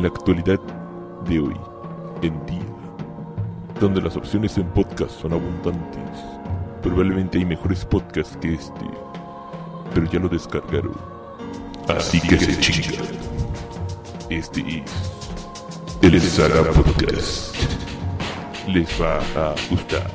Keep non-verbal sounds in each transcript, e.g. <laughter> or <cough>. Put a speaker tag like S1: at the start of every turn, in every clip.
S1: la actualidad de hoy en día, donde las opciones en podcast son abundantes. Probablemente hay mejores podcasts que este, pero ya lo descargaron. Así, que, se chingan. Este es el Saga Podcast. Les va a gustar.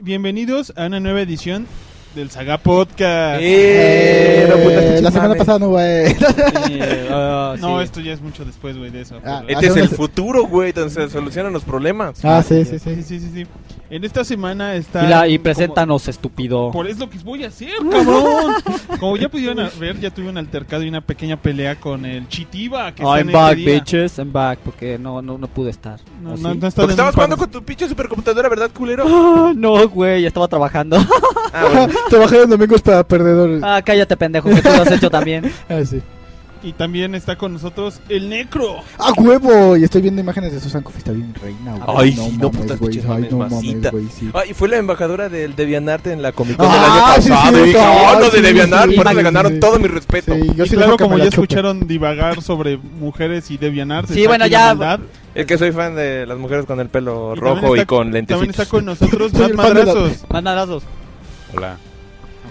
S2: Bienvenidos a una nueva edición del Saga Podcast.
S3: Eh, no, puta,
S4: Eh,
S3: qué
S4: la semana
S3: mames.
S4: pasada no, güey.
S2: Eh,
S3: Ah, sí.
S2: no, esto ya es mucho después, güey, de eso.
S4: Ah,
S2: pero-
S3: Este es el
S4: Hacemos-
S3: futuro, güey. Entonces se solucionan los problemas.
S4: Ah, sí, sí, sí. <laughs>
S2: sí, sí, sí, sí. En esta semana está...
S5: Y, la- y preséntanos, estúpido.
S2: como- Por es lo que voy a hacer, cabrón. Como ya pudieron a- ver, ya tuve un altercado y una pequeña pelea con el Chitiba. Que está en
S5: I'm
S2: este
S5: Ah, back,
S2: día.
S5: bitches. I'm back. Porque no, no, no pude estar.
S2: No,
S4: ¿Ah,
S5: ¿O sí?
S2: no, no está
S3: Porque
S2: de-
S3: estabas jugando con tu pinche supercomputadora, ¿verdad, culero?
S5: <laughs>
S4: <laughs>
S5: Ah, no, güey. Estaba trabajando. <laughs>
S3: Ah, bueno.
S4: Trabajaron domingos para perdedores.
S5: ah, cállate, pendejo. Que tú lo has hecho
S4: <laughs>
S5: también.
S4: Ah, sí.
S2: Y también está con nosotros el Necro.
S4: ¡Ah, huevo! Y estoy viendo imágenes de Susan Coffey. Está bien reina, güey.
S3: Ay, sí, no,
S4: mames,
S3: putas
S4: güey.
S3: pinches
S4: Ay,
S3: mames,
S4: no mames,
S3: masita.
S4: güey, sí.
S3: Ah, y fue la embajadora del Deviantarte en la Comic Con del año
S4: Ah, sí,
S3: pasado.
S4: sí,
S3: y dije,
S4: sí,
S3: "Oh,
S4: sí,
S3: no, de
S4: sí,
S3: Deviantarte.
S4: sí,
S3: Por eso
S4: sí,
S3: le
S4: sí,
S3: ganaron
S4: sí.
S3: todo mi respeto.
S4: Sí, yo
S2: y
S4: sí
S2: claro,
S4: dejo que
S2: como
S4: me
S2: ya
S4: la chupen.
S2: escucharon divagar sobre mujeres y devianarse.
S5: Sí,
S2: está
S5: bueno,
S2: aquí la
S5: ya-
S2: maldad.
S3: Es que soy fan de las mujeres con el pelo
S2: Y también
S3: rojo
S2: está-
S3: y con
S2: También
S3: lentecitos.
S2: está con nosotros
S4: <laughs> Soy
S2: Matt
S4: el fan de la-
S2: Madrazos.
S5: Mandarazos.
S1: Hola.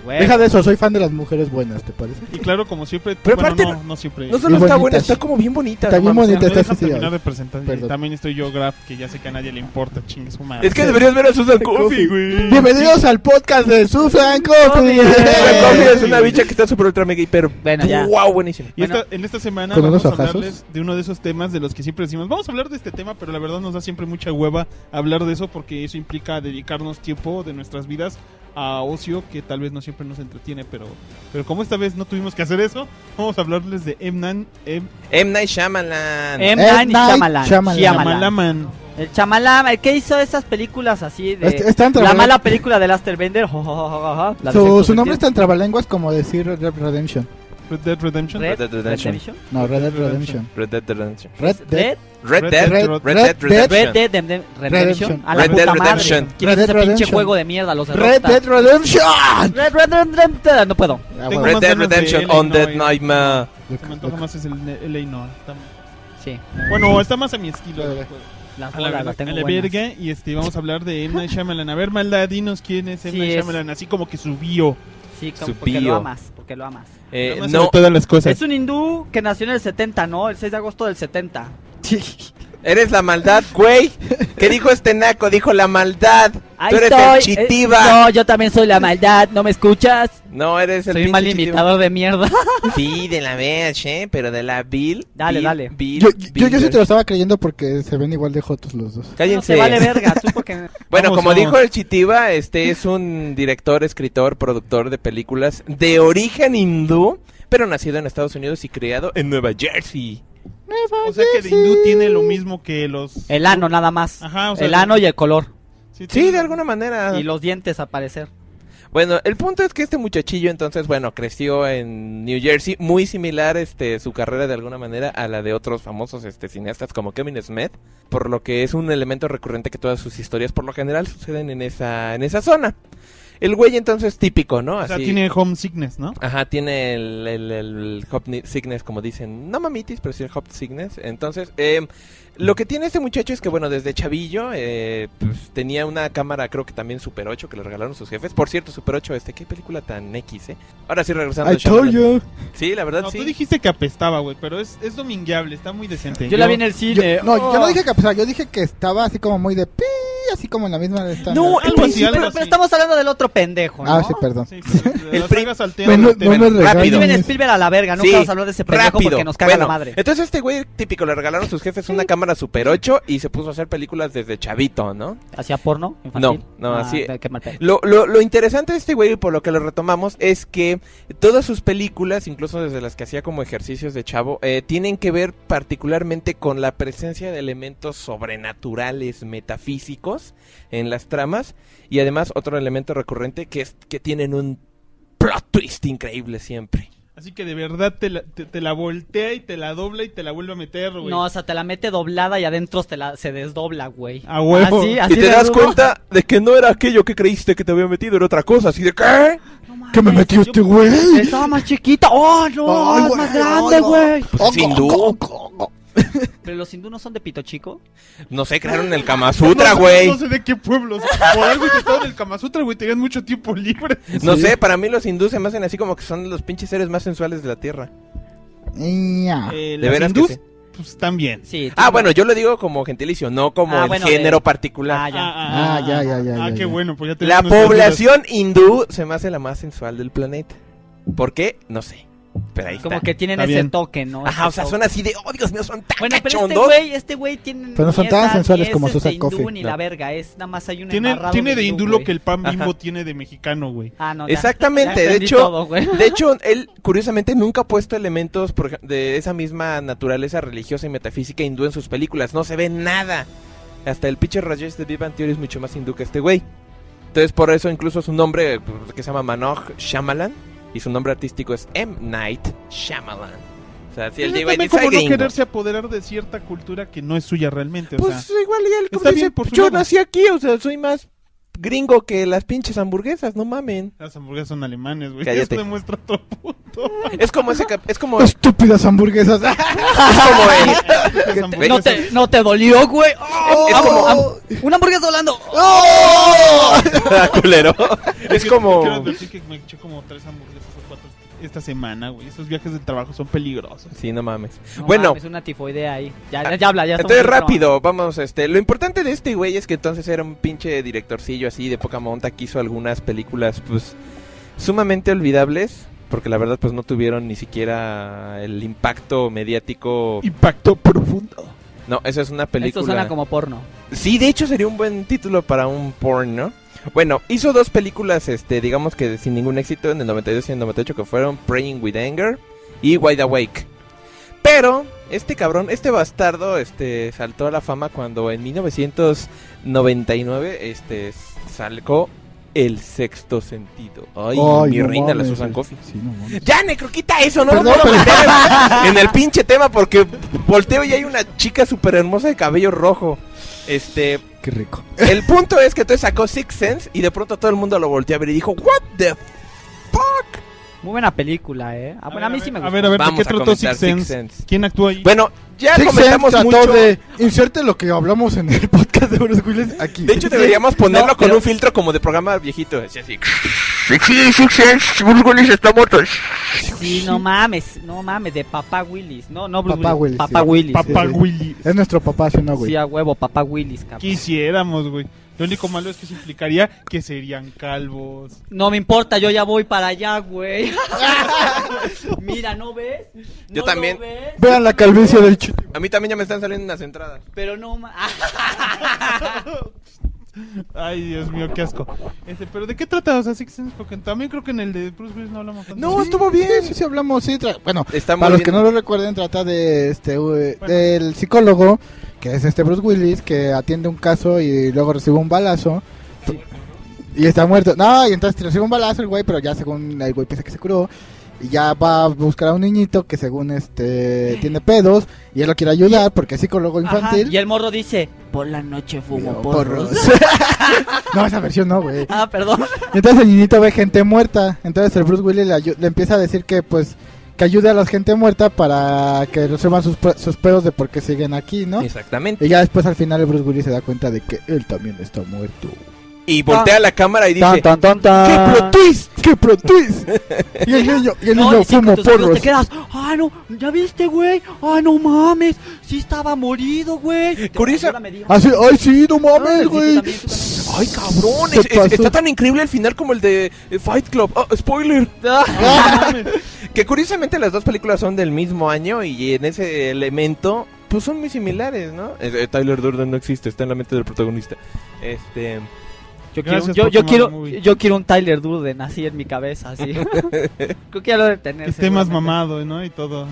S5: Güey.
S4: Deja de eso, soy fan de las mujeres buenas, ¿te parece?
S2: Y claro, como siempre,
S3: Pero
S2: bueno,
S3: aparte-
S2: no, no siempre.
S3: No solo está
S4: bonitas.
S3: buena, está como bien bonita.
S4: Está
S3: no
S4: bien
S3: mames.
S4: bonita.
S2: no me
S4: está
S2: dejan
S4: así,
S2: terminar
S4: sí,
S2: de presentar.
S4: perdón.
S2: Y También estoy yo, Graf, que ya sé que a nadie le importa, chingue su madre.
S3: Es que deberías ver a Susan Coffey, güey.
S2: güey.
S4: Bienvenidos al podcast de Susan <laughs> Coffey. Eh.
S3: Susan Coffey es una
S2: Sí.
S3: bicha que está super ultra mega hiper.
S5: Bueno, ya.
S3: Wow, buenísima.
S2: Y esta-
S5: Bueno.
S2: en esta semana
S4: Con
S2: vamos
S4: unos
S2: a
S4: ojazos.
S2: hablarles de uno de esos temas de los que siempre decimos, vamos a hablar de este tema, pero la verdad nos da siempre mucha hueva hablar de eso porque eso implica dedicarnos tiempo de nuestras vidas a ocio que tal vez no siempre nos entretiene, pero, pero como esta vez no tuvimos que hacer eso, vamos a hablarles de Emnan Em-
S3: M. Night Shyamalan.
S5: M.
S4: M.
S5: Night
S4: Night
S5: Shyamalan.
S4: Shyamalan.
S5: Shyamalan.
S2: Shyamalan.
S5: El Chamalam. El que hizo esas películas así de.
S4: Es- están
S5: la
S4: trabajando-
S5: mala película de Last Airbender. <laughs> jo, jo, jo, jo, jo, la de
S4: Su,
S5: sexo
S4: su nombre es
S5: sentido.
S4: tan trabalenguas como decir Red Dead Redemption.
S2: Red Dead Redemption.
S5: Red
S3: Red Dead
S5: Dead
S3: Redemption.
S5: Redemption.
S4: No, Red Dead
S2: Red Dead
S4: Redemption.
S3: Red Dead Redemption.
S4: Red Dead
S3: Red
S5: Red
S2: Red
S3: Dead,
S4: Dead-
S3: Red Dead Redemption.
S5: Red Dead Dem- Redemption.
S4: Redemption.
S5: A la
S3: Red
S5: puta
S3: Dead
S5: madre.
S3: Redemption.
S5: ¿Quién
S4: Red
S5: es ese
S4: Dead
S5: pinche
S4: Redemption.
S5: juego de mierda? Los de
S4: Red
S5: Rockstar?
S4: Dead Redemption.
S5: Red Red Dead Redemption. No puedo.
S4: Ah,
S2: Tengo
S4: huevo.
S3: Red
S2: más
S3: Dead
S2: ganas de
S3: Redemption,
S2: LA
S3: On Dead
S2: Noire.
S3: Nightmare.
S4: Yo-
S2: Se me antoja más es el el LA Noir. también.
S5: Sí.
S2: Bueno, está más a mi estilo.
S4: Vale,
S2: güey.
S5: Las
S2: A la,
S5: bolas, las
S2: verga,
S5: tengo
S2: a la
S5: buenas.
S2: verga. Y este, vamos a hablar de M. Night Shyamalan. A ver, maldad, dinos quién es M.
S5: Sí,
S2: Night
S5: es-
S2: Shyamalan. Así como que subió.
S5: Sí,
S3: Su
S5: como porque
S3: pío.
S5: lo amas, porque lo amas.
S3: Eh,
S2: Además, sobre
S3: no,
S2: todas las cosas.
S5: Es un hindú que nació en el 70, ¿no? El 6 de agosto del 70.
S3: eres la maldad, güey. ¿Qué dijo este naco? Dijo la maldad.
S5: Ahí
S3: Tú eres el
S5: estoy. eh,
S3: chitiba.
S5: no, yo también soy la maldad, ¿no me escuchas?
S3: no. eres el
S5: soy
S3: pinche
S5: un mal
S3: chitiba.
S5: imitador de mierda.
S3: Sí, de la verge, eh, pero de la Bill.
S5: Dale,
S3: Bill,
S5: dale.
S3: Bill,
S4: Yo, yo, yo sí
S3: Bill.
S4: te lo estaba creyendo porque se ven igual de jotos los dos.
S5: No
S3: <laughs> Cállense.
S5: se vale verga, tú
S3: <laughs>
S5: porque...
S3: Bueno,
S2: Vamos,
S3: como
S2: vamos.
S3: dijo el Chitiba, este es un director, escritor, productor de películas de origen hindú, pero nacido en Estados Unidos y criado en Nueva Jersey.
S2: O sea que de hindú tiene lo mismo que los.
S5: El ano nada más.
S2: Ajá, o sea,
S5: el ano y el color.
S3: Sí,
S2: tiene-
S3: de alguna manera.
S5: Y los dientes a parecer.
S3: Bueno, el punto es que este muchachillo entonces, bueno, creció en New Jersey, muy similar este su carrera de alguna manera a la de otros famosos este cineastas como Kevin Smith, por lo que es un elemento recurrente que todas sus historias por lo general suceden en esa en esa zona. El güey entonces típico, ¿no?
S2: O sea, tiene homesickness, ¿no?
S3: Ajá, tiene el, el, el hop ni- sickness, como dicen. No mamitis, pero sí el hop sickness. Entonces, eh, lo que tiene este muchacho es que, bueno, desde chavillo eh, pues, tenía una cámara, creo que también Super 8, que le regalaron sus jefes. Por cierto, Super 8, este, qué película tan X, ¿eh? Ahora sí, regresando.
S4: I
S3: a Shyamalan.
S4: told you.
S3: Sí, la verdad,
S2: No,
S3: sí.
S2: tú dijiste que apestaba, güey, pero es, es domingueable, está muy decente.
S5: Yo, la vi en el
S4: Yo-
S5: cine.
S4: no, yo no
S5: Oh.
S4: dije que, o sea, yo dije que estaba así como muy de pi, así como en la misma. Está
S3: No,
S2: algo
S3: el
S2: así,
S3: principio-
S2: algo
S5: Pero,
S2: así.
S5: pero estamos hablando del otro pendejo, ¿no?
S4: Ah, sí, perdón.
S2: Sí, sí, sí,
S3: El
S2: la
S3: pri-
S2: saga saltea
S4: Bueno,
S2: durante-
S4: no me
S3: Bueno, rápido.
S5: Steven
S4: regañes.
S5: Spielberg a la verga, nunca
S3: Sí,
S5: vamos a hablar de ese pendejo porque nos caga la
S3: Bueno,
S5: madre.
S3: Entonces este güey típico le regalaron sus jefes una cámara Super 8 y se puso a hacer películas desde chavito, ¿no?
S5: ¿Hacía porno infantil?
S3: No, no,
S5: Ah,
S3: así-
S5: Qué mal pedo.
S3: Lo, lo, lo interesante de este güey, por lo que lo retomamos, es que todas sus películas, incluso desde las que hacía como ejercicios de chavo, eh, tienen que ver particularmente con la presencia de elementos sobrenaturales, metafísicos en las tramas. Y además otro elemento recurrente que es que tienen un plot twist increíble siempre.
S2: Así que de verdad te la, te, te la voltea y te la dobla y te la vuelve a meter, güey.
S5: No, o sea, te la mete doblada y adentro te la, se desdobla, güey.
S2: A huevo.
S5: Así,
S2: Y
S5: así
S3: y te
S5: de
S3: das
S5: rudo.
S3: cuenta de que no era aquello que creíste que te había metido, era otra cosa, así de ¿qué?
S4: ¿Qué me metió este güey?
S5: Estaba más chiquita. ¡Oh, no!
S4: Ay,
S5: es
S4: güey,
S5: más
S4: ay,
S5: grande,
S4: no.
S5: güey.
S4: Oh,
S3: Pues Sin
S4: oh,
S3: duda.
S4: oh, oh, oh.
S5: Pero los hindú no son de pito chico.
S3: No sé, crearon el Kama
S2: No
S3: Sutra,
S2: sé-
S3: güey.
S2: No, sé de qué pueblos. Por algo que estaban en el Kama Sutra, güey, tenían mucho tiempo libre.
S5: <laughs>
S3: No sé, para mí los hindúes se me hacen así como que son los pinches seres más sensuales de la tierra.
S4: Ya.
S2: Eh,
S3: De
S2: las
S3: veras que
S2: hindús,
S3: sí.
S2: pues están bien.
S5: Sí.
S3: Ah, bueno, yo lo digo como gentilicio, no como
S5: Ah,
S3: el
S5: bueno,
S3: género
S5: de-
S3: particular.
S5: Ah, ya.
S4: Ah, ya, ya, ya,
S2: Ah,
S4: ya,
S2: qué
S4: ya.
S2: bueno, pues ya
S3: la
S2: tenemos nuestras
S3: población hindú se me hace la más sensual del planeta. ¿Por qué? No sé. Pero ahí
S5: Como
S3: está.
S5: que tienen
S2: Está
S5: ese
S2: bien.
S5: toque, ¿no?
S3: Ajá,
S5: Ese
S3: o sea,
S5: toque.
S3: son así de, oh Dios mío, son tan
S5: Bueno, pero este
S3: cachondos.
S5: güey, este güey tiene.
S4: Pero no son
S5: ni
S4: tan
S5: esa-
S4: sensuales
S5: ni
S4: como
S5: es,
S4: Susan
S5: este, hindú
S4: Coffey,
S5: ni
S4: no.
S5: la verga, es nada más hay un
S2: Tiene,
S5: embarrado
S2: tiene de hindú lo
S5: güey.
S2: que el pan bimbo
S3: Ajá.
S2: tiene de mexicano, güey.
S5: Ah, no, ya.
S3: Exactamente,
S5: Ya
S3: de
S5: entendí
S3: hecho,
S5: todo, güey.
S3: De hecho, él curiosamente nunca ha puesto elementos por ej- de esa misma naturaleza religiosa y metafísica hindú en sus películas. No se ve nada. Hasta el pitcher Rajesh de Vivan Theory es mucho más hindú que este güey. Entonces, por eso incluso su nombre, eh, que se llama Manoj Shyamalan, y su nombre artístico es M. Night Shyamalan. O sea, si él
S2: Tiene
S3: llega y
S2: Pues también
S3: dice,
S2: como
S3: "Ay,
S2: no
S3: gringo".
S2: quererse apoderar de cierta cultura que no es suya realmente, o
S3: Pues
S2: sea.
S3: igual, y él como
S2: está
S3: dice,
S2: bien por su
S3: yo
S2: lado".
S3: nací aquí, o sea, soy más gringo que las pinches hamburguesas, no mamen.
S2: Las hamburguesas son alemanes, güey.
S3: Cállate.
S2: Eso demuestra otro punto.
S3: <laughs> Es como ese, cap-
S2: <laughs>
S3: es como, es
S4: Estúpidas hamburguesas.
S3: como el,
S2: Las hamburguesas-
S5: No te, no te dolió, güey. ¡Oh!
S3: Es- es como-
S5: Am- una hamburguesa volando. Oh.
S3: Ah, culero. <laughs> Es
S2: Quiero- Quiero
S3: como.
S2: advertir que me eché como tres hamburguesas o cuatro este- esta semana, güey. Esos viajes del trabajo son peligrosos.
S3: Sí, no mames.
S5: No
S3: Bueno. Ah,
S5: mames, una tifoidea ahí. Ya, ya, ya habla, ya estamos
S3: Entonces
S5: en programa.
S3: rápido, vamos, este, lo importante de este güey es que entonces era un pinche directorcillo así de poca monta que hizo algunas películas pues sumamente olvidables, porque la verdad pues no tuvieron ni siquiera el impacto mediático.
S2: Impacto profundo.
S3: No, esa es una
S5: Esto
S3: película.
S5: suena como porno.
S3: Sí, de hecho sería un buen título para un porn, ¿no? Bueno, hizo dos películas, este, digamos que sin ningún éxito en el 92 y en el 98 que fueron Praying with Anger y Wide Awake. Pero este cabrón, este bastardo, este, saltó a la fama cuando en 1999, este, salcó El Sexto Sentido. Ay, mi
S4: no
S3: reina, la
S4: mames,
S3: Susan
S4: güey.
S3: Coffey.
S4: Sí, no mames.
S3: Ya, necro, quita eso, no
S4: Perdón,
S3: lo puedo
S4: pero-
S3: meter <laughs> en, en el pinche tema porque volteo y hay una chica súper hermosa de cabello rojo. Este,
S4: Qué rico.
S3: el punto es que entonces sacó Six Sense y de pronto todo el mundo lo volteó a ver y dijo, ¿What the f-?"
S5: Muy buena película, eh. Ah, bueno, a, mí sí me
S2: A
S5: gusta.
S2: ver, a ver, ¿de
S3: Vamos
S2: qué
S3: a
S2: trató
S3: comentar
S2: Six Sense? ¿Quién actuó ahí?
S3: Bueno, ya
S4: Six
S3: comentamos
S4: Sense trató
S3: mucho. De...
S4: de inserte lo que hablamos en el <laughs> podcast de Unos Willis aquí.
S3: hecho, deberíamos ponerlo
S5: No,
S3: con
S5: pero-
S3: un filtro como de programa viejito. así, así.
S5: Sí, no mames, no mames, de Papá Willis. No, no, Bruce
S4: Papá Willis,
S5: Willis. Papá
S4: sí.
S5: Willis. eh.
S2: Papá
S4: sí, sí.
S2: Willy.
S4: es nuestro papá, ¿sí o no, güey?
S5: Sí, a huevo, Papá Willis,
S2: <laughs>
S5: cabrón.
S2: Quisiéramos, güey. Lo único malo es que se implicaría que serían calvos.
S5: No me importa, yo ya voy para allá, güey. <laughs> Mira, ¿no ves? ¿No
S3: Yo
S5: lo
S3: también.
S5: ves?
S4: Vean la calvicie del chico.
S3: A mí también ya me están saliendo unas entradas.
S5: Pero no ma-
S2: Ay, Dios mío, qué asco. Este, pero ¿de qué trata? O sea, Six Sense, porque también creo que en el de Bruce Willis no hablamos tanto.
S3: No, estuvo bien.
S4: Sí, sí hablamos, sí. tra- Bueno,
S3: Está muy
S4: para los
S3: bien.
S4: que no lo recuerden, trata de este eh,
S2: Bueno.
S4: del psicólogo, que es este Bruce Willis, que atiende un caso y luego recibe un balazo. Y está muerto. No, y entonces recibe un balazo el güey, pero ya según el güey piensa que se curó. Y ya va a buscar a un niñito que según este tiene pedos y él lo quiere ayudar porque es psicólogo
S5: Ajá,
S4: infantil.
S5: Y el morro dice, por la noche fumo
S4: Pero
S5: porros.
S4: porros. <laughs> no, esa versión no, güey.
S5: <laughs> Ah, perdón.
S4: Entonces el niñito ve gente muerta. Entonces el Bruce Willis le, ayu- le empieza a decir que pues que ayude a la gente muerta para que resuelvan sus, pe- sus pedos de por qué siguen aquí, ¿no?
S3: Exactamente.
S4: Y ya después al final el Bruce Willis se da cuenta de que él también está muerto.
S3: y voltea a la cámara y dice,
S4: Tan, tan, tan, tan.
S3: ¡qué plot twist!
S4: ¡Qué plot twist! Y el niño, y el
S5: No,
S4: niño
S5: y sí, con
S4: fumo
S5: tus amigos
S4: porros.
S5: Te quedas, ah, no, ya viste, güey. Ah, no mames. Sí estaba morido, güey.
S3: Curiosa-
S5: Me dijo,
S2: Ah,
S4: Así, ay, sí, no
S5: Ay, sí,
S4: mames,
S5: tú
S4: güey.
S5: también, tú también.
S3: ¡Ay, cabrón!
S4: Se
S3: es- es-
S4: pasó.
S3: está tan increíble el final como el de eh, Fight Club. Ah, ¡Spoiler! que curiosamente las dos películas son del mismo año y en ese elemento, pues son muy similares, ¿no? Eh, eh, Tyler Durden no existe, está en la mente del protagonista. Este...
S5: Yo quiero,
S2: Gracias
S5: un- yo,
S2: por
S5: yo
S2: tomar la
S5: quiero,
S2: movie.
S5: yo quiero un Tyler Durden así en mi cabeza,
S2: <laughs>
S5: así. Creo que ya lo de tener.
S2: Que esté más
S5: seguramente.
S2: mamado, ¿no? Y todo.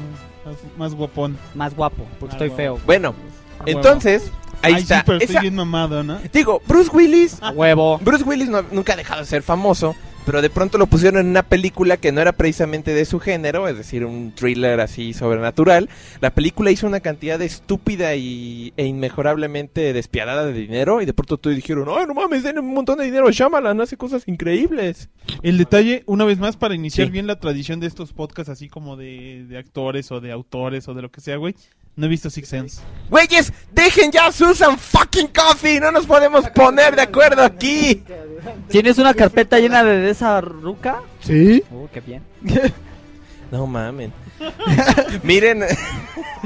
S2: más- Más guapón.
S5: Más guapo, porque
S2: Ah,
S5: estoy
S2: huevo.
S5: feo.
S3: Bueno,
S2: A huevo. <laughs>
S3: entonces, ahí
S2: Ay,
S3: está.
S2: Sí, pero
S3: Esa-
S2: estoy bien mamado, ¿no?
S3: Digo, Bruce Willis
S2: Ah,
S5: A huevo.
S3: Bruce Willis no- nunca ha dejado de ser famoso, pero de pronto lo pusieron en una película que no era precisamente de su género, es decir, un thriller así sobrenatural. La película hizo una cantidad de estúpida y, e inmejorablemente despiadada de dinero y de pronto todos dijeron, ¡ay, no mames, den un montón de dinero a Shyamalan, hace cosas increíbles!
S2: El detalle, una vez más, para iniciar
S3: Sí.
S2: bien la tradición de estos podcasts, así como de, de actores o de autores o de lo que sea, güey. No he visto Six Sense.
S3: ¡Güeyes, dejen ya a Susan fucking Coffee! ¡No nos podemos poner de acuerdo aquí!
S5: ¿Tienes una carpeta llena de, de esa ruca?
S4: Sí.
S5: Uh, qué bien.
S3: No mamen. Miren... <laughs>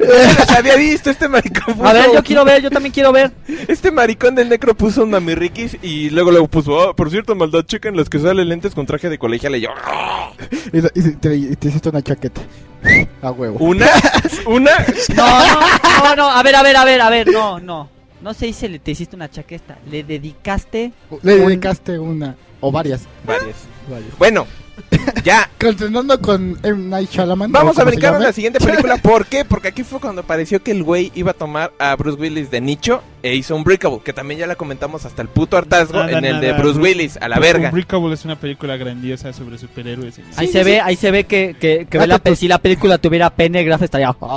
S3: No los había visto este maricón.
S5: A ver,
S3: puso-
S5: yo quiero ver, yo también quiero ver.
S3: Este maricón del necro puso un mamirriquis y luego luego puso, "Ah, por cierto, maldad, chequen las que salen lentes con traje de colegial y yo, "Ah".
S4: Y, y- y te, y te hiciste una chaqueta. A huevo.
S3: una, una,
S5: No, no, no, no, a ver, a ver, a ver, a ver, no, no. No se dice, le- te hiciste una chaqueta, le dedicaste.
S3: Uh,
S4: Le dedicaste una. O varias.
S3: varias. Bueno, ya,
S4: Continuando con M. Night Shyamalan.
S3: vamos
S4: ¿o
S3: a
S4: cómo se
S3: brincar a
S4: llama?
S3: la siguiente película, ¿por qué? Porque aquí fue cuando pareció que el güey iba a tomar a Bruce Willis de nicho e hizo un breakable, que también ya la comentamos hasta el puto hartazgo
S2: Nada,
S3: en el de
S2: nada,
S3: Bruce
S2: Bruce-
S3: Willis, a la verga.
S2: Unbreakable es una película grandiosa sobre superhéroes. y-
S5: Ahí se ve, ahí se ve que, que, que ve
S4: Ah,
S5: la,
S4: tú-
S5: pe- si la película tuviera pene, Graf estaría.
S3: Pero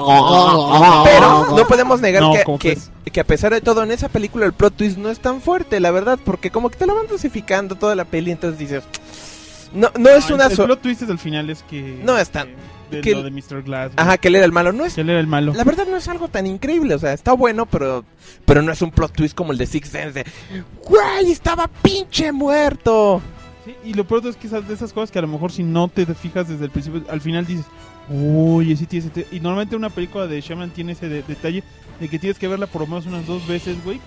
S3: no podemos negar
S2: No,
S3: que,
S2: ¿cómo
S3: que-
S2: crees?
S3: que a pesar de todo en esa película el plot twist no es tan fuerte, la verdad, porque como que te lo van dosificando toda la peli, entonces dices, no, no es
S2: Ah,
S3: una
S2: El
S3: so-
S2: plot twist del final es que...
S3: No es tan-
S2: eh, De,
S3: que-
S2: lo de Mr. Glass. güey.
S3: Ajá, que él era el malo, no es...
S2: Que él era el malo.
S3: La verdad no es algo tan increíble, o sea, está bueno, pero pero no es un plot twist como el de Six Sense. de, Güey, estaba pinche muerto.
S2: Sí, y lo peor es que esas de esas cosas que a lo mejor si no te fijas desde el principio, al final dices, uy, sí tiene ese te-". Y normalmente una película de Shaman tiene ese de- detalle de que tienes que verla por lo menos unas dos veces, güey.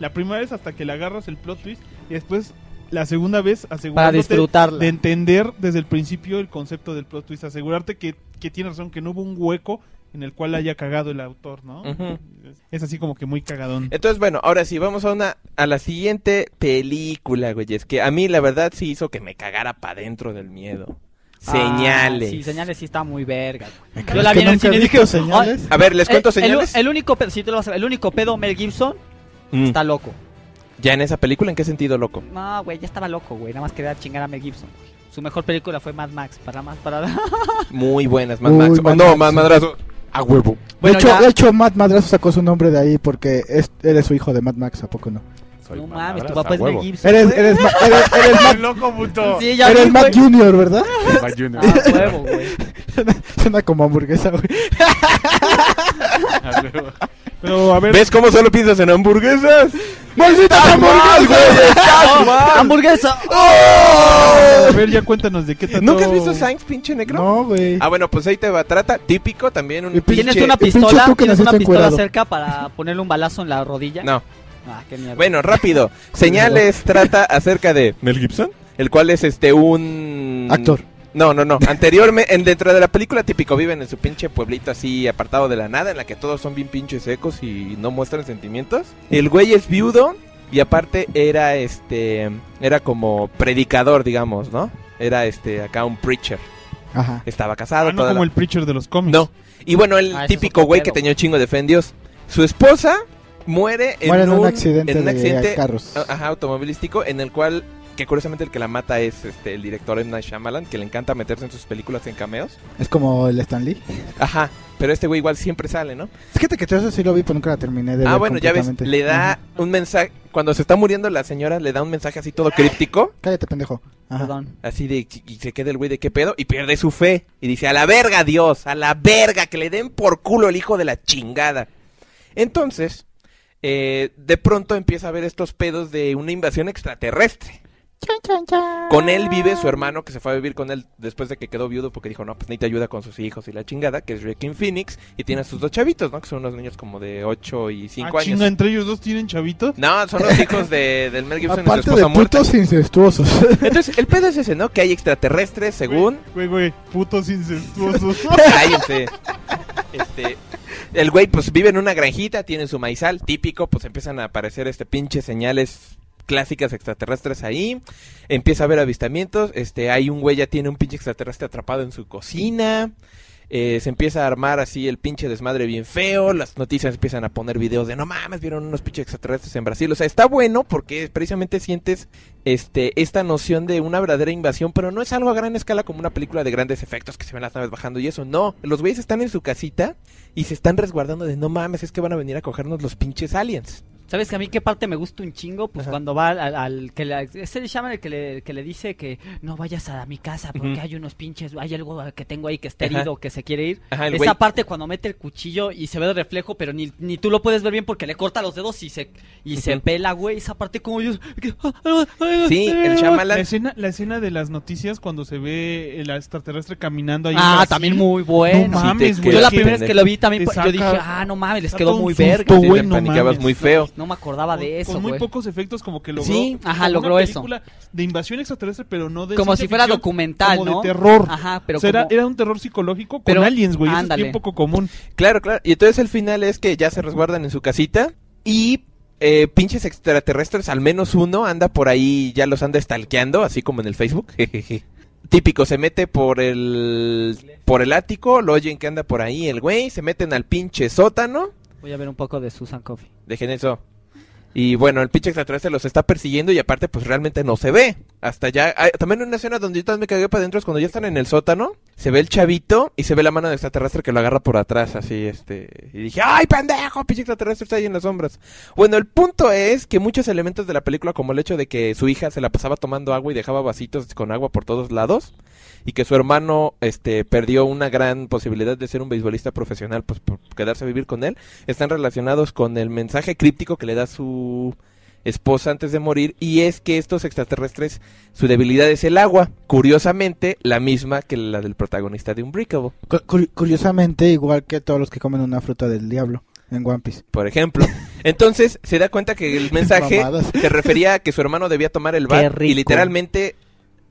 S2: La primera vez hasta que le agarras el plot twist y después la segunda vez
S5: <laughs> Para
S2: asegurándote
S5: disfrutarla.
S2: de entender desde el principio el concepto del plot twist, asegurarte que, que tiene razón, que no hubo un hueco en el cual haya cagado el autor, ¿no?
S3: Ujú.
S2: Es así como que muy
S3: <laughs>
S2: cagadón.
S3: Entonces, bueno, ahora sí, vamos a una a la siguiente película, güey, es que a mí la verdad sí hizo que me cagara pa' dentro del miedo.
S5: Ah,
S3: Señales.
S5: sí, señales sí está muy verga. güey.
S4: ¿Crees
S5: Yo la
S4: que
S5: vi en el
S4: nunca
S5: cine y
S4: he
S5: dije.
S4: visto señales?
S5: "Ay,
S3: A ver, les cuento
S5: eh, el-
S3: señales.
S5: El, único pedo, sí te lo vas a ver, el único pedo Mel Gibson
S3: Mm.
S5: está loco.
S3: Ya en esa película, ¿en qué sentido, loco?
S5: No, güey, ya estaba loco, güey. Nada más quería chingar a Mel Gibson. güey. Su mejor película fue Mad Max, para más, para. <laughs>
S3: Muy buenas, Mad
S4: Uy,
S3: Max.
S4: Mad
S3: Oh, no,
S4: Max.
S3: Mad Madrazo. A huevo.
S5: Bueno,
S4: de, hecho,
S5: ya-
S4: de hecho, Matt Madrazo sacó su nombre de ahí porque es, eres su hijo de Matt Max, ¿a poco no?
S5: no mames, tu papá es Mel Gibson.
S4: Eres,
S3: Pues, <laughs>
S5: güey.
S4: eres, Ma- eres, eres Matt,
S6: loco, puto.
S5: Sí, ya
S4: eres
S5: vi,
S3: eh.
S4: Matt
S5: güey.
S4: Junior, ¿verdad? <laughs>
S6: Mac Junior.
S5: Ah, huevo, güey.
S4: Suena como hamburguesa, güey.
S6: A huevo.
S2: Pero a ver,
S3: ¿Ves cómo solo piensas en
S4: <laughs>
S3: hamburguesas? ¡Malditas hamburguesas, güey! <laughs> ¡Estás mal!
S5: Hamburguesa.
S2: a
S3: ¡Oh!
S2: ver, ya cuéntanos de qué trató.
S3: ¿Nunca has visto Sainz, pinche negro?
S4: No, güey.
S3: Ah, bueno, pues ahí te va. Trata típico también. Un
S4: Y pues, pinche-
S5: Tienes una
S4: el pinche
S5: pistola,
S4: tú que
S5: tienes una
S4: naciste
S5: pistola
S4: encuerado.
S5: cerca para ponerle un balazo en la rodilla.
S3: No.
S5: Ah, qué mierda.
S3: Bueno, rápido.
S4: <laughs>
S3: Señales trata acerca de... ¿Mel Gibson? El cual es, este, un...
S4: Actor.
S3: No, no, no. Anteriormente, en- dentro de la película típico, viven en su pinche pueblito así apartado de la nada, en la que todos son bien pinches secos y no muestran sentimientos. El güey es viudo y aparte era este, era como predicador, digamos, ¿no? Era este, acá un preacher.
S4: Ajá.
S3: Estaba casado,
S2: Ah, no
S3: toda
S2: como
S3: la-
S2: el preacher de los cómics.
S3: No. Y bueno, el
S5: Ah, ese es
S3: típico
S5: otro
S3: güey que
S5: pedo.
S3: tenía un chingo de fe en Dios. Su esposa muere en,
S4: Muere en
S3: un,
S4: un accidente
S3: en un
S4: de
S3: accidente Ah,
S4: carros.
S3: a- ajá, automovilístico en el cual que curiosamente el que la mata es este el director M. Night Shyamalan, que le encanta meterse en sus películas en cameos.
S4: Es como el Stan Lee.
S3: Ajá, pero este güey igual siempre sale, ¿no?
S4: Fíjate que todo eso sí lo vi, pero nunca la terminé de
S3: ah,
S4: ver
S3: bueno, ya ves,
S4: completamente.
S3: le da
S4: Ajá.
S3: un mensaje, cuando se está muriendo la señora, le da un mensaje así todo críptico,
S4: Cállate, pendejo. Ajá.
S5: Perdón.
S3: así de, y se queda el güey de qué pedo, y pierde su fe, y dice, a la verga Dios, a la verga, que le den por culo el hijo de la chingada. Entonces, eh, de pronto empieza a ver estos pedos de una invasión extraterrestre. Con él vive su hermano que se fue a vivir con él después de que quedó viudo porque dijo, no, pues necesita ayuda con sus hijos y la chingada, que es Joaquin Phoenix, y tiene a sus dos chavitos, ¿no? Que son unos niños como de 8 y 5
S2: Ah,
S3: años.
S2: chinga, entre ellos dos tienen chavitos.
S3: No, son los hijos de, del Mel Gibson y su
S4: Aparte de
S3: esposa muerta.
S4: putos incestuosos. <laughs>
S3: Entonces, el pedo es ese, ¿no? Que hay extraterrestres, según...
S2: Güey, güey, putos
S3: <laughs>
S2: incestuosos. <laughs>
S3: Cállense. Este, el güey, pues vive en una granjita, tiene su maizal típico, pues empiezan a aparecer este pinche señales clásicas extraterrestres ahí. Empieza a haber avistamientos. Este, hay un güey ya tiene un pinche extraterrestre atrapado en su cocina. Eh, se empieza a armar así el pinche desmadre bien feo. Las noticias empiezan a poner videos de no mames, vieron unos pinches extraterrestres en Brasil. O sea, está bueno porque precisamente sientes este, esta noción de una verdadera invasión, pero no es algo a gran escala como una película de grandes efectos que se ven las naves bajando y eso. No, los güeyes están en su casita y se están resguardando de no mames, es que van a venir a cogernos los pinches aliens.
S5: ¿Sabes que a mí qué parte me gusta un chingo? Pues
S3: Ajá.
S5: cuando va al, al- al que le, ese le llaman el que le, que le dice que no vayas a mi casa porque
S3: Ujú.
S5: hay unos pinches, hay algo que tengo ahí que está
S3: Ajá.
S5: herido, que se quiere ir.
S3: Ajá, el
S5: Esa
S3: güey.
S5: parte cuando mete el cuchillo y se ve el reflejo, pero ni, ni tú lo puedes ver bien porque le corta los dedos y se y se
S3: Ujú.
S5: pela, güey. Esa parte como yo... que-
S2: <laughs>
S3: Sí, el
S2: La
S3: Shyamalan.
S2: escena, la escena de las noticias cuando se ve el extraterrestre caminando ahí. en
S5: Ah,
S2: Brasil.
S5: también muy bueno.
S2: No
S3: Sí,
S2: mames,
S3: te
S2: güey.
S5: yo la
S3: quedas
S5: primera vez que
S3: pendejo.
S5: lo vi también,
S2: Te
S5: pa- yo dije,
S2: saca-
S5: ah, no mames, les
S2: saca
S5: quedó
S2: un
S5: muy
S2: susto,
S5: verga.
S3: Sí,
S2: güey,
S3: te
S2: no
S3: panicabas
S2: mames.
S3: muy feo.
S5: No me acordaba de eso,
S2: Con muy
S5: güey.
S2: pocos efectos como que logró.
S3: Sí,
S5: ajá,
S2: como
S5: logró
S2: una
S5: eso.
S2: película De invasión extraterrestre, pero no de
S5: Como
S2: ciencia
S5: si fuera
S2: ficción,
S5: documental,
S2: como
S5: ¿no?
S2: de terror.
S5: Ajá, pero
S2: O sea, era-
S5: como-
S2: era, un terror psicológico con
S5: Pero-
S2: aliens, güey. Eso es
S5: ándale.
S2: bien poco común.
S3: Claro, claro. Y entonces el final es que ya se resguardan en su casita y eh, pinches extraterrestres, al menos uno, anda por ahí, ya los anda stalkeando, así como en el Facebook. jejeje. Típico, se mete por el por el ático, lo oyen que anda por ahí el güey, se meten al pinche sótano,
S5: Voy a ver un poco de Susan Coffee.
S3: dejen eso. Y bueno, el pinche extraterrestre los está persiguiendo y aparte pues realmente no se ve. Hasta ya, ah, también una escena donde yo también me cagué para adentro es cuando ya están en el sótano, se ve el chavito y se ve la mano del extraterrestre que lo agarra por atrás, así este, y dije, "Ay, pendejo, pinche extraterrestre está ahí en las sombras." Bueno, el punto es que muchos elementos de la película como el hecho de que su hija se la pasaba tomando agua y dejaba vasitos con agua por todos lados y que su hermano este perdió una gran posibilidad de ser un beisbolista profesional pues por quedarse a vivir con él, están relacionados con el mensaje críptico que le da su esposa antes de morir y es que estos extraterrestres su debilidad es el agua, curiosamente la misma que la del protagonista de Unbreakable,
S4: Cu- cur- curiosamente, igual que todos los que comen una fruta del diablo en One Piece.
S3: por ejemplo. Entonces se da cuenta que el mensaje <laughs>
S4: Mamadas.
S3: se refería a que su hermano debía tomar el bar
S5: rico.
S3: y literalmente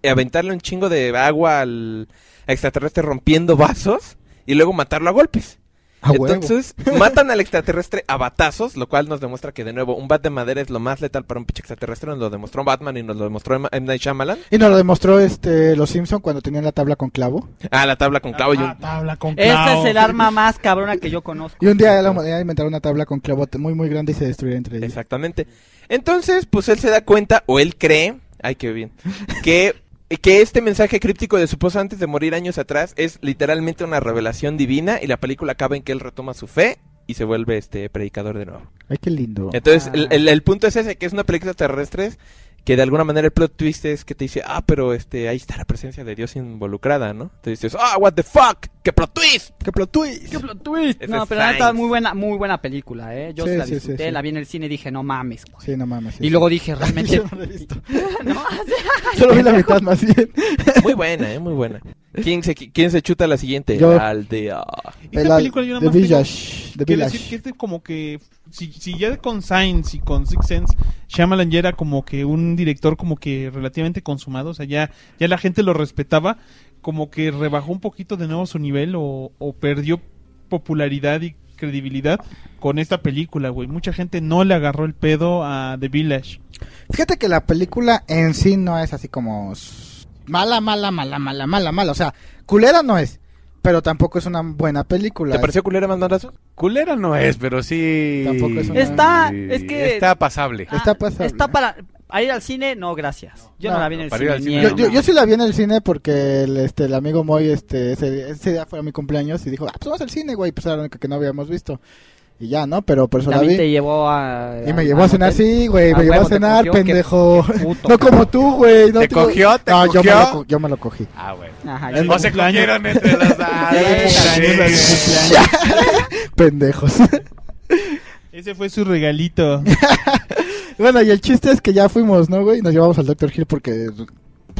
S3: aventarle un chingo de agua al extraterrestre rompiendo vasos y luego matarlo a golpes.
S4: A huevo. <laughs>
S3: Entonces, matan al extraterrestre a batazos, lo cual nos demuestra que, de nuevo, un bat de madera es lo más letal para un pinche extraterrestre. Nos lo demostró Batman y nos lo demostró M. Night Shyamalan.
S4: Y nos lo demostró este los Simpson cuando tenían la tabla con clavo.
S3: Ah, la tabla con clavo. y un-
S2: Ah, tabla con
S5: Esa
S2: clavo.
S5: es el arma
S2: <laughs>
S5: más cabrona que yo conozco.
S4: Y un día la humanidad inventaron una tabla con clavo t- muy muy grande y se destruía entre ellos.
S3: Exactamente. Entonces, pues él se da cuenta, o él cree, ay, qué
S4: <laughs>
S3: bien, que, que este mensaje críptico de su esposa antes de morir años atrás es literalmente una revelación divina y la película acaba en que él retoma su fe y se vuelve este predicador de nuevo.
S4: Ay, qué lindo.
S3: Entonces,
S5: Ah.
S3: el, el- el punto es ese, que es una película terrestre que de alguna manera el plot twist es que te dice, ah, pero este, ahí está la presencia de Dios involucrada, ¿no? Te dices, ah, what the fuck, qué plot twist.
S4: ¡Qué plot twist!
S3: Ese
S5: No,
S3: es
S5: pero la neta,
S3: Science.
S5: muy buena, muy buena película, ¿eh? Yo
S4: Sí,
S5: la
S4: sí, sí,
S5: disfruté,
S4: sí.
S5: la vi en el cine y dije, no mames, güey.
S4: Sí, no mames. sí,
S5: y
S4: sí.
S5: luego dije,
S4: <laughs>
S5: realmente...
S4: Yo no lo he
S2: <laughs>
S4: visto.
S5: no,
S4: Solo vi la mitad más bien.
S3: <laughs> Muy buena, eh, muy buena. ¿Quién se, quién se chuta la siguiente? ah,
S4: Yo.
S3: La aldea.
S2: Esta
S4: El-
S2: película yo nada
S4: The
S2: más tengo-
S4: Village. The
S2: Quiere
S4: Village.
S2: decir que este como que si, si ya con Science y con Six Sense Shyamalan ya era como que un director como que relativamente consumado, o sea, ya ya la gente lo respetaba, como que rebajó un poquito de nuevo su nivel o, o perdió popularidad y credibilidad con esta película, güey. Mucha gente no le agarró el pedo a The Village.
S4: Fíjate que la película en sí no es así como s- mala, mala, mala, mala, mala, mala. O sea, culera no es, pero tampoco es una buena película.
S3: ¿Te pareció culera mandazo?
S6: Culera no es, pero sí.
S4: Tampoco es una-
S5: <laughs> Está- es que-
S6: Está pasable.
S4: Está
S5: Ah,
S4: pasable.
S5: Está para... ¿A ir al cine? No, gracias. Yo no,
S4: No.
S5: la vi en el
S6: Para
S5: cine.
S6: ir al cine,
S5: ni
S4: Yo,
S5: en-
S4: yo, yo sí la vi en el cine porque el, este, el amigo Moy este, ese, ese día fue a mi cumpleaños y dijo, ah, pues vamos al cine, güey, pues era lo único que no habíamos visto. Y ya, ¿no? Pero por eso la
S5: También te
S4: vi.
S5: llevó a...
S4: Y me
S5: al-
S4: llevó
S5: al
S4: a cenar,
S5: hotel.
S4: sí, güey,
S5: Ah,
S4: me llevó a
S5: huevo, te
S4: cenar,
S5: cogió, qué-
S4: pendejo.
S5: qué
S4: <laughs>
S5: puto,
S4: No como
S5: cabrón.
S4: tú, güey. No
S6: ¿Te
S4: te-
S6: cogió? ¿Te
S4: No, yo me, lo,
S6: cogió?
S4: co- yo me lo cogí.
S6: Ah, bueno.
S5: Ajá,
S2: Ay,
S5: yo-
S6: No se
S2: cumpleaños.
S6: cogieron entre los dos.
S5: Era mi
S6: Sí.
S4: Pendejos.
S2: Es Ese fue su regalito.
S4: Bueno, y el chiste es que ya fuimos, ¿no, güey? Nos llevamos al Dr. Hill porque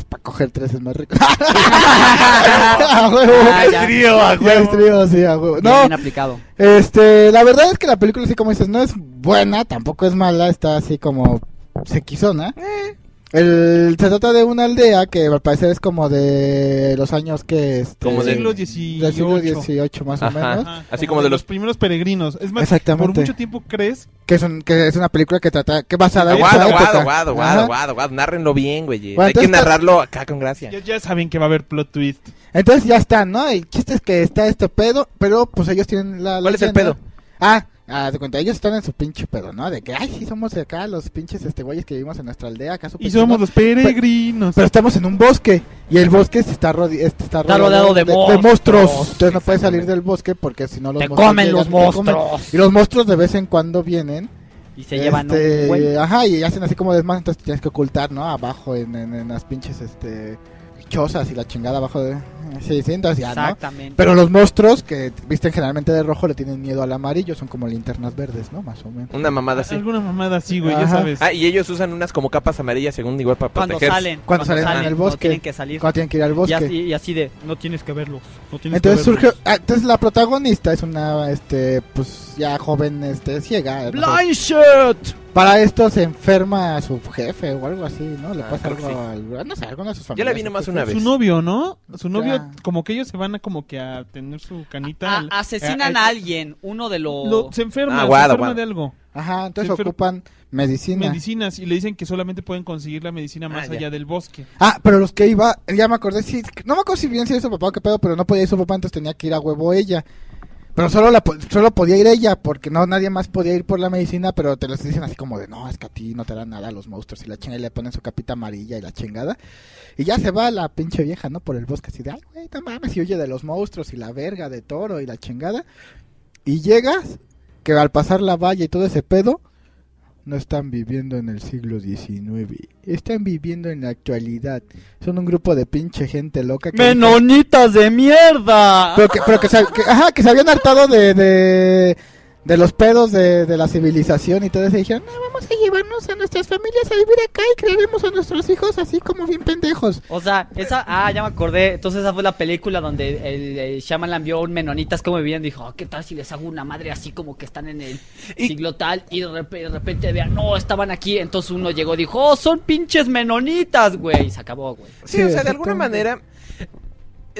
S4: para coger tres es más rico. <laughs> A huevo.
S5: Ah, ya.
S6: Trío, a
S4: Ya
S6: huevo.
S4: es trío, sí, a huevo.
S5: Bien,
S4: No,
S5: bien aplicado.
S4: este, la verdad es que la película, así como dices, no es buena, tampoco es mala, está así como sequizona. El, se trata de una aldea que al parecer es como de los años que... Este,
S3: Como de-
S2: siglo
S4: del siglo
S2: XVIII.
S4: XVIII más o
S3: Ajá.
S4: menos.
S2: Ajá,
S3: Así como de los-
S2: primeros peregrinos. Es más, por
S4: Exactamente.
S2: mucho tiempo crees
S4: Que, es un- que es una película que trata... que basada en
S2: Aguado,
S4: esa
S3: Aguado, aguado,
S4: época.
S3: aguado,
S4: Ajá.
S3: aguado, aguado, aguado. Nárrenlo bien, güey.
S4: Bueno,
S3: Hay que
S4: entonces-
S3: narrarlo acá con gracia.
S2: Ya, ya saben que va a haber plot twist.
S4: Entonces ya está, ¿no? El chiste es que está este pedo, pero pues ellos tienen la... la
S3: ¿Cuál es el
S4: leyenda.
S3: pedo?
S4: Ah, ah, de cuenta, ellos están en su pinche pedo, ¿no? De que, ay, sí, somos de acá los pinches este güeyes que vivimos en nuestra aldea, acá súper
S2: Y somos
S4: chingón,
S2: los peregrinos.
S4: Pero estamos en un bosque y el bosque se está, rode- este, está
S5: Está rodeado de
S4: monstruos.
S5: monstruos,
S4: Entonces no puedes salir del bosque porque si no los
S5: Te
S4: monstruos
S5: comen
S4: llegan
S5: los
S4: y te comen.
S5: monstruos.
S4: Y los monstruos de vez en cuando vienen.
S5: Y se llevan
S4: este,
S5: un buen...
S4: Ajá, y hacen así como desmán, entonces tienes que ocultar, ¿no? Abajo en, en- en las pinches este chozas y la chingada abajo de... Sí, sí, entonces ya, ¿no?
S5: Exactamente.
S4: Pero los monstruos que visten generalmente de rojo le tienen miedo al amarillo, son como linternas verdes, ¿no? Más o menos.
S3: Una mamada así.
S2: Alguna mamada así, güey, ya
S4: Ajá.
S2: sabes.
S3: Ah, y ellos usan unas como capas amarillas según igual para
S5: Cuando
S3: protegerse.
S5: salen.
S4: Cuando salen en el
S5: cuando
S4: bosque.
S5: tienen que salir.
S4: Cuando tienen que ir al
S5: Y
S4: bosque.
S5: así, y así de, no tienes que verlos. No tienes
S4: Entonces
S5: que
S4: surge, ah, entonces la protagonista es una, este, pues ya joven, este, ciega. no sé.
S5: Blind Shirt.
S4: Para esto se enferma a su jefe o algo así, ¿no? Le
S3: Ah,
S4: pasa
S3: creo
S4: algo,
S3: que sí.
S4: al- no sé, alguna de sus
S3: Yo
S4: familias.
S3: la vi nomás una
S2: Su
S3: vez.
S2: novio, ¿no? Su novio,
S4: Ya.
S2: como que ellos se van a como que a tener su canita. al-
S5: A- Ah, asesinan
S2: a-
S5: a alguien, uno de los...
S2: Eh, Lo- se enferma,
S3: Ah,
S2: se
S3: guada,
S2: enferma
S3: guada.
S2: de algo.
S4: Ajá, entonces
S2: Se enfer-
S4: ocupan medicina.
S2: Medicinas y le dicen que solamente pueden conseguir la medicina más
S3: Ah, ya.
S2: allá del bosque.
S4: Ah, pero los que iba, ya me acordé, sí, no me acuerdo si bien si era su papá o qué pedo, pero no podía ir su papá, entonces tenía que ir a huevo ella. Pero solo la po- solo podía ir ella, porque no nadie más podía ir por la medicina, pero te los dicen así como de, no, es que a ti no te harán nada los monstruos y la chinga y le ponen su capita amarilla y la chingada. Y ya se va la pinche vieja, ¿no? Por el bosque así de, ay, güey, no mames, y huye de los monstruos y la verga de toro y la chingada. Y llegas, que al pasar la valla y todo ese pedo, no están viviendo en el siglo XIX, están viviendo en la actualidad. Son un grupo de pinche gente loca que...
S5: ¡Menonitas de mierda!
S4: Pero que, pero que, se, que- ajá, que se habían hartado de, de, de los pedos de, de la civilización y todo eso. Y dijeron, no, vamos a llevarnos a nuestras familias a vivir acá y crearemos a nuestros hijos así como bien pendejos.
S5: O sea, esa... Ah, ya me acordé. Entonces esa fue la película donde el, el Shyamalan vio a un menonitas como vivían. Dijo, "Ah, ¿qué tal si les hago una madre así como que están en el siglo tal? Y de rep- de repente vean, no, estaban aquí. Entonces uno llegó y dijo, oh, son pinches menonitas, güey. Y se acabó, güey.
S3: Sí, o sea, de alguna manera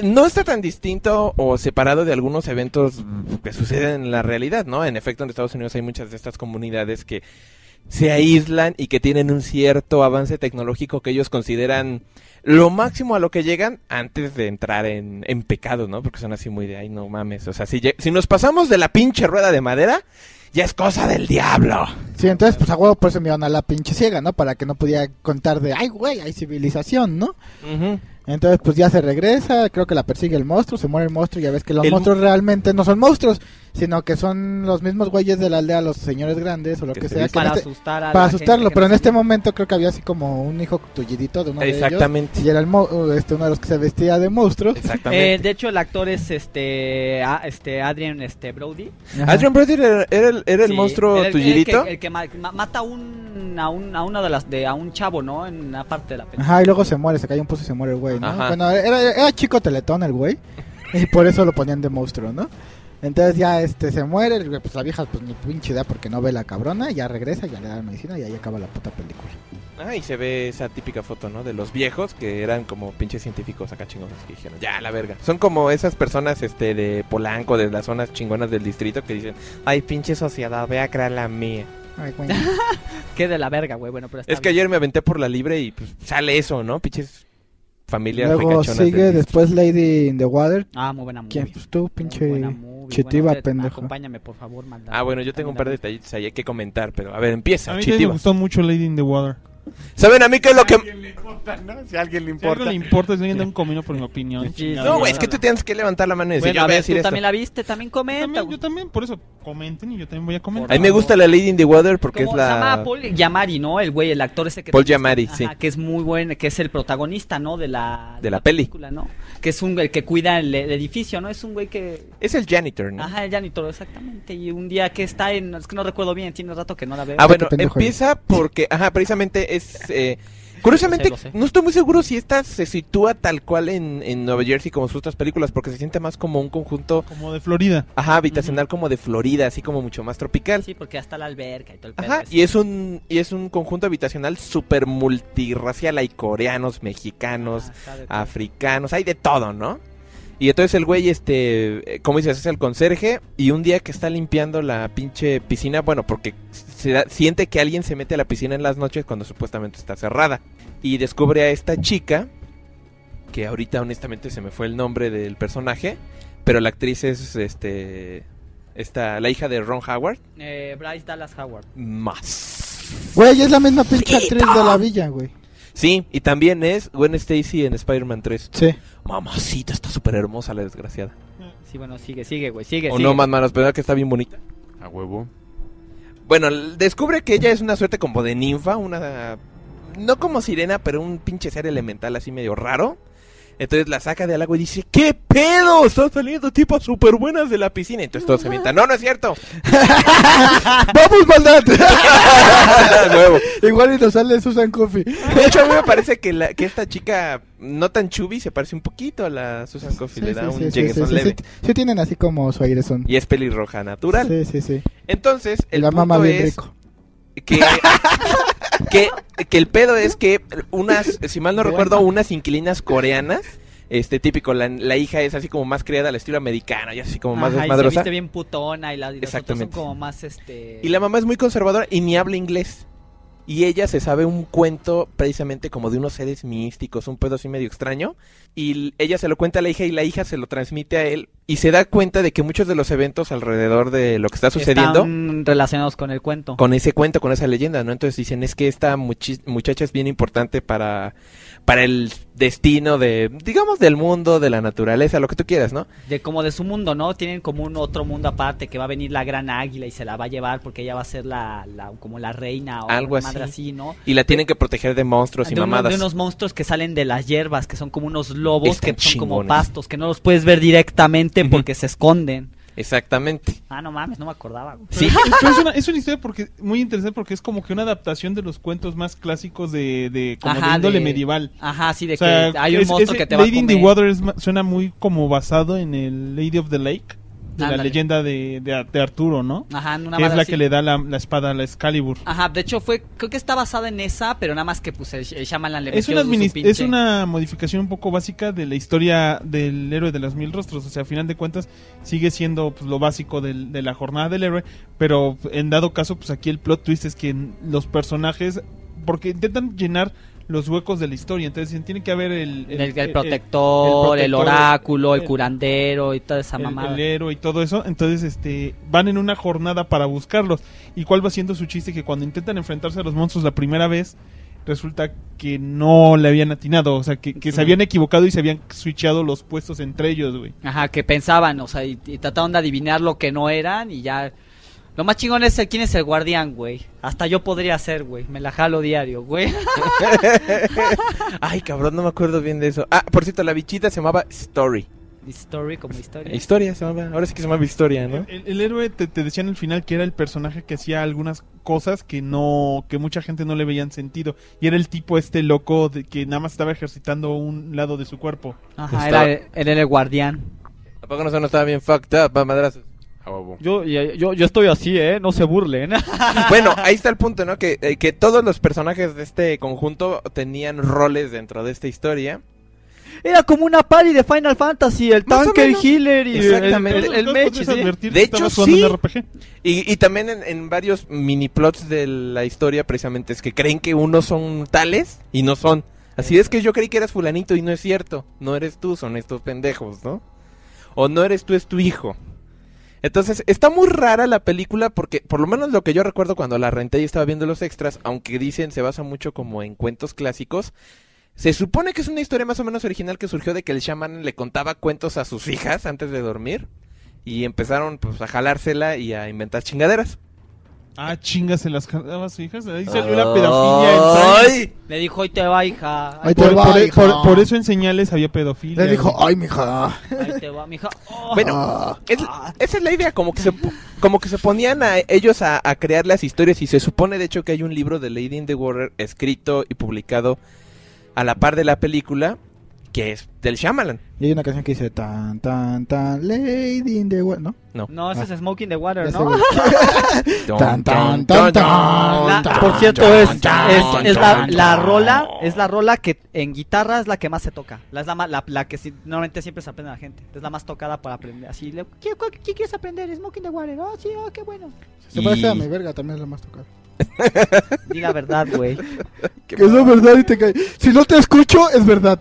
S3: no está tan distinto o separado de algunos eventos que suceden en la realidad, ¿no? En efecto, en Estados Unidos hay muchas de estas comunidades que se aíslan y que tienen un cierto avance tecnológico que ellos consideran lo máximo a lo que llegan antes de entrar en, en pecado, ¿no? Porque son así muy de, ay, no mames, o sea, si, lle- si nos pasamos de la pinche rueda de madera, ya es cosa del diablo.
S4: Sí, entonces pues a huevo por eso me iban a la pinche ciega, ¿no? Para que no podía contar de, ay güey, hay civilización, ¿no?
S3: Ujú.
S4: Entonces pues ya se regresa, creo que la persigue el monstruo, se muere el monstruo y ya ves que los
S3: El-
S4: monstruos realmente no son monstruos, sino que son los mismos güeyes de la aldea, los señores grandes o lo que,
S3: Que se
S4: sea. Que en
S5: Para
S4: este-
S5: asustar a
S4: para
S5: la gente
S4: asustarlo,
S5: que
S4: pero en
S5: no
S4: este
S5: sabía.
S4: momento creo que había así como un hijo tullidito de uno de ellos.
S3: Exactamente.
S4: Y era el mo- este, uno de los que se vestía de monstruo.
S3: Exactamente.
S5: Eh, de hecho, el actor es este, a- este Adrian este, Brody.
S4: Ajá.
S3: Adrian Brody era, era el, era el
S5: Sí,
S3: monstruo
S5: era el-
S3: tullidito.
S5: El que, el que ma- ma- mata a un, a un- a una de las de a un chavo, ¿no? En una parte de la película.
S4: Ajá, y luego se muere, se cae un pozo y se muere el güey, ¿no?
S3: Ajá.
S4: Bueno, era, era chico teletón el güey. Y por eso lo ponían de monstruo, ¿no? Entonces ya este se muere, el güey, pues la vieja pues ni pinche idea porque no ve la cabrona, ya regresa, ya le da la medicina y ahí acaba la puta película.
S3: Ah, y se ve esa típica foto, ¿no? De los viejos que eran como pinches científicos acá chingones que dijeron, ya, la verga. Son como esas personas este de Polanco, de las zonas chingonas del distrito que dicen, ay, pinche sociedad, voy a crear la mía.
S4: Ay, güey.
S5: Qué de la verga, güey. Bueno, pero está
S3: Es que
S5: bien.
S3: ayer me aventé por la libre y pues, sale eso, ¿no? Pinches familias
S4: Luego
S3: ricachonas del
S4: sigue
S3: distrito.
S4: después Lady in the Water,
S5: Ah, muy buena movie.
S4: quien pues tú, pinche...
S5: Muy buena movie.
S4: chetiba,
S5: Bueno, te-
S4: pendejo.
S5: Acompáñame, por favor, manda.
S3: Ah, bueno, yo tengo un par de detallitos ahí que comentar, pero a ver,
S2: A
S3: empieza,
S2: mí también me
S3: chitiva.
S2: gustó mucho Lady in the Water.
S3: ¿Saben a mí qué es lo que...
S6: importa, ¿no? Si a alguien le
S2: Si algo
S6: importa.
S2: le importa es venir de un comino por mi opinión.
S5: Sí,
S2: chingada
S3: No, güey, es
S2: madre.
S3: que tú tienes que levantar la mano y decir,
S5: Bueno,
S3: yo
S5: a
S3: voy a
S5: ver,
S3: decir
S5: tú
S3: esto.
S5: también la viste, también comenta.
S2: También- yo también, por eso comenten y yo también voy a
S3: A
S2: comentar.
S3: mí me gusta la Lady in the Water porque es
S5: ¿Cómo se llama
S3: la...
S5: Paul Yamari, ¿no? El güey, el actor ese que...
S3: Paul Giamatti,
S5: Ajá,
S3: sí.
S5: Que es muy bueno, que es el protagonista, ¿no? De la...
S3: De la peli.
S5: película, ¿no? Que es un güey que cuida el, el edificio, ¿no? Es un güey que...
S3: Es el janitor, ¿no? Ah,
S5: Ajá, el janitor, exactamente. Y un día que está en... Es que no recuerdo bien, tiene rato que no la veo.
S3: Ah, bueno,
S4: Qué pendejo
S3: empieza porque, ajá, precisamente es...
S5: <laughs>
S3: eh, curiosamente,
S5: Lo sé, lo sé.
S3: no estoy muy seguro si esta se sitúa tal cual en, en Nueva Jersey como sus otras películas, porque se siente más como un conjunto,
S2: Como de Florida.
S3: ajá, habitacional como de Florida, así como mucho más tropical.
S5: Sí, porque hasta la alberca y todo el pedo
S3: Ajá,
S5: ese.
S3: y es un, y es un conjunto habitacional súper multirracial, hay coreanos, mexicanos,
S5: Ah, está de todo.
S3: africanos, hay de todo, ¿no? Y entonces el güey, este, eh, como dices, es el conserje y un día que está limpiando la pinche piscina, bueno, porque se da- siente que alguien se mete a la piscina en las noches cuando supuestamente está cerrada. Y descubre a esta chica, que ahorita honestamente se me fue el nombre del personaje, pero la actriz es, este, esta, la hija de Ron Howard,
S5: Eh, Bryce Dallas Howard.
S3: más.
S4: Güey, es la misma pinche actriz de la villa, güey.
S3: Sí, y también es Gwen Stacy en Spider-Man 3.
S4: Sí.
S3: Mamacita, está súper hermosa la desgraciada.
S5: Sí, bueno, sigue, sigue, güey, sigue,
S3: O
S5: sigue.
S3: no, más manos, pero que está bien bonita.
S6: A huevo.
S3: Bueno, l- descubre que ella es una suerte como de ninfa, una... No como sirena, pero un pinche ser elemental así medio raro. Entonces la saca del agua y dice, ¿qué pedo? Están saliendo tipas súper buenas de la piscina. Entonces todos se mientan, no, no es cierto.
S4: <laughs> ¡Vamos, maldad!
S3: Ah, Huevo.
S4: Igual y nos sale Susan Coffee.
S3: De hecho, a mí me parece que, la- que esta chica, no tan chubby, se parece un poquito a la Susan Coffey. le da un lleguesón leve.
S4: sí. Sí tienen así como su aire son.
S3: Y es pelirroja natural.
S4: Sí, sí, sí.
S3: Entonces,
S4: Y
S3: el
S4: la
S3: punto
S4: mamá bien
S3: es
S4: rico.
S3: que, que que el pedo es que unas, si mal no recuerdo, unas inquilinas coreanas, este típico, la, la hija es así como más criada al estilo americano, y así como más
S5: Ajá, y se
S3: desmadrosa.
S5: viste bien putona y, la, y las otras son
S3: Exactamente.
S5: como más, este...
S3: Y la mamá es muy conservadora y ni habla inglés. Y ella se sabe un cuento precisamente como de unos seres místicos, un pedo así medio extraño. Y l- ella se lo cuenta a la hija y la hija se lo transmite a él. Y se da cuenta de que muchos de los eventos alrededor de lo que está sucediendo...
S5: Están relacionados con el cuento.
S3: con ese cuento, con esa leyenda, ¿no? Entonces dicen, es que esta muchi- muchacha es bien importante para, para el destino de, digamos, del mundo, de la naturaleza, lo que tú quieras, ¿no?
S5: de como de su mundo, ¿no? Tienen como un otro mundo aparte que va a venir la gran águila y se la va a llevar porque ella va a ser la, la- como la reina o
S3: Algo
S5: una madre
S3: así.
S5: así, ¿no?
S3: Y la tienen que proteger de monstruos y
S5: de, uno-
S3: mamadas.
S5: de unos monstruos que salen de las hierbas, que son como unos lobos
S3: Están
S5: que son como
S3: chingones.
S5: pastos, que no los puedes ver directamente
S3: Ujú.
S5: porque se esconden. <laughs>
S3: Exactamente. <laughs>
S5: Ah, no mames, no me acordaba. güey.
S3: Sí.
S2: Pero- pero es, una, es una historia porque muy interesante porque es como que una adaptación de los cuentos más clásicos de, de como
S5: Ajá,
S2: de índole
S5: de-
S2: medieval.
S5: <laughs> Ajá, sí, de
S2: O sea,
S5: que hay un
S2: es-
S5: monstruo
S2: ese
S5: que te va a
S2: Lady in
S5: comer.
S2: the Water es ma- suena muy como basado en el Lady of the Lake, de la
S5: Ándale.
S2: leyenda de, de Ar- de Arturo, ¿no?
S5: Ajá, una
S2: Que es
S5: madre
S2: la
S5: así.
S2: que le da la, la espada a la Excalibur.
S5: Ajá, de hecho fue, creo que está basada en esa, pero nada más que pues el, el Shyamalan le
S2: Es
S5: metió
S2: una,
S5: su
S2: adminis-
S5: pinche-
S2: es una modificación un poco básica de la historia del héroe de los mil rostros. O sea, a final de cuentas, sigue siendo pues, lo básico del- de la jornada del héroe. Pero en dado caso, pues aquí el plot twist es que n- los personajes. Porque intentan llenar los huecos de la historia. Entonces, dicen, tiene que haber eh, el.
S5: El, el protector, el,
S2: protector,
S5: oráculo, el,
S2: el-
S5: curandero y toda esa
S2: el,
S5: mamada.
S2: el héroe y todo eso. Entonces, este, van en una jornada para buscarlos. Y cuál va siendo su chiste que cuando intentan enfrentarse a los monstruos la primera vez, resulta que no le habían atinado, o sea, que, que se
S5: Ujú.
S2: habían equivocado y se habían switchado los puestos entre ellos, güey.
S5: Ajá, que pensaban, o sea, y, y trataron de adivinar lo que no eran y ya. Lo más chingón es el quién es el guardián, güey. Hasta yo podría ser, güey. Me la jalo diario, güey. <laughs>
S3: Ay, cabrón, no me acuerdo bien de eso. Ah, por cierto, la bichita se llamaba Story.
S5: Story como historia.
S3: Historia se llamaba, ahora sí que se llamaba Historia, ¿no?
S2: El, el héroe te, te decía en el final que era el personaje que hacía algunas cosas que no, que mucha gente no le veían sentido y era el tipo este loco de que nada más estaba ejercitando un lado de su cuerpo.
S5: Ajá,
S3: Estaba-
S5: era, era el guardián.
S3: ¿A poco no, se- no estaba bien fucked up, va, madrazos?
S5: <laughs>
S6: A huevo.
S5: Yo, yo, yo estoy así, ¿eh? No se burlen. <laughs>
S3: Bueno, ahí está el punto, ¿no? Que, eh, que todos los personajes de este conjunto tenían roles dentro de esta historia.
S5: era como una party de Final Fantasy. El
S3: Más o
S5: tanque, el
S3: menos.
S5: healer y el-
S3: Exactamente.
S5: el, el,
S2: Entonces,
S5: mech,
S2: podrías
S5: ¿sí?
S2: advertir
S3: De
S2: que estabas
S3: hecho,
S2: jugando
S3: sí.
S2: un RPG.
S3: Y, y también en, en varios mini plots de la historia, precisamente, es que creen que unos son tales y no son. Así es que yo creí que eras fulanito y no es cierto. No eres tú, son estos pendejos, ¿no? O no eres tú, es tu hijo. Entonces, está muy rara la película porque, por lo menos lo que yo recuerdo cuando la renté y estaba viendo los extras, aunque dicen se basa mucho como en cuentos clásicos, Se supone que es una historia más o menos original que surgió de que el chamán le contaba cuentos a sus hijas antes de dormir y empezaron pues a jalársela y a inventar chingaderas.
S2: Ah, chingas, se las cargaba a su hija. Ahí salió la pedofilia. en Seinfeld.
S3: ¡Ay!
S5: Le dijo, hoy te va, hija.
S4: Ay,
S5: Ahí
S2: Por,
S4: te va,
S2: por-
S4: hija.
S2: por- por eso en señales había pedofilia.
S4: Le dijo, ay, mija. Ah.
S5: te va, mija. Oh, ah,
S3: Bueno, es- esa es la idea, como que se, po- como que se ponían a ellos a, a crear las historias y se supone de hecho que hay un libro de Lady in the Water escrito y publicado a la par de la película que es del Shyamalan.
S4: Y hay una canción que dice tan, tan, tan, Lady in the World, ¿no?
S5: No, ese es Smoking the Water,
S4: Ya sé,
S5: ¿no?
S4: güey.
S3: <laughs>
S4: Tan, tan, tan, tan.
S5: La-
S4: Tan,
S5: por cierto, es,
S3: tan,
S5: es,
S3: tan,
S5: es la,
S3: tan,
S5: la
S3: tan.
S5: rola, es la rola que en guitarra es la que más se toca. La, es la, ma- la, la que si- normalmente siempre se aprende a la gente. Es la más tocada para aprender. Así, le- ¿qué, cuál- qué quieres aprender? Smoking the Water. Oh, sí, oh, qué bueno.
S4: Se parece a
S3: Y-
S4: mi verga, también es la más tocada.
S5: Di la verdad, güey.
S3: Qué
S4: Es la
S3: mal.
S4: verdad y te cae. Si no te escucho, es
S3: <laughs>
S4: verdad.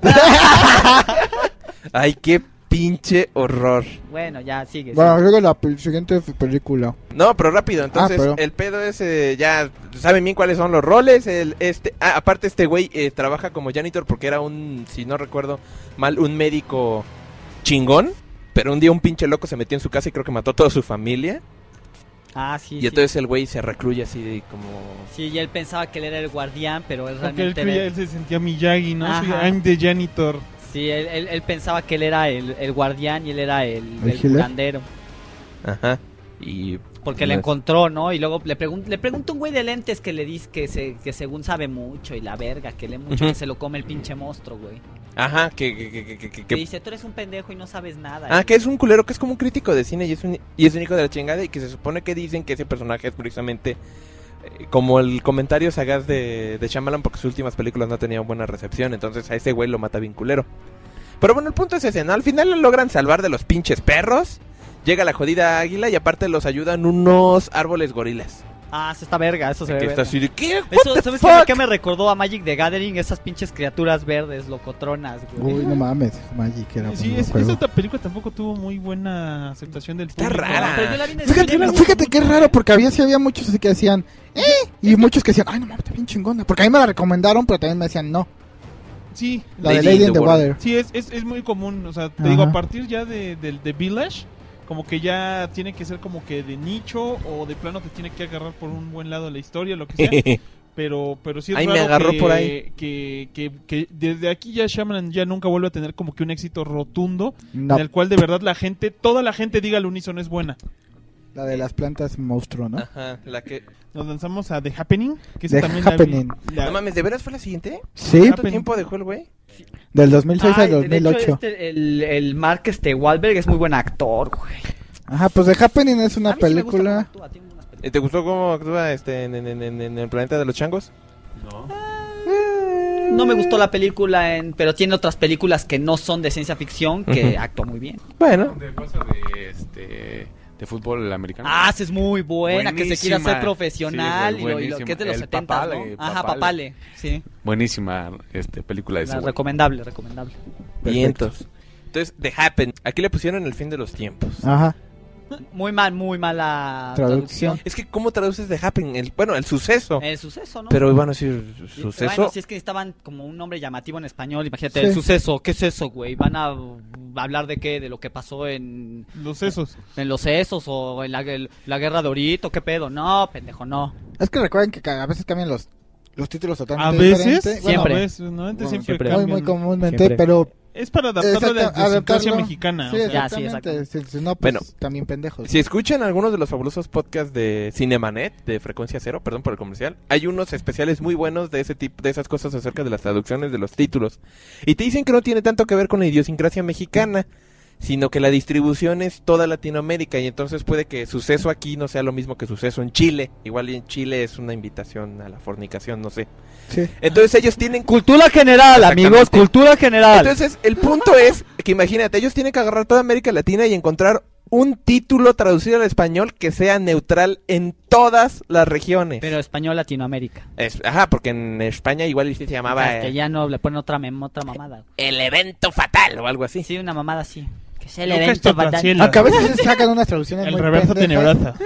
S3: Ay, qué pinche horror.
S5: Bueno, ya, sigue.
S4: bueno,
S5: sigue.
S4: luego la pe- siguiente f- película.
S3: No, pero rápido, entonces
S4: pero-
S3: el pedo es, eh, ya saben bien cuáles son los roles, el, este, ah, aparte este güey eh, trabaja como janitor porque era un, si no recuerdo mal, un médico chingón, pero un día un pinche loco se metió en su casa y creo que mató a toda su familia,
S5: Ah, sí,
S3: y
S5: sí.
S3: entonces el güey se recluye así de como...
S5: Sí, y él pensaba que él era el guardián, pero él
S2: Porque él,
S5: realmente...
S2: creía-
S5: era-
S2: él se sentía Miyagi, ¿no? Soy-
S5: Ajá.
S2: I'm the janitor.
S5: Sí, él, él- él pensaba que él era el, el guardián y él era el,
S4: ¿El
S5: el
S4: healer?
S5: curandero.
S3: Ajá. Y
S5: Porque le
S3: Yes.
S5: encontró, ¿no? Y luego le, pregun le pregunta un güey de lentes que le dice que, se que según sabe mucho y la verga, que lee mucho,
S3: Ujú.
S5: que se lo come el pinche monstruo, güey.
S3: ajá, que, que, que- que- que- que-
S5: Que dice, tú eres un pendejo y no sabes nada.
S3: Ah,
S5: Y-
S3: que es un culero que es como un crítico de cine y es un, y es un hijo de la chingada y que se supone que dicen que ese personaje es precisamente eh, como el comentario sagaz de, de Shyamalan porque sus últimas películas no tenían buena recepción, entonces a ese güey lo mata bien culero. Pero bueno, el punto es ese, ¿no? Al final lo logran salvar de los pinches perros, llega la jodida águila y aparte los ayudan unos árboles gorilas.
S5: Ah, eso está verga, eso se ve
S3: que está
S5: verga.
S3: así de, ¿qué? What
S5: <laughs> Eso,
S3: the
S5: ¿sabes qué,
S3: fuck?
S5: me- qué me recordó a Magic the Gathering? Esas pinches criaturas verdes, locotronas, güey.
S4: Uy, no mames, Magic era
S2: Sí,
S4: buen
S2: es-
S4: juego.
S2: esa ta- película tampoco tuvo muy buena aceptación del
S3: Está
S2: público.
S3: rara.
S5: Pero yo la vi en el
S4: Fíjate,
S5: cine, me gustó
S4: fíjate que es
S5: mucho,
S4: raro
S5: ¿eh?
S4: porque había sí había muchos así que decían eh y muchos que decían ay no mames está bien chingona porque a mí me la recomendaron pero también me decían no
S2: Sí,
S4: la de Lady in the Water
S2: sí es, es, es muy común. O sea, te digo,
S4: Ajá.
S2: a partir ya de, del de Village, como que ya tiene que ser como que de nicho o de plano te tiene que agarrar por un buen lado la historia, lo que
S3: <laughs>
S2: sea. pero pero sí es
S3: Ahí me
S2: raro
S3: agarró
S2: que,
S3: por ahí.
S2: Que, que, que desde aquí ya Shaman ya nunca vuelve a tener como que un éxito rotundo
S4: no
S2: en el cual de verdad la gente toda la gente diga al unísono es buena
S4: la de las plantas monstruo no
S3: Ajá, la que...
S2: nos lanzamos a The Happening que esa
S4: The
S2: también la vi-
S4: Happening.
S2: la-
S3: No mames, ¿de veras fue la siguiente?
S4: sí
S2: Ah,
S3: ¿Cuánto
S2: pues-
S3: tiempo dejó el güey?
S4: del 2006 al
S5: Ay, de hecho,
S4: 2008
S5: este, el, el Mark este, Wahlberg es muy buen actor, güey.
S4: ajá pues The Happening es
S5: A
S4: una
S5: mí sí me gusta cómo
S4: película
S5: actúa, tiene unas películas.
S3: Eh, ¿Te gustó cómo actúa este en, en- en- en el planeta de los changos? Eh,
S5: No me gustó la película, en, pero tiene otras películas que no son de ciencia ficción que
S3: Ujú.
S5: actúa muy bien.
S3: Bueno,
S6: Donde pasa de este de fútbol americano.
S5: Ah, esa es muy buena, que se quiere hacer
S6: Buenísima.
S5: profesional
S6: Sí,
S5: y,
S6: güey,
S5: lo, y lo
S6: buenísima.
S5: que es de los
S6: El
S5: 70.
S6: Papale,
S5: ¿no? Ajá,
S6: Papale.
S5: papale. Sí,
S6: Buenísima este película de
S5: La-
S6: ese güey.
S5: recomendable, recomendable.
S3: vientos. Entonces, The Happen. Aquí le pusieron el fin de los tiempos.
S4: ajá
S5: Muy mal, muy mala
S4: Traducción.
S5: traducción.
S3: Es que, ¿cómo traduces The Happen? El, bueno, el suceso.
S5: El suceso, Eh, ¿no?
S3: Pero iban a decir
S5: Y-
S3: suceso.
S5: Bueno, si es que estaban como un nombre llamativo en español, imagínate,
S4: Sí.
S5: el suceso, ¿qué es eso, güey? ¿Van a uh, hablar de qué? ¿De lo que pasó en,
S2: los sesos
S5: en los sesos o en la, el- la guerra de Orito? ¿Qué pedo? No, pendejo, no.
S4: es que recuerden que ca- a veces cambian los los títulos
S2: a
S4: totalmente
S2: veces
S4: diferentes. Bueno,
S5: Siempre.
S2: a veces, normalmente
S6: Bueno,
S2: siempre,
S5: siempre.
S4: muy
S2: cambian.
S4: muy comúnmente
S3: Siempre.
S4: pero
S2: es para adaptarlo a la
S4: exacta-
S2: idiosincrasia
S4: adaptarlo.
S2: mexicana
S4: sí
S2: o sea,
S5: ya, sí,
S4: exactamente
S5: exacto.
S4: Si- si no pues
S3: Bueno.
S4: también pendejos
S3: Si escuchan algunos de los fabulosos podcasts de Cinemanet, de Frecuencia Cero, perdón por el comercial, hay unos especiales muy buenos de ese tipo, de esas cosas acerca de las traducciones de los títulos. Y te dicen que no tiene tanto que ver con la idiosincrasia mexicana, sino que la distribución es toda Latinoamérica y entonces puede que suceso aquí no sea lo mismo que suceso en Chile. Igual y en Chile es una invitación a la fornicación, no sé.
S4: Sí.
S3: Entonces ellos tienen cultura.
S5: Cultura general, amigos,
S3: Exactamente.
S5: cultura general.
S3: Entonces, el punto es que imagínate, ellos tienen que agarrar toda América Latina y encontrar un título traducido al español que sea neutral en todas las regiones.
S5: Pero español Latinoamérica.
S3: Es- ajá, porque en España igual y sí se llamaba eh,
S5: Castellano le ponen otra, mem- otra mamada.
S3: El evento fatal o algo así.
S5: Sí, una mamada así. Que se
S2: Lucas Topacielo,
S4: Aunque a veces sacan unas traducciones
S2: el
S4: muy
S2: reverso
S4: pendejas.
S2: tenebrosa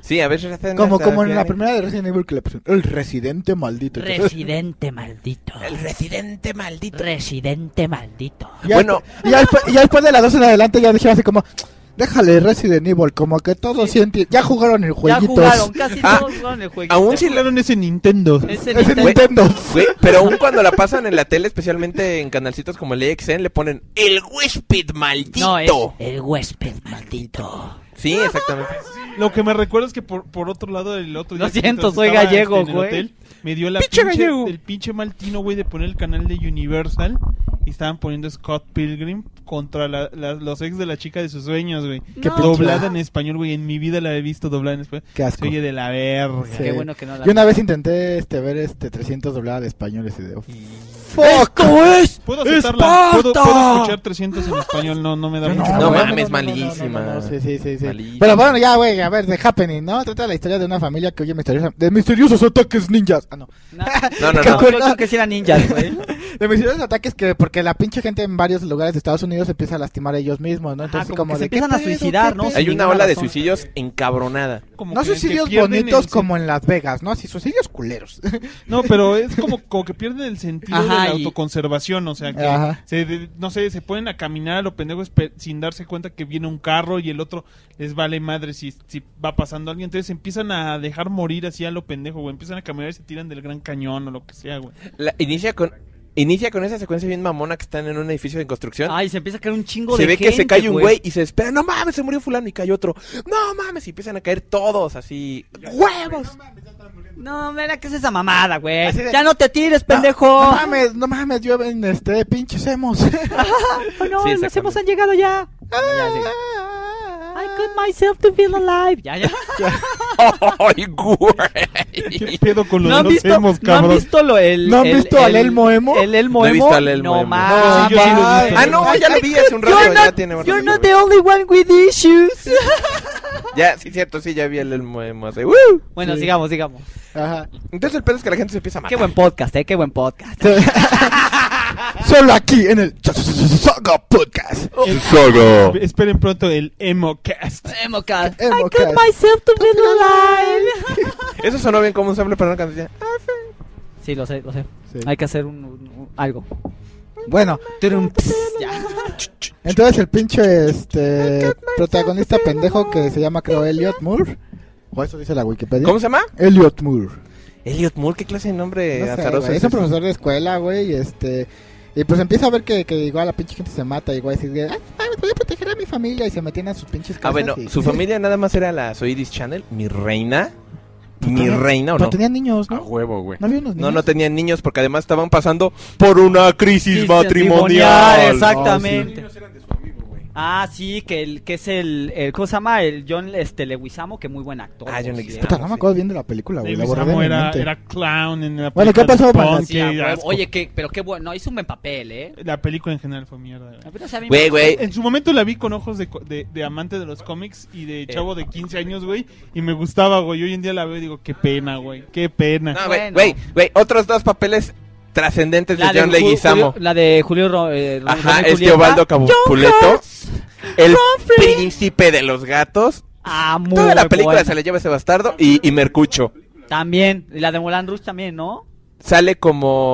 S3: Sí, a veces hacen.
S4: Como,
S3: hasta
S4: como en la
S3: fiestas.
S4: primera de Resident Evil que le pusieron, el residente maldito.
S5: Residente maldito.
S3: El residente maldito.
S5: Residente maldito.
S4: Y ya
S3: Bueno.
S4: después- y ya después, y ya después de las dos en adelante ya dijeron así como, déjale Resident Evil, como que todos sienten, ya jugaron el
S5: Ya
S4: jueguito.
S5: <laughs> jugaron, casi
S3: Ah,
S5: todos jugaron el jueguito.
S3: aún si
S5: si
S3: le-
S2: Claro, en ese Nintendo.
S5: Es el
S4: Es en
S5: Nintendo.
S4: Nintendo.
S3: Güey, pero aún cuando la pasan en la tele, especialmente en canalcitos como el EXN, le ponen el huésped maldito.
S5: No, es el huésped maldito.
S3: Sí, exactamente.
S2: Lo que me recuerdo es que por, por otro lado el otro
S5: Lo
S2: que
S5: siento,
S2: mientras
S5: soy
S2: estaba, este,
S5: gallego,
S2: en el
S5: güey.
S2: hotel, Me dio la
S3: Pinche
S2: pinche,
S3: gallego.
S2: el pinche maltino, güey, de poner el canal de Universal y estaban poniendo Scott Pilgrim contra la- la- los ex de la chica de sus sueños, güey.
S5: Qué
S4: pinche-
S2: doblada en español, güey. En mi vida la he visto doblada en español.
S4: Qué asco.
S2: Se oye de la verga.
S4: Sí.
S5: Qué bueno que no la.
S4: Yo una vez intenté este, ver este 300 doblada de español ese de...
S3: ¡Esto es!
S2: Puedo aceptarla. Puedo, puedo escuchar 300 en español. No, no me da mucho.
S3: no,
S4: güey,
S3: mames,
S4: no, no,
S3: malísima.
S4: no, no, sí, sí, sí, sí.
S3: Malísima.
S4: Pero bueno, ya, güey, a ver, The Happening, ¿no? Trata la historia de una familia que huye misteriosa, de misteriosos ataques ninjas. Ah, no.
S5: No, <laughs>
S3: No, no,
S5: no,
S3: no.
S5: yo creo que sí era ninja, güey.
S4: De misteriosos ataques que, porque la pinche gente en varios lugares de Estados Unidos empieza a lastimar a ellos mismos, ¿no?
S5: Ajá,
S4: Entonces,
S5: como
S4: como,
S5: que se
S4: de. ¿qué
S5: empiezan a
S4: pedo, qué
S5: suicidar, ¿no?
S4: pedo?
S5: Sin
S3: Hay una
S5: ninguna
S3: ola de
S5: razón.
S3: suicidios encabronada.
S2: Como
S4: No
S2: que- que
S4: suicidios
S2: pierden el
S4: bonitos
S2: sen-
S4: como en Las Vegas, ¿no? Así,
S2: <laughs>
S4: suicidios culeros.
S2: No, pero es como, como que pierden el sentido de
S5: Ajá,
S2: la
S5: y-
S2: autoconservación. O sea, que
S4: Ajá.
S2: se de- no sé, se ponen a caminar a los pendejos pe- sin darse cuenta que viene un carro y el otro les vale madre si, si va pasando alguien. Entonces empiezan a dejar morir así a lo pendejo, güey. Empiezan a caminar y se tiran del gran cañón o lo que sea, güey.
S3: La- inicia con inicia con esa secuencia bien mamona que están en un edificio en construcción.
S5: Ay, se empieza a caer un chingo
S3: se
S5: de
S3: ve
S5: gente.
S3: que se cae un güey y se espera, no mames, se murió fulano y cae otro. No mames, y empiezan a caer todos así, <laughs> huevos.
S5: No, mira, ¿qué es esa mamada, güey?
S4: Así de-
S5: Ya no te tires, pendejo.
S4: No, Ah. mames, no mames, llueven este,
S2: <laughs>
S4: pinches hemos.
S5: Oh, no,
S3: Sí,
S5: nos
S3: exactamente.
S5: hemos han llegado ya. I cut myself to feel alive. Ya, ya.
S3: Ay, güey. <laughs>
S5: <laughs>
S2: ¿Qué pedo con los,
S5: ¿No han,
S2: los
S5: visto,
S2: emos,
S5: ¿No han
S2: cabrón?
S5: visto lo, el,
S4: ¿No han
S5: el-
S4: visto
S5: el,
S4: al Elmo Emo?
S5: El Elmo
S3: No he
S5: Emo.
S3: visto al Elmo
S5: no
S3: Emo.
S5: mames.
S2: Sí, yo sí lo vi.
S3: Ah, no, ya la vi hace un rato,
S5: You're
S3: ya
S5: not-
S3: tiene bastante
S5: You're not
S3: tiempo.
S5: the only one with issues.
S3: Ya, sí, cierto, sí, ya vi el elmo emo, así, "Woo".
S5: bueno,
S4: Sí.
S5: sigamos, sigamos.
S2: <laughs>
S4: Ajá.
S3: Entonces el pedo es que la gente se empieza a matar.
S5: Qué buen podcast, eh, qué buen podcast.
S4: Solo aquí en el Saga Podcast.
S1: Saga.
S2: Esperen pronto el emo cast.
S5: Emo cat. I
S4: Emo
S5: cut
S4: cat.
S5: myself to feel alive.
S3: Eso sonó bien como un sample para una canción.
S5: Sí, lo sé, lo sé.
S4: Sí.
S5: Hay que hacer un, un- un- algo.
S4: Bueno,
S5: Turum, pss, ya.
S4: entonces el pinche este protagonista pendejo que se llama creo Elliot Moore. O eso dice la Wikipedia.
S3: ¿Cómo se llama?
S4: Elliot Moore.
S3: Elliot Moore, qué clase de nombre
S4: No sé,
S3: azaroso.
S4: güey,
S3: es
S4: es un
S3: ese?
S4: profesor de escuela, güey, y este... Y pues empieza a ver que, que igual la pinche gente se mata, y igual así de, "Ay, mames, voy a proteger a mi familia, y se metían a sus pinches casas.
S3: Ah, bueno,
S4: y- <laughs>
S3: su familia nada más era la Soidis Channel, mi reina. Mi reina, ¿o
S4: Pero
S3: no? Ah,
S4: tenían niños,
S6: A
S4: ¿no?
S6: huevo, güey.
S4: ¿No había unos
S3: No,
S4: niños?
S3: no tenían niños porque además estaban pasando por una crisis
S5: Sí,
S3: matrimonial.
S5: Exactamente.
S6: Los niños eran de su amigo, güey.
S5: Ah, sí, que el que es el, el ¿cómo se llama? El John este Leguizamo, que muy buen actor.
S3: Ah, John
S5: por
S3: Leguizamo.
S5: cierto.
S4: Puta, no me acuerdo bien de la película, güey, la borré de
S2: Leguizamo
S4: mi
S2: era,
S4: mente.
S2: era clown en la
S4: Bueno, ¿qué
S2: película
S4: pasó,
S2: de
S4: Panda?
S2: Punk,
S5: Sí, a
S2: qué
S5: huevo.
S2: asco.
S5: Oye, que, pero qué bueno, hizo un buen papel, ¿eh?
S2: La película en general fue mierda, güey.
S5: Apenas a mí me-
S3: Güey, güey.
S2: En su momento la vi con ojos de, co- de, de amante de los cómics y de chavo de 15 años, güey. Y me gustaba, güey. Hoy en día la veo y digo, qué pena, güey. Qué pena.
S3: No, güey,
S5: Bueno.
S3: güey, güey, otros dos papeles trascendentes de John
S5: Ju-
S3: Este Leguizamo.
S5: Julio- la de Julio Ro, eh, Ro-
S3: Ajá,
S5: Romeo y
S3: este
S5: Julieta.
S3: Ovaldo Capuleto. El
S5: Ron Fritz.
S3: príncipe de los gatos.
S5: Ah, muy
S3: Toda la película
S5: buena.
S3: se la lleva ese bastardo y, y Mercucho.
S5: También, y la de Moulin Rouge también, ¿no?
S3: Sale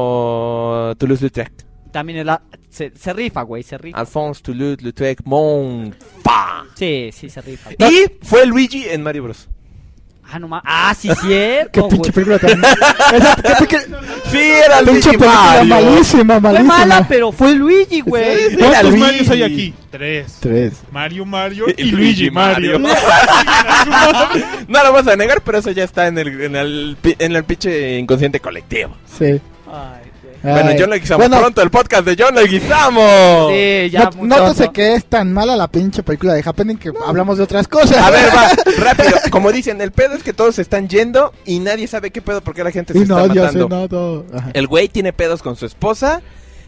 S3: como Toulouse-Lautrec.
S5: También es la se, se rifa, güey, se
S3: Ah.
S5: rifa.
S3: Alphonse Toulouse-Lautrec Monfa.
S5: Sí, sí se rifa. güey.
S3: Y fue Luigi en Mario Bros.
S5: Ah, no ma- Ah,
S3: <laughs>
S5: sí
S4: Qué
S5: cierto.
S4: pinche
S5: güey.
S4: película tan... Esa qué pique-
S3: Sí, era
S4: pinche
S3: Luigi
S4: película
S3: Mario.
S4: malísima,
S5: Fue
S4: malísima.
S5: mala, pero fue Luigi, güey.
S3: Sí, sí. Era
S2: ¿Cuántos
S3: Luigi.
S2: Marios hay aquí? Tres.
S4: Tres.
S2: Mario Mario y Luigi Mario.
S3: No lo vas a negar, pero eso ya está en el, en el, pi- en el pinche inconsciente colectivo.
S4: Sí.
S5: Ay, güey.
S3: Bueno,
S4: Ay.
S3: John Leguizamo.
S4: Bueno,
S3: Pronto el podcast de John Leguizamo.
S5: Sí, ya
S4: not-
S5: muy
S4: nótase
S5: pronto.
S4: que es tan mala la pinche película de Happening que hablamos de otras cosas.
S3: A ver, va, rápido. Como dicen, el pedo es que todos se están yendo y nadie sabe qué pedo porque la gente se
S4: Y
S3: está
S4: no, yo sé,
S3: matando.
S4: no, no. Ajá.
S3: El güey tiene pedos con su esposa.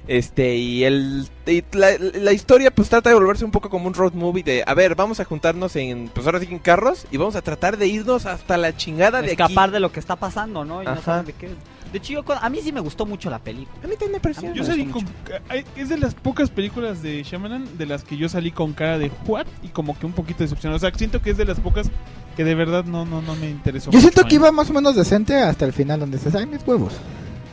S3: Este, y el y la, la historia pues trata de volverse un poco como un road movie de, a ver, vamos a juntarnos en, pues ahora sí que en carros y vamos a tratar de irnos hasta la chingada de
S5: escapar
S3: aquí.
S5: de lo que está pasando, ¿no? Y no
S3: Ajá.
S5: saben de qué. De hecho, yo cu- a mí sí me gustó mucho la película.
S3: A mí también me pareció.
S2: <laughs> Yo
S5: Me
S2: salí con...
S5: gustó
S2: ay, Es de las pocas películas de Shyamalan de las que yo salí con cara de what y como que un poquito decepcionado. O sea, siento que es de las pocas que de verdad no, no, no me interesó.
S4: Yo
S2: mucho,
S4: siento que
S2: ¿eh?
S4: iba más o menos decente hasta el final, donde dices, ay, mis huevos.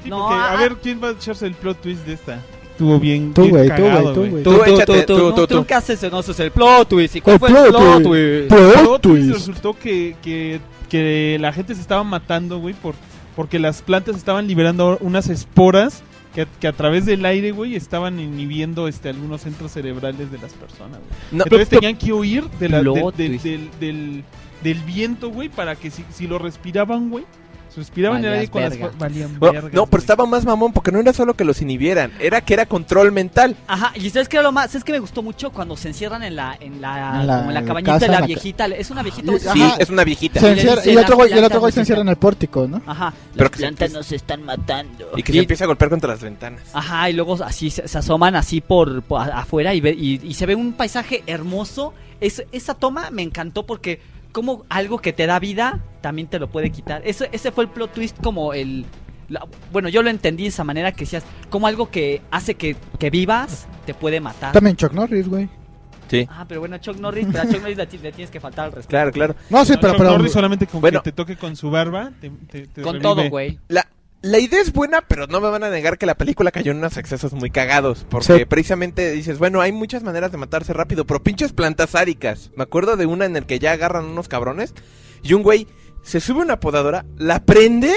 S2: Sí,
S5: No,
S2: porque, a
S5: ah.
S2: ver, ¿quién va a echarse el plot twist de esta? Estuvo bien,
S4: Tú,
S2: bien
S4: güey, tú,
S2: cagado,
S4: güey, tú, güey.
S5: Tú, tú, tú,
S3: échate,
S5: tú,
S3: tú,
S5: no,
S3: tú,
S5: tú
S3: tú.
S5: qué haces no haces el plot twist. ¿Y
S4: El
S5: cuál fue el
S4: plot
S5: plot
S4: twist.
S5: twist?
S2: Plot twist resultó que, que, que la gente se estaba matando, güey, por, porque las plantas estaban liberando unas esporas que, que a través del aire, güey, estaban inhibiendo este, algunos centros cerebrales de las personas, güey.
S3: No,
S2: Entonces tenían que huir de la- del-
S5: Plot
S2: del-
S5: twist.
S2: del, del- del viento, güey, para que si, si lo respiraban, güey, si respiraban el
S5: Valías
S2: aire con
S5: verga.
S2: las... Valían
S3: Bueno,
S2: vergas,
S3: no, pero
S2: güey.
S3: estaba más mamón porque no era solo que los inhibieran, era que era control mental.
S5: Ajá, y sabes que lo más, sabes que me gustó mucho cuando se encierran en la, en la,
S4: En la-
S5: como en la
S4: en la
S5: cabañita
S4: casa,
S5: de
S4: en
S5: la,
S4: la ca- Ah,
S5: viejita, es una viejita.
S4: Sí,
S5: o sea,
S3: Sí,
S4: Ajá.
S3: es una viejita.
S4: Se
S5: Y le
S4: encierra-
S5: dice
S4: y el otro
S5: la
S4: güey, y el
S5: planta
S4: otro güey se
S5: nos
S4: encierra en el pórtico, ¿no?
S5: Ajá,
S3: Pero
S5: las
S3: que-
S5: plantas nos están matando.
S3: Y que se empieza a golpear contra las ventanas.
S5: Ajá, y luego así se, se asoman así por, por a- afuera y, ve- y, y se ve un paisaje hermoso. Es- esa toma me encantó porque como algo que te da vida también te lo puede quitar. Ese, ese fue el plot twist como el... la- bueno, yo lo entendí de esa manera que decías, como algo que hace que, que vivas te puede matar.
S4: También Chuck Norris, güey.
S3: Sí.
S5: Ah, pero bueno, Chuck Norris, pero a Chuck Norris le, ti- le tienes que faltar al
S3: Pues
S5: respeto.
S3: Claro, claro.
S4: No, sí,
S2: No,
S4: pero,
S2: Chuck
S4: pero,
S2: Norris solamente con
S3: Bueno.
S2: que te toque con su barba, te, te- te
S5: Con
S2: revive.
S5: todo, güey.
S3: La, la idea es buena, pero no me van a negar que la película cayó en unos excesos muy cagados. Porque
S4: Sí.
S3: precisamente dices, bueno, hay muchas maneras de matarse rápido, pero pinches plantas sádicas. Me acuerdo de una en el que ya agarran unos cabrones y un güey se sube a una podadora, la prende,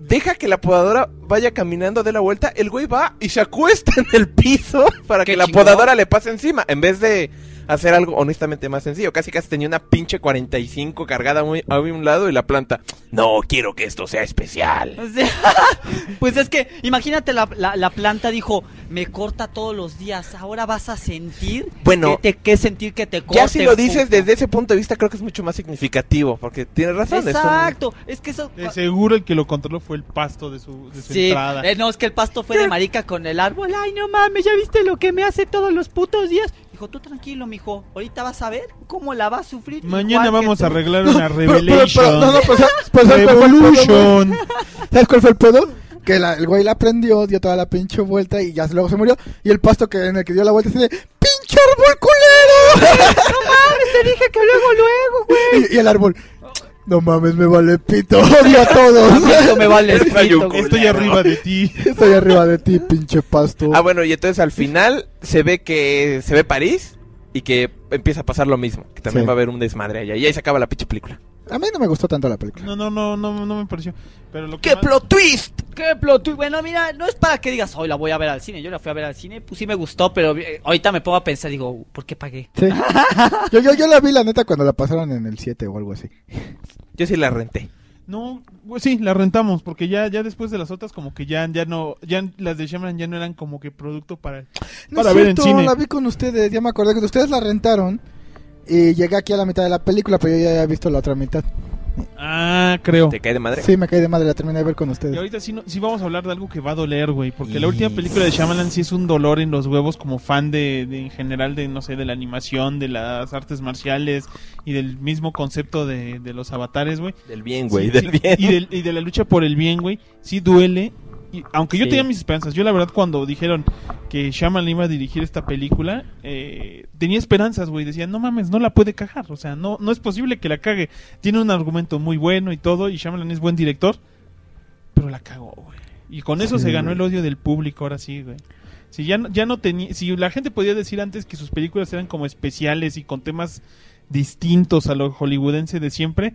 S3: deja que la podadora vaya caminando de la vuelta, el güey va y se acuesta en el piso <laughs> para
S5: Qué
S3: que la
S5: chingón.
S3: podadora le pase encima, en vez de hacer algo honestamente más sencillo. Casi casi tenía una pinche 45 cargada muy, a un lado y la planta, no quiero que esto sea especial.
S5: O sea, <laughs> pues es que, imagínate, la, la- la planta dijo, me corta todos los días, ahora vas a sentir
S3: Bueno.
S5: que, te, que sentir que te corte.
S3: Ya si lo dices
S5: puto".
S3: desde ese punto de vista, creo que es mucho más significativo, porque tienes razón. es un-
S5: Exacto, es que eso...
S2: De seguro el que lo controló fue el pasto de su, de su
S5: Sí,
S2: entrada.
S5: eh, no, es que el pasto fue de marica con el árbol. Ay, no mames, ya
S2: <laughs>
S5: viste lo que me hace todos los putos días. Dijo, tú tranquilo, mijo. Ahorita vas a ver cómo la vas a sufrir.
S2: Mañana
S5: igual que
S2: vamos a
S5: tú".
S2: arreglar una
S4: pero- pero- pero-
S2: revelation.
S4: no, no, pues, pues, ¿sabes cuál fue el pedo, güey?
S2: Revolution.
S4: ¿Sabes cuál fue el pedo? Que la- el güey la prendió, dio toda la pinche vuelta y ya luego se murió. Y el pasto que en el que dio la vuelta se de ¡Pinche árbol
S5: <laughs>
S4: culero!
S5: Te dije que luego, luego, güey.
S4: y, y el árbol, no mames, me vale pito, <laughs> odio a
S5: A mí eso
S4: todos. <laughs>
S3: <laughs>
S5: me vale el
S3: Rayo
S5: pito, güey.
S3: culero.
S2: Estoy arriba de ti.
S4: Estoy arriba de ti, pinche pasto.
S3: Ah, bueno, y entonces al final se ve que se ve París y que empieza a pasar lo mismo, que también
S4: Sí.
S3: va a haber un desmadre allá. Y ahí se acaba la pinche película.
S4: A mí no me gustó tanto la película.
S2: No, no, no, no, no me pareció. Pero lo que
S3: ¡Qué
S2: más-
S3: plot twist!
S5: ¿Qué plot twist? Bueno, mira, no es para que digas, hoy la voy a ver al cine. Yo la fui a ver al cine, pues sí me gustó, pero eh, ahorita me pongo a pensar, digo, ¿por qué pagué?
S4: Sí. <laughs> Yo, yo, yo la vi, la neta, cuando la pasaron en el 7 o algo así.
S3: Yo sí la renté.
S2: No, güey, sí, la rentamos porque ya ya después de las otras como que ya ya no ya las de Shyamalan ya no eran como que producto para
S4: No es
S2: Para ver en
S4: cierto,
S2: cine.
S4: la vi con ustedes, ya me acordé que ustedes la rentaron. Y llegué aquí a la mitad de la película, pero yo ya había visto la otra mitad.
S2: Ah, creo.
S3: Te cae de madre.
S4: Sí, me caí de madre, la terminé de ver con
S2: Y
S4: ustedes.
S2: ahorita sí, no- sí vamos a hablar de algo que va a doler, güey. Porque
S3: Y-
S2: la última película de Shyamalan sí es un dolor en los huevos como fan de, de- en general, de, no sé, de la animación, de las artes marciales y del mismo concepto de, de los avatares, güey.
S3: Del bien, güey,
S2: Sí,
S3: del
S2: sí,
S3: bien.
S2: Y del- y de, la lucha por el bien, güey. Sí duele. Y, aunque yo
S5: Sí.
S2: tenía mis esperanzas. Yo la verdad cuando dijeron que Shyamalan iba a dirigir esta película, eh, tenía esperanzas, güey. Decía, no mames, no la puede cagar. O sea, no, no es posible que la cague. Tiene un argumento muy bueno y todo. Y Shyamalan es buen director. Pero la cagó, güey. Y con eso
S4: Sí,
S2: se ganó
S4: güey.
S2: el odio del público, ahora sí, güey. Si ya, no- ya no tenía... Si la gente podía decir antes que sus películas eran como especiales y con temas distintos a lo hollywoodense de siempre,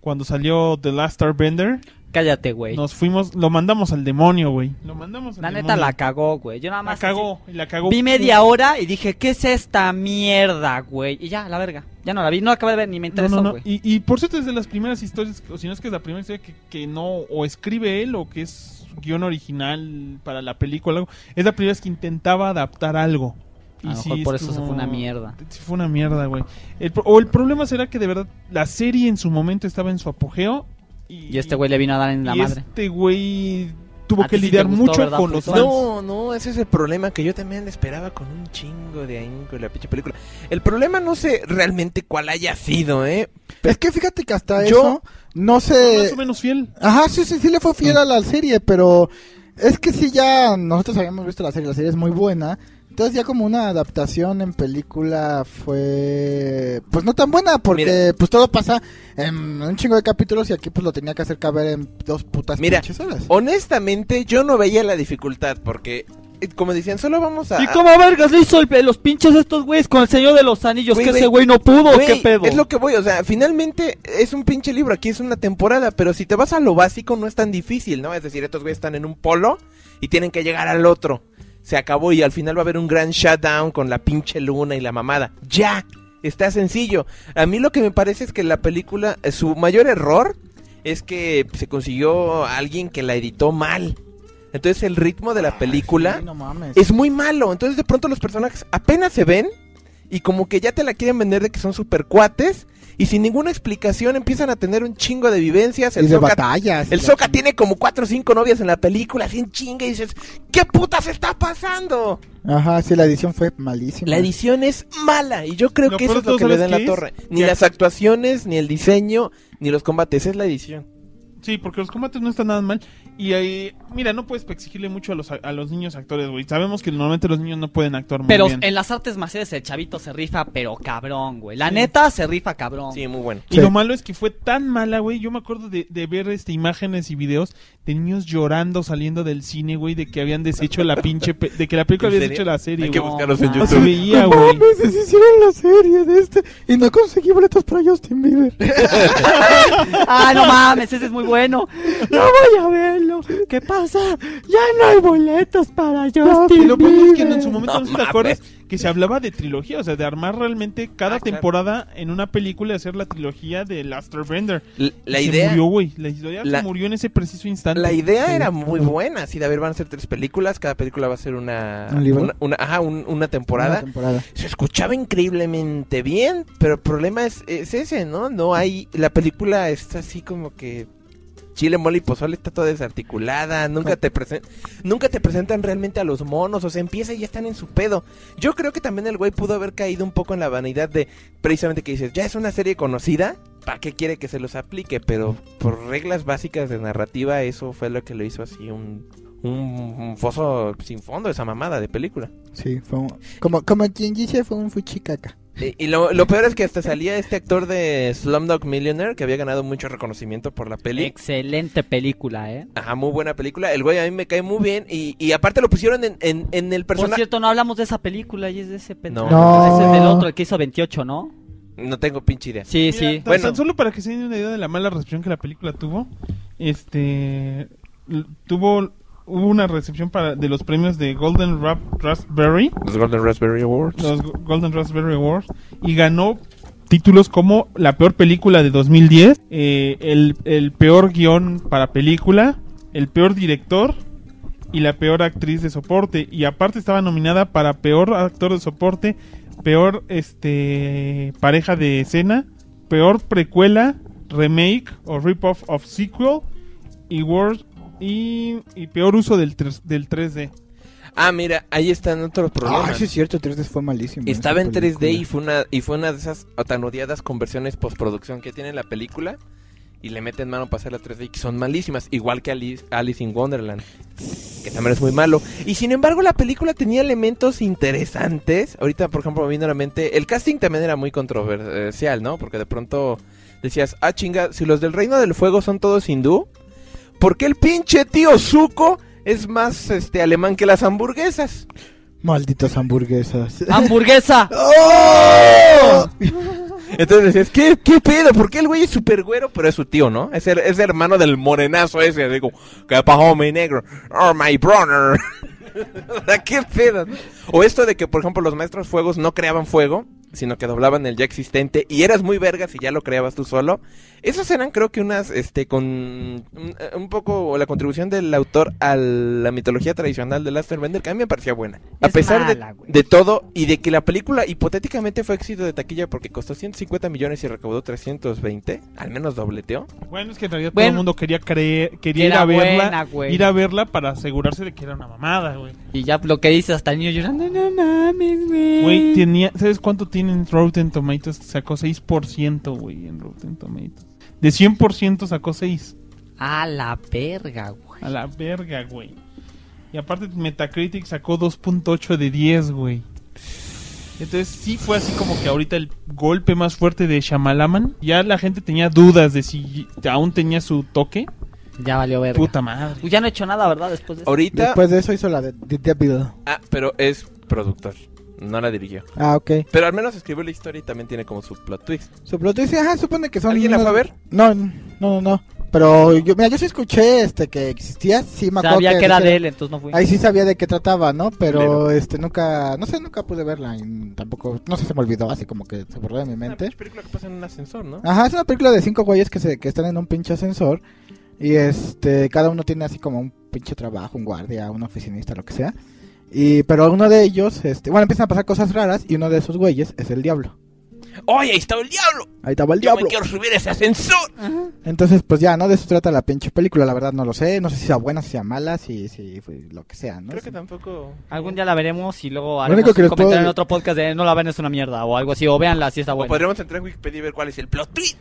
S2: cuando salió The Last Starbender,
S5: Cállate, güey.
S2: nos fuimos, lo mandamos al demonio, güey. Lo mandamos al
S5: la
S2: demonio.
S5: neta la cagó, güey. Yo nada
S2: La
S5: más.
S2: cagó, y la
S5: así
S2: cagó.
S5: Vi media hora y dije, ¿qué es esta mierda, güey? Y ya, la verga. Ya no la vi, no la acabé de ver, ni me
S2: No,
S5: interesó,
S2: no,
S5: güey.
S2: no. Y, y por cierto es de las primeras historias, o si no es que es la primera historia que, que no, o escribe él, o que es guión original para la película, algo. es la primera vez que intentaba adaptar algo. Y
S5: A lo
S2: sí
S5: mejor por eso se
S2: estuvo-
S5: fue una mierda.
S2: Sí, fue una mierda, güey. El pro- o el problema será que de verdad la serie en su momento estaba en su apogeo. Y,
S5: Y este güey le vino a dar en la
S2: y
S5: madre.
S2: Este güey tuvo
S5: A
S2: que
S5: ti sí te
S2: lidiar
S5: gustó,
S2: mucho
S5: ¿verdad,
S2: con los
S5: Pulso?
S2: fans.
S3: No, no, ese es el problema que yo también le esperaba con un chingo de ahínco la pinche película. El problema no sé realmente cuál haya sido, ¿eh?
S4: Es que fíjate que hasta
S3: Yo-
S4: eso no
S2: Más o
S3: eh.
S4: sé.
S2: menos fiel.
S4: Ajá, sí, sí, sí le fue
S3: Mm.
S4: fiel a la serie, pero es que sí ya nosotros habíamos visto la serie, la serie es muy buena. Entonces ya como una adaptación en película fue pues no tan buena porque
S3: Mira.
S4: pues todo pasa en un chingo de capítulos y aquí pues lo tenía que hacer caber en dos putas
S3: Mira.
S4: pinches horas.
S3: Honestamente, yo no veía la dificultad porque, eh, como decían, solo vamos a...
S5: ¿Y cómo vergas le hizo el- los pinches estos güeyes con el Señor de los Anillos?
S3: Güey,
S5: que
S3: güey.
S5: ese güey no pudo,
S3: Güey,
S5: ¿qué pedo?
S3: Es lo que voy, o sea, finalmente es un pinche libro, aquí es una temporada, pero si te vas a lo básico no es tan difícil, ¿no? Es decir, estos güeyes están en un polo y tienen que llegar al otro. Se acabó y al final va a haber un gran shutdown con la pinche luna y la mamada. ¡Ya! Está sencillo. A mí lo que me parece es que la película, eh, su mayor error es que se consiguió alguien que la editó mal. Entonces el ritmo de la película
S4: Sí, no mames.
S3: es muy malo. Entonces de pronto los personajes apenas se ven y como que ya te la quieren vender de que son super cuates y sin ninguna explicación empiezan a tener un chingo de vivencias.
S4: y
S3: El
S4: de
S3: Soca,
S4: batallas.
S3: el Soca tiene como cuatro o cinco novias en la película, así en chinga y dices, ¿qué putas está pasando?
S4: Ajá, sí, la edición fue malísima.
S3: La edición es mala y yo creo
S2: Lo
S3: que
S2: peor
S3: eso es lo
S2: de todo,
S3: que le da
S2: ¿sabes
S3: en la
S2: qué es?
S3: torre. Ni
S2: Que-
S3: las actuaciones, ni el diseño, ni los combates, es la edición.
S2: Sí, porque los combates no están nada mal. Y ahí, mira, no puedes exigirle mucho a los, a los niños actores, güey. Sabemos que normalmente los niños no pueden actuar muy
S5: Pero
S2: bien.
S5: en las artes marciales el chavito se rifa, pero cabrón, güey. La neta se rifa cabrón.
S3: Sí, muy bueno.
S2: Y
S4: Sí.
S2: lo malo es que fue tan mala, güey. Yo me acuerdo de, de ver este, imágenes y videos de niños llorando saliendo del cine, güey, de que habían deshecho la pinche. pe- de que la película
S3: ¿En
S2: había
S3: serio?
S2: deshecho la serie,
S1: Hay que
S2: güey.
S1: buscarlos en
S5: no.
S2: No se
S1: YouTube.
S2: veía,
S3: <laughs>
S2: güey.
S4: deshicieron la serie de este y no conseguí boletos para Justin Bieber.
S5: <laughs> Ah, no mames, ese es muy bueno.
S4: No voy a verlo. ¿Qué pasa? Ya no hay boletos para
S2: Y
S4: Justin
S2: Este, lo bueno es que en su momento,
S3: No
S2: no, sé si te
S3: mames.
S2: acuerdas, que se hablaba de trilogía, o sea, de armar realmente cada
S3: Ah, claro.
S2: temporada en una película, hacer la trilogía del Astrobrander.
S3: L- La
S2: Y Se
S3: idea...
S2: murió, güey. La historia
S3: la-
S2: se murió en ese preciso instante.
S3: La idea
S2: Sí.
S3: era muy buena, así de a ver, van a ser tres películas, cada película va a ser una
S4: ¿Un libro?
S3: una, una- ajá, un- una temporada.
S4: temporada.
S3: Se escuchaba increíblemente bien, pero el problema es, es ese, ¿no? No hay la película está así como que Chile mole y pozole está toda desarticulada, nunca te presen- nunca te presentan realmente a los monos, o sea, empieza y ya están en su pedo. Yo creo que también el güey pudo haber caído un poco en la vanidad de precisamente que dices, ya es una serie conocida, ¿para qué quiere que se los aplique? Pero por reglas básicas de narrativa, eso fue lo que lo hizo así un, un, un foso sin fondo, esa mamada de película.
S4: Sí, fue un- como, como quien dice, fue un fuchicaca.
S3: Y, y lo, lo peor es que hasta salía este actor de Slumdog Millionaire, que había ganado mucho reconocimiento por la peli.
S5: Excelente película, eh.
S3: Ajá, muy buena película. El güey a mí me cae muy bien. Y, y aparte lo pusieron en, en, en el
S5: Por
S3: personaje.
S5: cierto, no hablamos de esa película y es de ese pendejo.
S3: No.
S5: Ese es del otro, el que hizo 28, ¿no?
S3: No tengo pinche idea.
S5: Sí,
S2: Mira,
S5: sí.
S2: tan-
S3: Bueno.
S2: Tan solo para que se den una idea de la mala recepción que la película tuvo, este. l- Tuvo. Hubo una recepción para, de los premios de Golden Rap- Raspberry,
S3: Los Golden Raspberry Awards.
S2: los Go- Golden Raspberry Awards, y ganó títulos como la peor película de 2010, eh, el, el peor guión para película, el peor director y la peor actriz de soporte. Y aparte estaba nominada para peor actor de soporte, peor este pareja de escena, peor precuela, remake o rip-off of sequel y worst y, y peor uso del, tres- del 3D.
S3: Ah, mira, ahí están otros
S4: Ah,
S3: problemas.
S4: sí es cierto, 3D fue malísimo.
S3: Estaba
S4: esa
S3: en 3D y
S4: película.
S3: fue una y fue una de esas tan odiadas conversiones postproducción que tiene la película y le meten mano para hacer la 3D y que son malísimas, igual que Alice, Alice in Wonderland, que también es muy malo. Y sin embargo, la película tenía elementos interesantes. Ahorita, por ejemplo, me vino a la mente, el casting también era muy controversial, ¿no? Porque de pronto decías, "Ah, chinga, si los del Reino del Fuego son todos hindú, ¿por qué el pinche tío Zuko es más este alemán que las hamburguesas?"
S4: Malditas hamburguesas.
S5: ¡Hamburguesa!
S3: ¡Oh! Entonces decías, ¿qué, ¿qué pedo? ¿Por qué el güey es súper güero? Pero es su tío, ¿no? Es el, es el hermano del morenazo ese. Digo, ¿qué pasó, mi negro? Oh, my brother. O sea, ¿Qué pedo? no? O esto de que, por ejemplo, los maestros fuegos no creaban fuego, sino que doblaban el ya existente y eras muy vergas y ya lo creabas tú solo. Esos eran, creo que, unas, este, con un, eh, un poco la contribución del autor a la mitología tradicional de Lester Bender, que a mí me parecía buena. A
S5: Es
S3: pesar de-
S5: mala, güey.
S3: de, todo y de que la película hipotéticamente fue éxito de taquilla porque costó 150 millones y recaudó 320, al menos dobleteó.
S2: Bueno, es que en realidad todo
S5: Bueno.
S2: el mundo quería creer, quería ir
S5: Era
S2: a verla,
S5: buena, güey.
S2: ir a verla para asegurarse de que era una mamada, güey.
S5: Y ya lo que dices hasta el niño llorando. No, mames, güey.
S2: Güey, tenía, ¿sabes cuánto tiene en Rotten Tomatoes? Sacó 6%, güey, en Rotten Tomatoes. De 100% sacó 6.
S5: A la verga, güey.
S2: A la verga, güey. Y aparte Metacritic sacó 2.8 de 10, güey. Entonces sí fue así como que ahorita el golpe más fuerte de Shamalaman. Ya la gente tenía dudas de si aún tenía su toque.
S5: Ya valió verga.
S2: Puta madre.
S5: Pues ya no he hecho nada, ¿verdad? Después de esto.
S3: Ahorita.
S4: Después de eso hizo la de The Devil.
S3: Ah, pero es productor. No la dirigió.
S4: Ah, ok.
S3: Pero al menos escribió la historia y también tiene como su plot twist.
S4: Su plot twist, ajá, supone que son.
S3: ¿Alguien la fue a
S4: unos-
S3: ver?
S4: No, no, no, no. Pero yo, mira, yo sí escuché este que existía, sí me acuerdo.
S5: Sabía que era
S4: dije-
S5: de él, entonces no fui.
S4: Ahí sí sabía de qué trataba, ¿no? Pero
S3: Lero.
S4: este nunca, no sé, nunca pude verla, y tampoco, no sé, se me olvidó, así como que se borró de mi mente. Ah.
S3: Es Ah, pues, película que pasa en un ascensor, ¿no?
S4: Ajá, es una película de cinco güeyes que se que están en un pinche ascensor y este cada uno tiene así como un pinche trabajo, un guardia, un oficinista, lo que sea. Y pero uno de ellos, este, bueno, empiezan a pasar cosas raras y uno de esos güeyes es el diablo.
S3: ¡Oye, ahí está el diablo!
S4: Ahí estaba el
S3: Yo
S4: diablo.
S3: me quiero subir a ese ascensor.
S4: Entonces, pues ya, ¿no? De eso trata la pinche película, la verdad no lo sé, no sé si sea buena, si sea mala, si, si fue lo que sea, ¿no?
S3: Creo que tampoco.
S5: Algún día la veremos y luego
S4: único
S5: haremos
S4: que
S5: un
S4: les puedo-
S5: comentario en otro podcast de no la ven es una mierda o algo así, o véanla si está
S3: O
S5: buena.
S3: podríamos entrar en Wikipedia y ver cuál es el plot twist.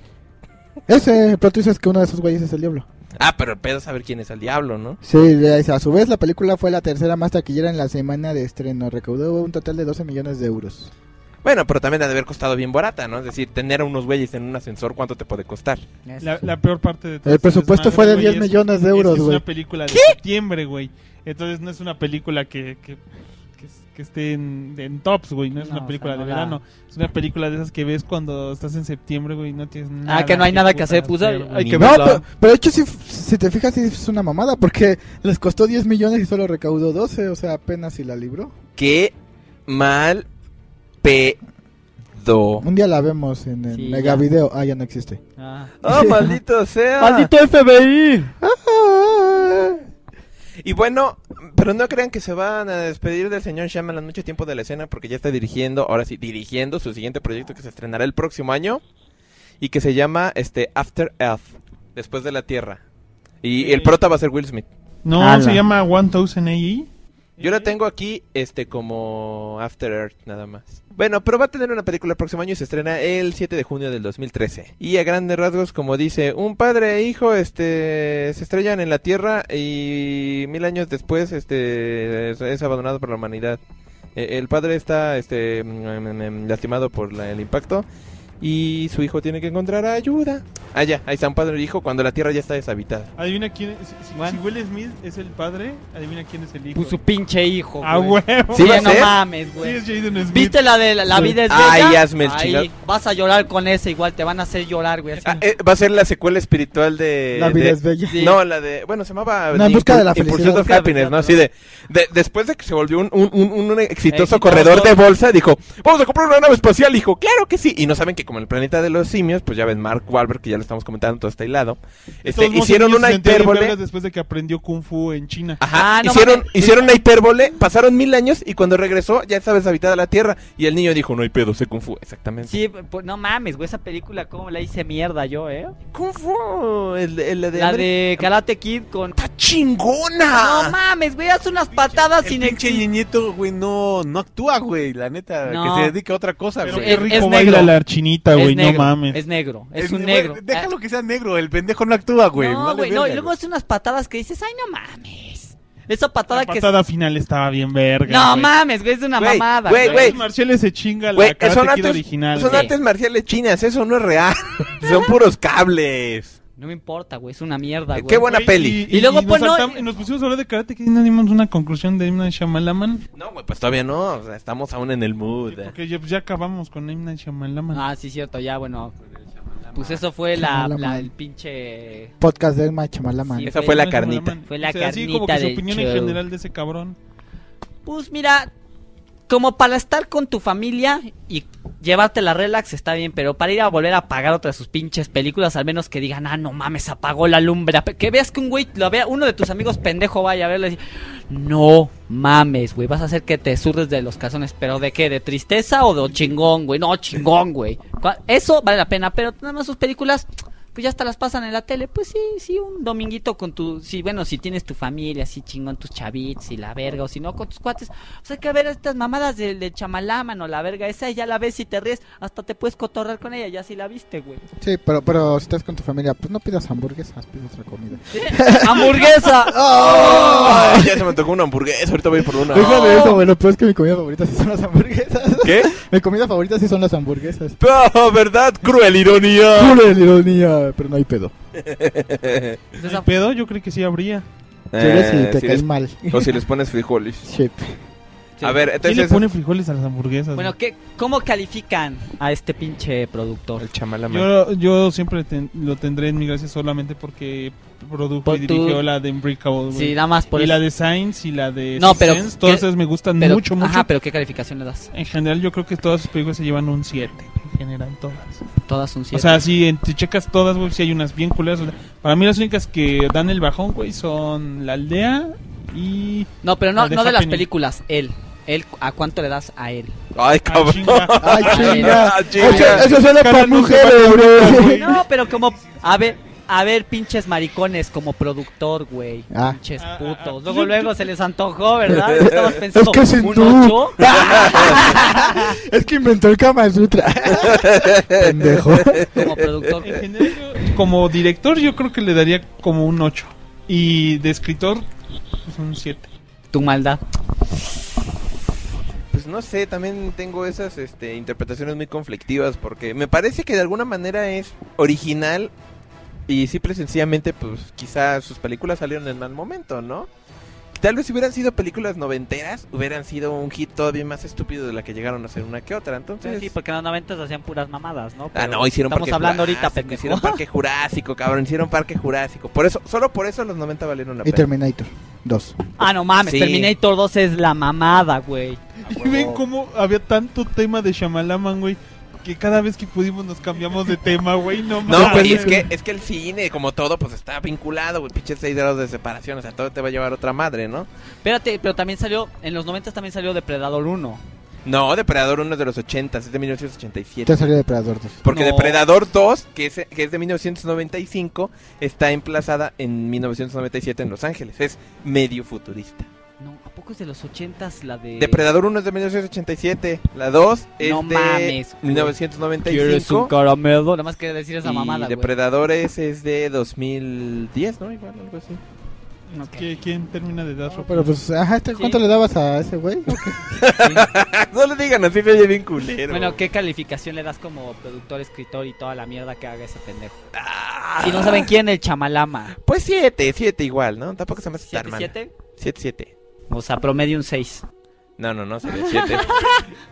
S4: Ese, pero tú dices que uno de esos güeyes es el diablo.
S3: Ah, pero el pedo es saber quién es el diablo, ¿no?
S4: Sí, le dice, a su vez la película fue la tercera más taquillera en la semana de estreno. Recaudó un total de 12 millones de euros.
S3: Bueno, pero también ha de haber costado bien barata, ¿no? Es decir, tener a unos güeyes en un ascensor, ¿cuánto te puede costar?
S5: Eso.
S2: La, la peor parte de todo
S4: El
S2: este
S4: presupuesto
S2: desmadre,
S4: fue de
S2: güey,
S4: 10
S2: es-
S4: millones de
S2: es que
S4: euros,
S2: Es,
S4: güey.
S2: una película de septiembre, güey. Entonces no es una película que, que, que es- que esté en, en tops, güey. No es
S5: No,
S2: una
S5: o
S2: película
S5: sea, no
S2: de
S5: la-
S2: verano. Es una película de esas que ves cuando estás en septiembre, güey. y No tienes nada.
S5: Ah, que no hay nada que hacer,
S2: putas
S5: pues,
S2: güey.
S5: hay que
S4: No,
S5: verla.
S4: pero, pero de hecho, si, si te fijas, sí es una mamada, porque les costó 10 millones y solo recaudó 12, o sea, apenas si la libró.
S3: ¡Qué mal
S4: <laughs>
S3: pedo!
S4: Un día la vemos en el
S5: Sí,
S4: mega
S5: ya.
S4: video. Ah, ya no existe.
S5: Ah.
S3: ¡Oh, maldito sea!
S5: ¡Maldito FBI!
S3: Y bueno, pero no crean que se van a despedir del señor Shyamalan mucho tiempo de la escena porque ya está dirigiendo, ahora sí, dirigiendo su siguiente proyecto que se estrenará el próximo año y que se llama este After Earth, después de la Tierra. Y el prota va a ser Will Smith.
S2: No,
S5: Ala.
S2: se llama 1000 AE.
S3: Yo
S2: Eh,
S3: la tengo aquí este como After Earth nada más. Bueno, pero va a tener una película el próximo año y se estrena el 7 de junio del 2013. Y a grandes rasgos, como dice, un padre e hijo este se estrellan en la Tierra y mil años después este es- es abandonado por la humanidad. Eh, El padre está este mm, mm, mm, lastimado por la- el impacto y su hijo tiene que encontrar ayuda. Ah, ya, ahí están padre e hijo cuando la Tierra ya está deshabitada.
S2: Adivina quién es. Si, si- si Will Smith es el padre, adivina quién es el hijo.
S5: Pues su pinche hijo.
S2: ¡A
S5: güey.
S2: huevo!
S3: Sí,
S5: Sí,
S3: va a
S5: no
S3: ser.
S5: mames,
S2: Sí,
S5: güey.
S2: es Jaden Smith.
S5: ¿Viste la de la, la
S2: Sí.
S5: vida es
S3: Ay,
S5: bella?
S3: hazme el
S5: Ahí,
S3: chingado.
S5: Vas a llorar con ese, igual te van a hacer llorar, güey. así.
S3: Ah, eh, va a ser la secuela espiritual de
S4: la vida
S3: de-
S4: es bella.
S5: Sí.
S3: No, la de. Bueno, se llamaba.
S4: No, en
S3: The
S4: busca de
S3: Impul-
S4: la
S3: In Pursuit
S4: felicidad.
S3: of Happiness, ¿no? Así de, de- Después de que se volvió un, un- un- un exitoso
S5: Exitoso.
S3: corredor de bolsa, dijo: Vamos a comprar una nave espacial, hijo. Claro que sí. Y no saben que, como el planeta de los simios, pues ya ven, Mark Wahlberg, que ya lo estamos comentando, todo está hilado.
S2: De
S3: Este,
S2: todos modos,
S3: hicieron
S2: el niño
S3: una
S2: se sentía bien vergas
S3: hipérbole.
S2: Después de que aprendió Kung Fu en China.
S3: Ajá,
S5: Ah, no
S3: hicieron,
S5: mames.
S3: hicieron una hipérbole, pasaron mil años y cuando regresó ya estaba deshabitada la Tierra. Y el niño dijo, no hay pedo, sé Kung Fu. Exactamente.
S5: Sí, pues no mames, güey, esa película, ¿cómo la hice mierda yo, eh?
S3: Kung Fu, el, el- el de... Ameri-
S5: La
S3: Ah.
S5: de Karate Kid con...
S3: ¡Está chingona!
S5: No mames, güey, haz unas patadas
S6: El
S5: sin
S6: pinche
S5: exi-
S6: niñito, güey, no, no actúa, güey, la neta.
S5: No.
S6: Que se dedica a otra cosa,
S2: Pero
S6: güey.
S2: qué
S5: es-
S2: rico
S5: es
S2: baila
S5: negro.
S2: la chinita,
S5: Es
S2: güey. No
S5: negro,
S2: mames.
S5: Es negro, es,
S6: El-
S5: un
S6: güey,
S5: negro. Ah,
S6: Déjalo que sea negro, el pendejo no actúa, güey.
S5: no,
S6: vale
S5: güey, no,
S6: verga,
S5: y luego
S6: güey.
S5: hace unas patadas que dices, ay, no mames. Esa patada
S2: La
S5: que...
S2: patada final estaba bien verga.
S5: No
S2: güey.
S5: mames, güey, es de una
S3: Güey,
S5: mamada.
S3: güey,
S5: güey.
S2: Los marciales se chinga
S3: Güey,
S2: la Karate
S3: son
S2: Kid
S3: artes-
S2: original.
S3: Son
S2: güey.
S3: artes marciales chinas, eso no es real. <laughs> Son puros cables.
S5: No me importa, güey, es una mierda,
S3: Eh,
S5: güey.
S3: qué buena
S2: Güey,
S3: peli.
S2: Y,
S5: Y luego,
S2: nos,
S5: pues, no-
S2: saltamos- y nos pusimos a hablar de Karate Kid y no dimos una conclusión de Imna Shamalaman.
S3: No, güey, pues todavía no. o sea, estamos aún en el mood. eh.
S2: Porque ya, ya acabamos con Imna Shamalaman.
S5: Ah, sí, cierto, ya, bueno. Pues eso fue la,
S4: Chamalaman.
S5: la- el pinche...
S4: Podcast de Emma Chamalaman.
S5: Sí.
S3: Esa fue la
S2: Emma <laughs>
S3: carnita.
S2: Shamalaman.
S5: Fue la
S2: O sea, Así como
S5: carnita
S2: que su
S5: del
S2: opinión
S5: show.
S2: en general de ese cabrón.
S5: Pues mira, como para estar con tu familia y llevarte la relax está bien, pero para ir a volver a apagar otra de sus pinches películas, al menos que digan, ah, no mames, apagó la lumbre. Que veas que un güey, lo vea, uno de tus amigos pendejo vaya a verlo y decir, no mames, güey, vas a hacer que te surdes de los calzones, pero ¿de qué? ¿De tristeza o de chingón, güey? No, chingón, güey. Cua- Eso vale la pena, pero nada más sus películas... pues ya hasta las pasan en la tele. Pues sí, sí, un dominguito con tu. Sí, bueno, si tienes tu familia, así chingón, tus chavitos y la verga, o si no, con tus cuates. O sea, hay que ver estas mamadas de, de chamalaman o la verga esa, y ya la ves y te ríes. Hasta te puedes cotorrar con ella, ya sí la
S2: <laughs>
S5: viste, güey.
S4: Sí, pero, pero si estás con tu familia, pues no pidas hamburguesas, pide otra comida.
S2: <laughs>
S5: ¡Hamburguesa!
S2: ¡Oh!
S5: <laughs>
S3: Ay, ya se me tocó una hamburguesa, ahorita voy por una.
S4: Deja de eso, güey. Lo peor es que mi comida favorita sí son las hamburguesas. <laughs>
S3: ¿Qué?
S4: Mi comida favorita sí son las hamburguesas.
S3: No, ¿verdad? Cruel <laughs> ironía.
S4: Cruel ironía, pero no hay pedo.
S5: Entonces,
S2: pedo? Yo creo que sí habría.
S4: Llegas
S3: Eh,
S4: y te
S3: si
S4: caes
S3: les-
S4: mal.
S3: O si les pones frijoles.
S4: Shit.
S5: Sí.
S3: A ver,
S2: ¿Quién
S3: entonces.
S2: le pone frijoles a las hamburguesas?
S5: Bueno, ¿qué, ¿cómo califican a este pinche productor?
S3: El chamalaman.
S2: Yo, yo siempre ten- lo tendré en mi gracia solamente porque produjo
S5: Por
S2: y
S5: tu-
S2: dirigió la de Unbreakable. güey.
S5: Pues Sí, nada más por
S2: y
S5: eso.
S2: la de Sainz y la de
S5: No,
S2: Sixth
S5: pero-
S2: Sense, todas
S5: ¿qué-
S2: esas me gustan
S5: Pero-
S2: mucho, mucho.
S5: Ajá, pero ¿qué calificación le das?
S2: En general yo creo que todas sus películas se llevan un 7, en general todas.
S5: Todas un 7.
S2: O sea, si en- te checas todas, güey, si hay unas bien culeras. O sea, Para mí las únicas que dan el bajón, güey, son La Aldea y...
S5: no, pero no,
S2: la de
S5: no de las
S2: Happening.
S5: películas, él. él. ¿A cuánto le das a él?
S3: Ay,
S2: Ah,
S3: cabrón.
S2: chinga.
S4: Ay, chinga.
S3: Ah,
S4: Eso,
S3: chinga.
S4: eso suena para
S2: Carnal, no se
S4: mujeres, güey.
S5: No, pero como. A ver, a ver, pinches maricones, como productor, güey.
S4: <laughs> Ah.
S5: Pinches
S2: Ah, ah, ah.
S5: putos.
S2: Yo-
S5: Luego,
S2: yo-
S5: luego se les
S3: <laughs>
S5: antojó, ¿verdad? Estabas pensando.
S4: que sin
S5: ¿un
S4: tú.
S5: ocho?
S4: Es que inventó el Kama
S2: <laughs>
S4: Sutra. Pendejo.
S3: <laughs>
S5: Como productor.
S2: En general, yo- como director yo creo que le daría como un 8. Y de escritor, pues un 7.
S5: Tu maldad.
S3: Pues no sé, también tengo esas este, interpretaciones muy conflictivas porque me parece que de alguna manera es original y simple y sencillamente pues quizás sus películas salieron en mal momento, ¿no? Tal vez si hubieran sido películas noventeras, hubieran sido un hit todavía más estúpido de la que llegaron a ser una que otra. Entonces,
S5: Sí, porque en los 90 hacían puras mamadas, ¿no?
S3: ah,
S5: Pero
S3: no, hicieron
S5: Estamos
S3: parque
S5: hablando
S3: jurásico,
S5: ahorita, pendejo.
S3: Hicieron parque jurásico, cabrón, hicieron parque jurásico. Por eso, solo por eso los 90 valieron la
S4: Y
S3: pena.
S4: Terminator 2.
S5: <laughs> Ah, no mames,
S3: Sí.
S5: Terminator 2 es la mamada, güey.
S2: <laughs> Y ven cómo había tanto tema de Shamalaman, güey. Que cada vez que pudimos nos cambiamos de tema, güey. No,
S3: No,
S2: mames.
S3: güey, es que, es que el cine, como todo, pues está vinculado, güey. Pinches seis grados de separación, o sea, todo te va a llevar otra madre, ¿no?
S5: Espérate, pero también salió. En los 90 también salió Depredador 1.
S3: No, Depredador 1 es de los 80, es de
S4: Te
S3: 1987.
S4: salió Depredador 2.
S3: Porque
S5: No.
S3: Depredador 2, que es, que es de 1995, está emplazada en 1997 en Los Ángeles. Es medio futurista.
S5: No, ¿a poco es de los 80 la de.
S3: Depredador 1 es de 1987, la 2 es
S5: No
S3: de
S5: mames, güey. ¿Quieres un
S3: 1995.
S5: caramelo? Nada más quería decir esa mamada,
S3: Y
S5: güey.
S3: Depredadores es de 2010, ¿no? Igual, algo así. <laughs>
S5: Ok.
S2: ¿Qui- ¿Quién termina de dar ropa?
S4: Pero pues, ajá, este-
S5: Sí.
S4: ¿cuánto le dabas a ese güey?
S3: Ah, no le digan así, me oye bien culero.
S5: Bueno, ¿qué calificación le das como productor, escritor y toda la mierda que haga ese pendejo?
S3: Ah.
S5: Si no saben quién, el chamalama.
S3: Pues 7, 7 igual, ¿no? Tampoco se me hace tan
S5: ¿7,
S3: mal.
S5: 7?
S3: 7, 7.
S5: O sea, promedio un 6.
S3: No, no, no,
S5: <laughs>
S3: sería 7.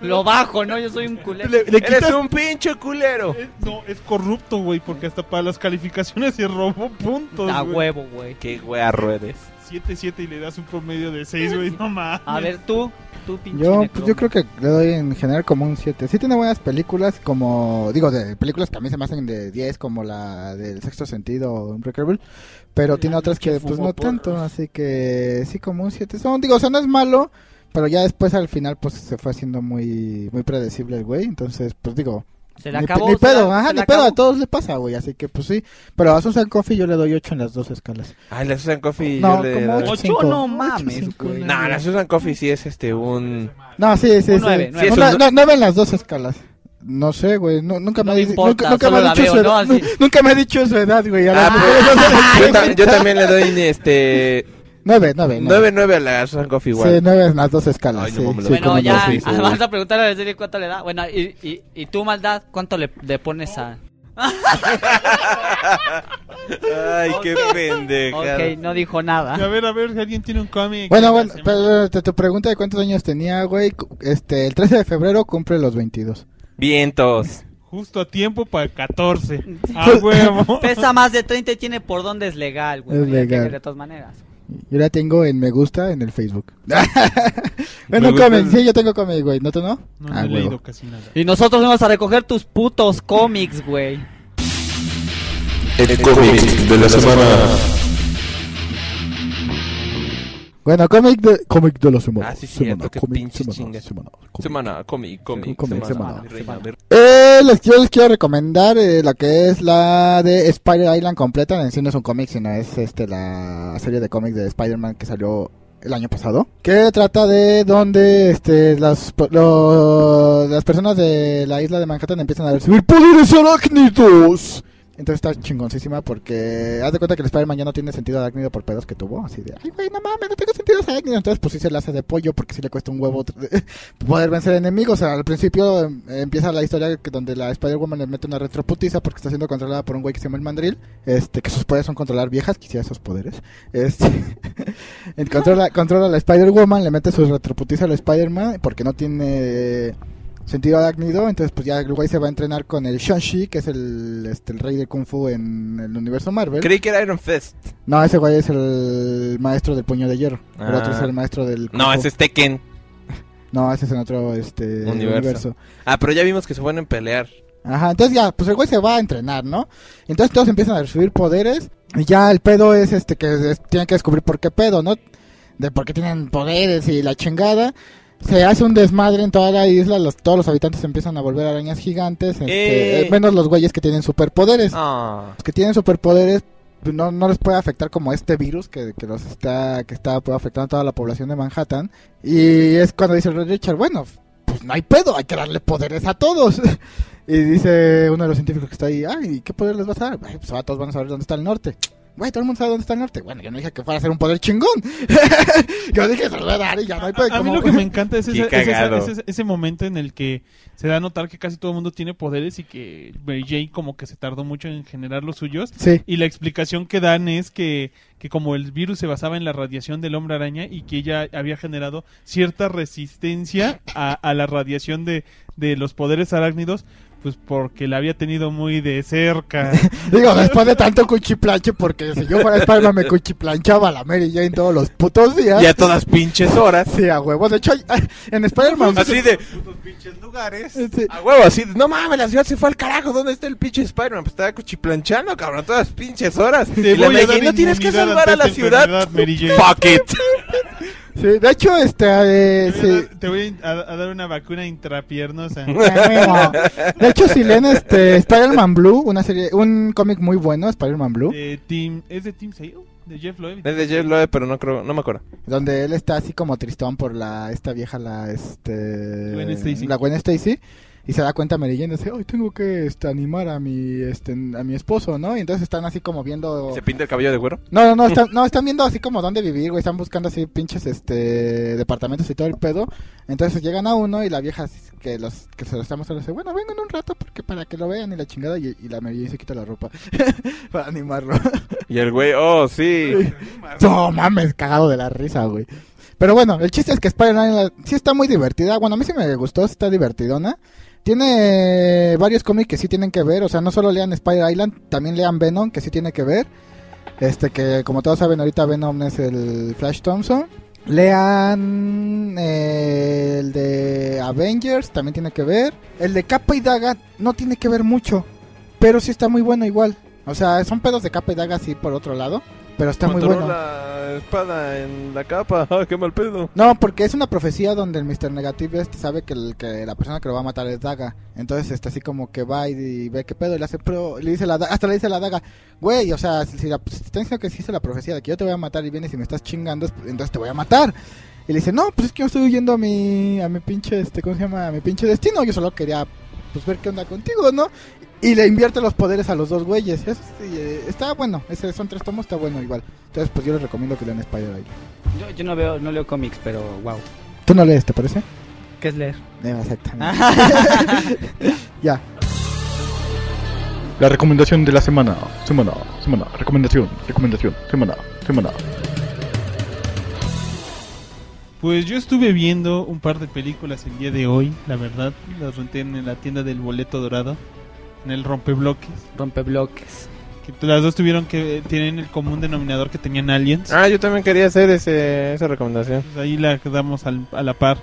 S5: Lo bajo, ¿no? Yo soy un culero.
S2: Le, le
S3: Eres
S2: quitas-
S3: un pinche culero.
S2: Eh, No, es corrupto, güey, porque hasta para las calificaciones se robó puntos.
S5: A
S2: güey.
S5: huevo, Ah, güey.
S3: Qué guarro eres.
S2: 7-7 y le das un promedio de 6, güey. No mames.
S5: A ver, tú, tú pinche
S4: Yo, pues,
S5: necroma.
S4: yo creo que le doy en general como un 7. Sí tiene buenas películas, como digo, de películas que a mí se me hacen de 10, como la del sexto sentido o Unbreakable, pero tiene otras que pues no tanto, así que sí como un 7. Son, digo, o sea, no es malo, pero ya después al final pues se fue haciendo muy muy predecible el güey, entonces pues digo,
S5: Se le
S4: ni, pe-
S5: acabó.
S4: ni
S5: se
S4: pedo,
S5: la-
S4: ajá,
S5: se
S4: ni
S5: la
S4: pedo, a
S5: acabó.
S4: todos le pasa, güey, así que pues sí, pero a Susan Coffee yo le doy 8 en las dos escalas.
S3: Ay, la Susan Coffee. yo
S4: No,
S3: le
S4: como
S3: doy-
S5: ocho,
S4: cinco.
S5: no
S4: Ocho,
S5: mames,
S4: cinco,
S5: güey.
S4: nueve.
S3: No, la Susan Coffee sí es este un.
S4: No, sí, sí,
S5: Un
S4: sí.
S5: nueve, nueve.
S4: No,
S3: Sí, es un-
S4: no, no ven las dos escalas. No sé, güey. nu- nunca me,
S5: No
S4: ha
S5: me
S4: dicho-
S5: importa,
S4: nunca, nunca me
S5: solo
S4: ha
S5: la
S4: dicho su
S5: veo, ¿no?
S4: edad.
S5: Así.
S4: nu- <laughs> Nunca me ha dicho su edad, güey. A
S3: Ah,
S4: las <laughs> mujeres no se les
S3: Yo, ta-
S4: cuenta.
S3: yo también le doy este.
S4: Nueve, nueve.
S3: 9, 9 a la Susan Coffee igual.
S4: Sí, nueve en las dos escalas.
S3: Ay, no
S4: sí,
S3: mames,
S4: sí,
S3: la-
S5: bueno,
S4: cómo no,
S5: ya,
S4: sí, sí.
S5: vas a preguntarle a la serie cuánto le da. Bueno, y, y, y tú, maldad, ¿cuánto le, le pones a...?
S3: Ay, qué pendejada.
S5: Ok, no dijo
S2: A
S5: nada.
S2: ver, a ver si alguien tiene un cómic.
S4: Bueno,
S2: que
S4: bueno,
S2: hace-
S4: pero te, tu pregunta de cuántos años tenía, güey. cu- Este, el 13 de febrero cumple los 22.
S3: Vientos.
S2: Justo a tiempo para
S4: <laughs>
S2: 14. A
S5: <laughs>
S2: huevo.
S5: Pesa más de 30 y tiene por dónde es legal, güey.
S4: Es
S5: Hay que
S4: legal.
S5: ver De todas maneras.
S4: Yo la tengo en me gusta en el Facebook. <laughs> bueno,
S3: gusta
S4: cómic.
S3: el-
S4: Sí, yo tengo cómic, güey. ¿No tú no?
S2: No, no
S4: ah,
S2: he
S4: güey.
S2: leído casi nada.
S5: Y nosotros vamos a recoger tus putos cómics, güey.
S1: El cómic de la semana.
S4: Bueno, cómic de, cómic de la semana.
S3: Ah, sí, cierto, qué
S4: cómic
S3: pinche chinga.
S4: semana, cómic.
S3: Semana, comi, comi,
S4: Sí, comi,
S3: semana.
S4: semana.
S3: reina, ver-
S4: Eh, les, yo les quiero recomendar eh, la que es la de Spider Island completa. En sí no es un cómic, sino es este la serie de cómics de Spider-Man que salió el año pasado. Que trata de donde este, las, lo- las personas de la isla de Manhattan empiezan a recibir poderes arácnidos. Entonces está chingoncísima porque haz de cuenta que el Spider-Man ya no tiene sentido arácnido por pedos que tuvo. Así de, ay, güey, no mames, no tengo sentido arácnido. Entonces, pues sí se la hace de pollo porque sí le cuesta un huevo poder vencer enemigos. al principio em, empieza la historia que- donde la Spider-Woman le mete una retroputiza porque está siendo controlada por un güey que se llama el Mandril. Este, que sus poderes son controlar viejas, quisiera esos poderes. Este, <laughs> en- controla, controla a la Spider-Woman, le mete su retroputiza al Spider-Man porque no tiene sentido arácnido. Entonces, pues ya el güey se va a entrenar con el Shang-Chi, que es el, este, el rey del Kung Fu en el universo Marvel.
S3: Creí que era Iron Fist.
S4: No, ese güey es el maestro del puño de hierro. El otro
S3: Ah.
S4: es el maestro del. Kung
S3: No,
S4: Fu.
S3: ese es Tekken.
S4: No, ese es en otro este,
S3: Universo.
S4: universo.
S3: Ah, pero ya vimos que se pueden pelear.
S4: Ajá, entonces ya, pues el güey se va a entrenar, ¿no? Entonces todos empiezan a recibir poderes y ya el pedo es este que es- tienen que descubrir por qué pedo, ¿no? De por qué tienen poderes y la chingada. Se hace un desmadre en toda la isla, los, todos los habitantes empiezan a volver arañas gigantes, este,
S3: Eh.
S4: eh, menos los güeyes que tienen superpoderes.
S3: Ah.
S4: Los pues, que tienen superpoderes pues, no, no les puede afectar como este virus que, que los está que está pues, afectando a toda la población de Manhattan y es cuando dice el Richard bueno pues no hay pedo hay que darle poderes a todos <laughs> y dice uno de los científicos que está ahí ay qué poder les vas a dar "Ay, pues ahora todos van a saber dónde está el norte Güey, todo el mundo sabe dónde está el norte. Bueno, yo no dije que fuera a ser un poder chingón. <laughs> yo dije, se lo voy a dar y ya no hay pedo.
S2: A, a mí
S4: como-
S2: lo que me encanta es,
S6: Qué
S2: esa- es esa-
S6: cagado.
S2: es ese, ese momento en el que se da a notar que casi todo el mundo tiene poderes y que Mary Jane como que se tardó mucho en generar los suyos.
S4: <laughs> Sí.
S2: Y la explicación que dan es que, que como el virus se basaba en la radiación del hombre araña y que ella había generado cierta resistencia a, a la radiación de, de los poderes arácnidos, pues porque la había tenido muy de
S6: <laughs>
S2: cerca.
S4: Digo, después de tanto cuchiplanche, porque si yo fuera Spider-Man me cuchiplanchaba a la Mary Jane todos los putos días.
S3: Ya todas pinches horas.
S4: Sí, a huevo. De hecho, hay- en Spider-Man.
S2: ¿Ah,
S3: Así de,
S6: pinches lugares.
S4: Sí.
S3: a huevo, así de, no mames, la ciudad se fue al carajo. ¿Dónde está el pinche Spider-Man? Pues estaba cuchiplanchando, cabrón, todas pinches horas.
S2: Te
S3: Y la
S2: voy a
S3: Mary
S2: dar
S3: Jane, no tienes que
S2: inmunidad
S3: salvar
S2: ante
S3: a la
S2: esta
S3: ciudad.
S2: enfermedad, Mary Jane.
S3: Fuck it.
S4: Sí, de hecho, este.
S2: Te voy
S4: eh,
S2: a
S4: sí.
S2: dar- Te voy a, a dar una vacuna intrapiernosa.
S4: De hecho, si leen este Spider-Man Blue, una serie, un cómic muy bueno, Spider-Man Blue,
S2: de Eh, Team, ¿Es de Team Sale? ¿De Jeff Loeb?
S3: Es de Jeff Loeb, pero no creo, no me acuerdo.
S4: donde él está así como tristón por la esta vieja la este
S2: Gwen Stacy.
S4: la Gwen Stacy y se da cuenta Mary Jane dice, "Hoy tengo que este, animar a mi este a mi esposo, ¿no?" Y entonces están así como viendo
S3: ¿Se pinta el cabello de güero?
S4: No, no, no, están, no, están viendo así como dónde vivir, güey. Están buscando así pinches este, departamentos y todo el pedo. Entonces llegan a uno y la vieja así que, los, que se lo está mostrando dice: Bueno, vengan un rato porque para que lo vean y la chingada. Y, y la Mary Jane se quita la ropa <laughs> para animarlo.
S3: Y el güey, oh, sí.
S4: no mames, cagado de la risa, güey. Pero bueno, el chiste es que Spider-Man la- sí está muy divertida. Bueno, a mí sí me gustó, sí está divertidona. Tiene varios cómics que sí tienen que ver. O sea, no solo lean Spider Island, también lean Venom, que sí tiene que ver. Este que, como todos saben, ahorita Venom es el Flash Thompson. Lean eh, el de Avengers, también tiene que ver. El de Capa y Daga no tiene que ver mucho, pero sí está muy bueno igual. O sea, son pedos de Capa y Daga, sí, por otro lado, pero está muy
S3: Controló
S4: bueno.
S3: la espada en la capa. <laughs> Ah, qué mal pedo.
S4: No, porque es una profecía donde el Mr. Negative este sabe que, el- que la persona que lo va a matar es Daga. Entonces está así como que va y, y ve qué pedo y le hace pro, le dice la da- hasta le dice la Daga, güey, o sea, si, si la, pues, si te están diciendo que sí hice la profecía de que yo te voy a matar y vienes y me estás chingando, es- entonces te voy a matar. Y le dice, no, pues es que yo estoy huyendo a mi, a mi pinche, este, ¿cómo se llama? A mi pinche destino. Yo solo quería, pues, ver qué onda contigo, ¿no? Y le invierte los poderes a los dos güeyes. Eso sí, eh, está bueno. Ese, son tres tomos, está bueno igual. Entonces, pues yo les recomiendo que lean Spider ahí.
S5: Yo, yo no veo, no leo cómics, pero wow.
S4: Tú no lees, ¿te parece?
S5: ¿Qué es leer?
S4: Exactamente.
S3: <laughs>
S4: ya.
S7: La recomendación de la semana, semana, semana, recomendación, recomendación, semana, semana.
S2: Pues yo estuve viendo un par de películas el día de hoy, la verdad. Las renté en la tienda del boleto dorado, en el rompebloques.
S5: Rompebloques.
S2: Que t- las dos tuvieron que tienen el común denominador que tenían aliens.
S3: Ah, yo también quería hacer ese, esa recomendación.
S2: Pues ahí la damos al- a la par.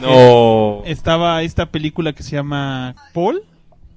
S3: No.
S2: Estaba esta película que se llama Paul,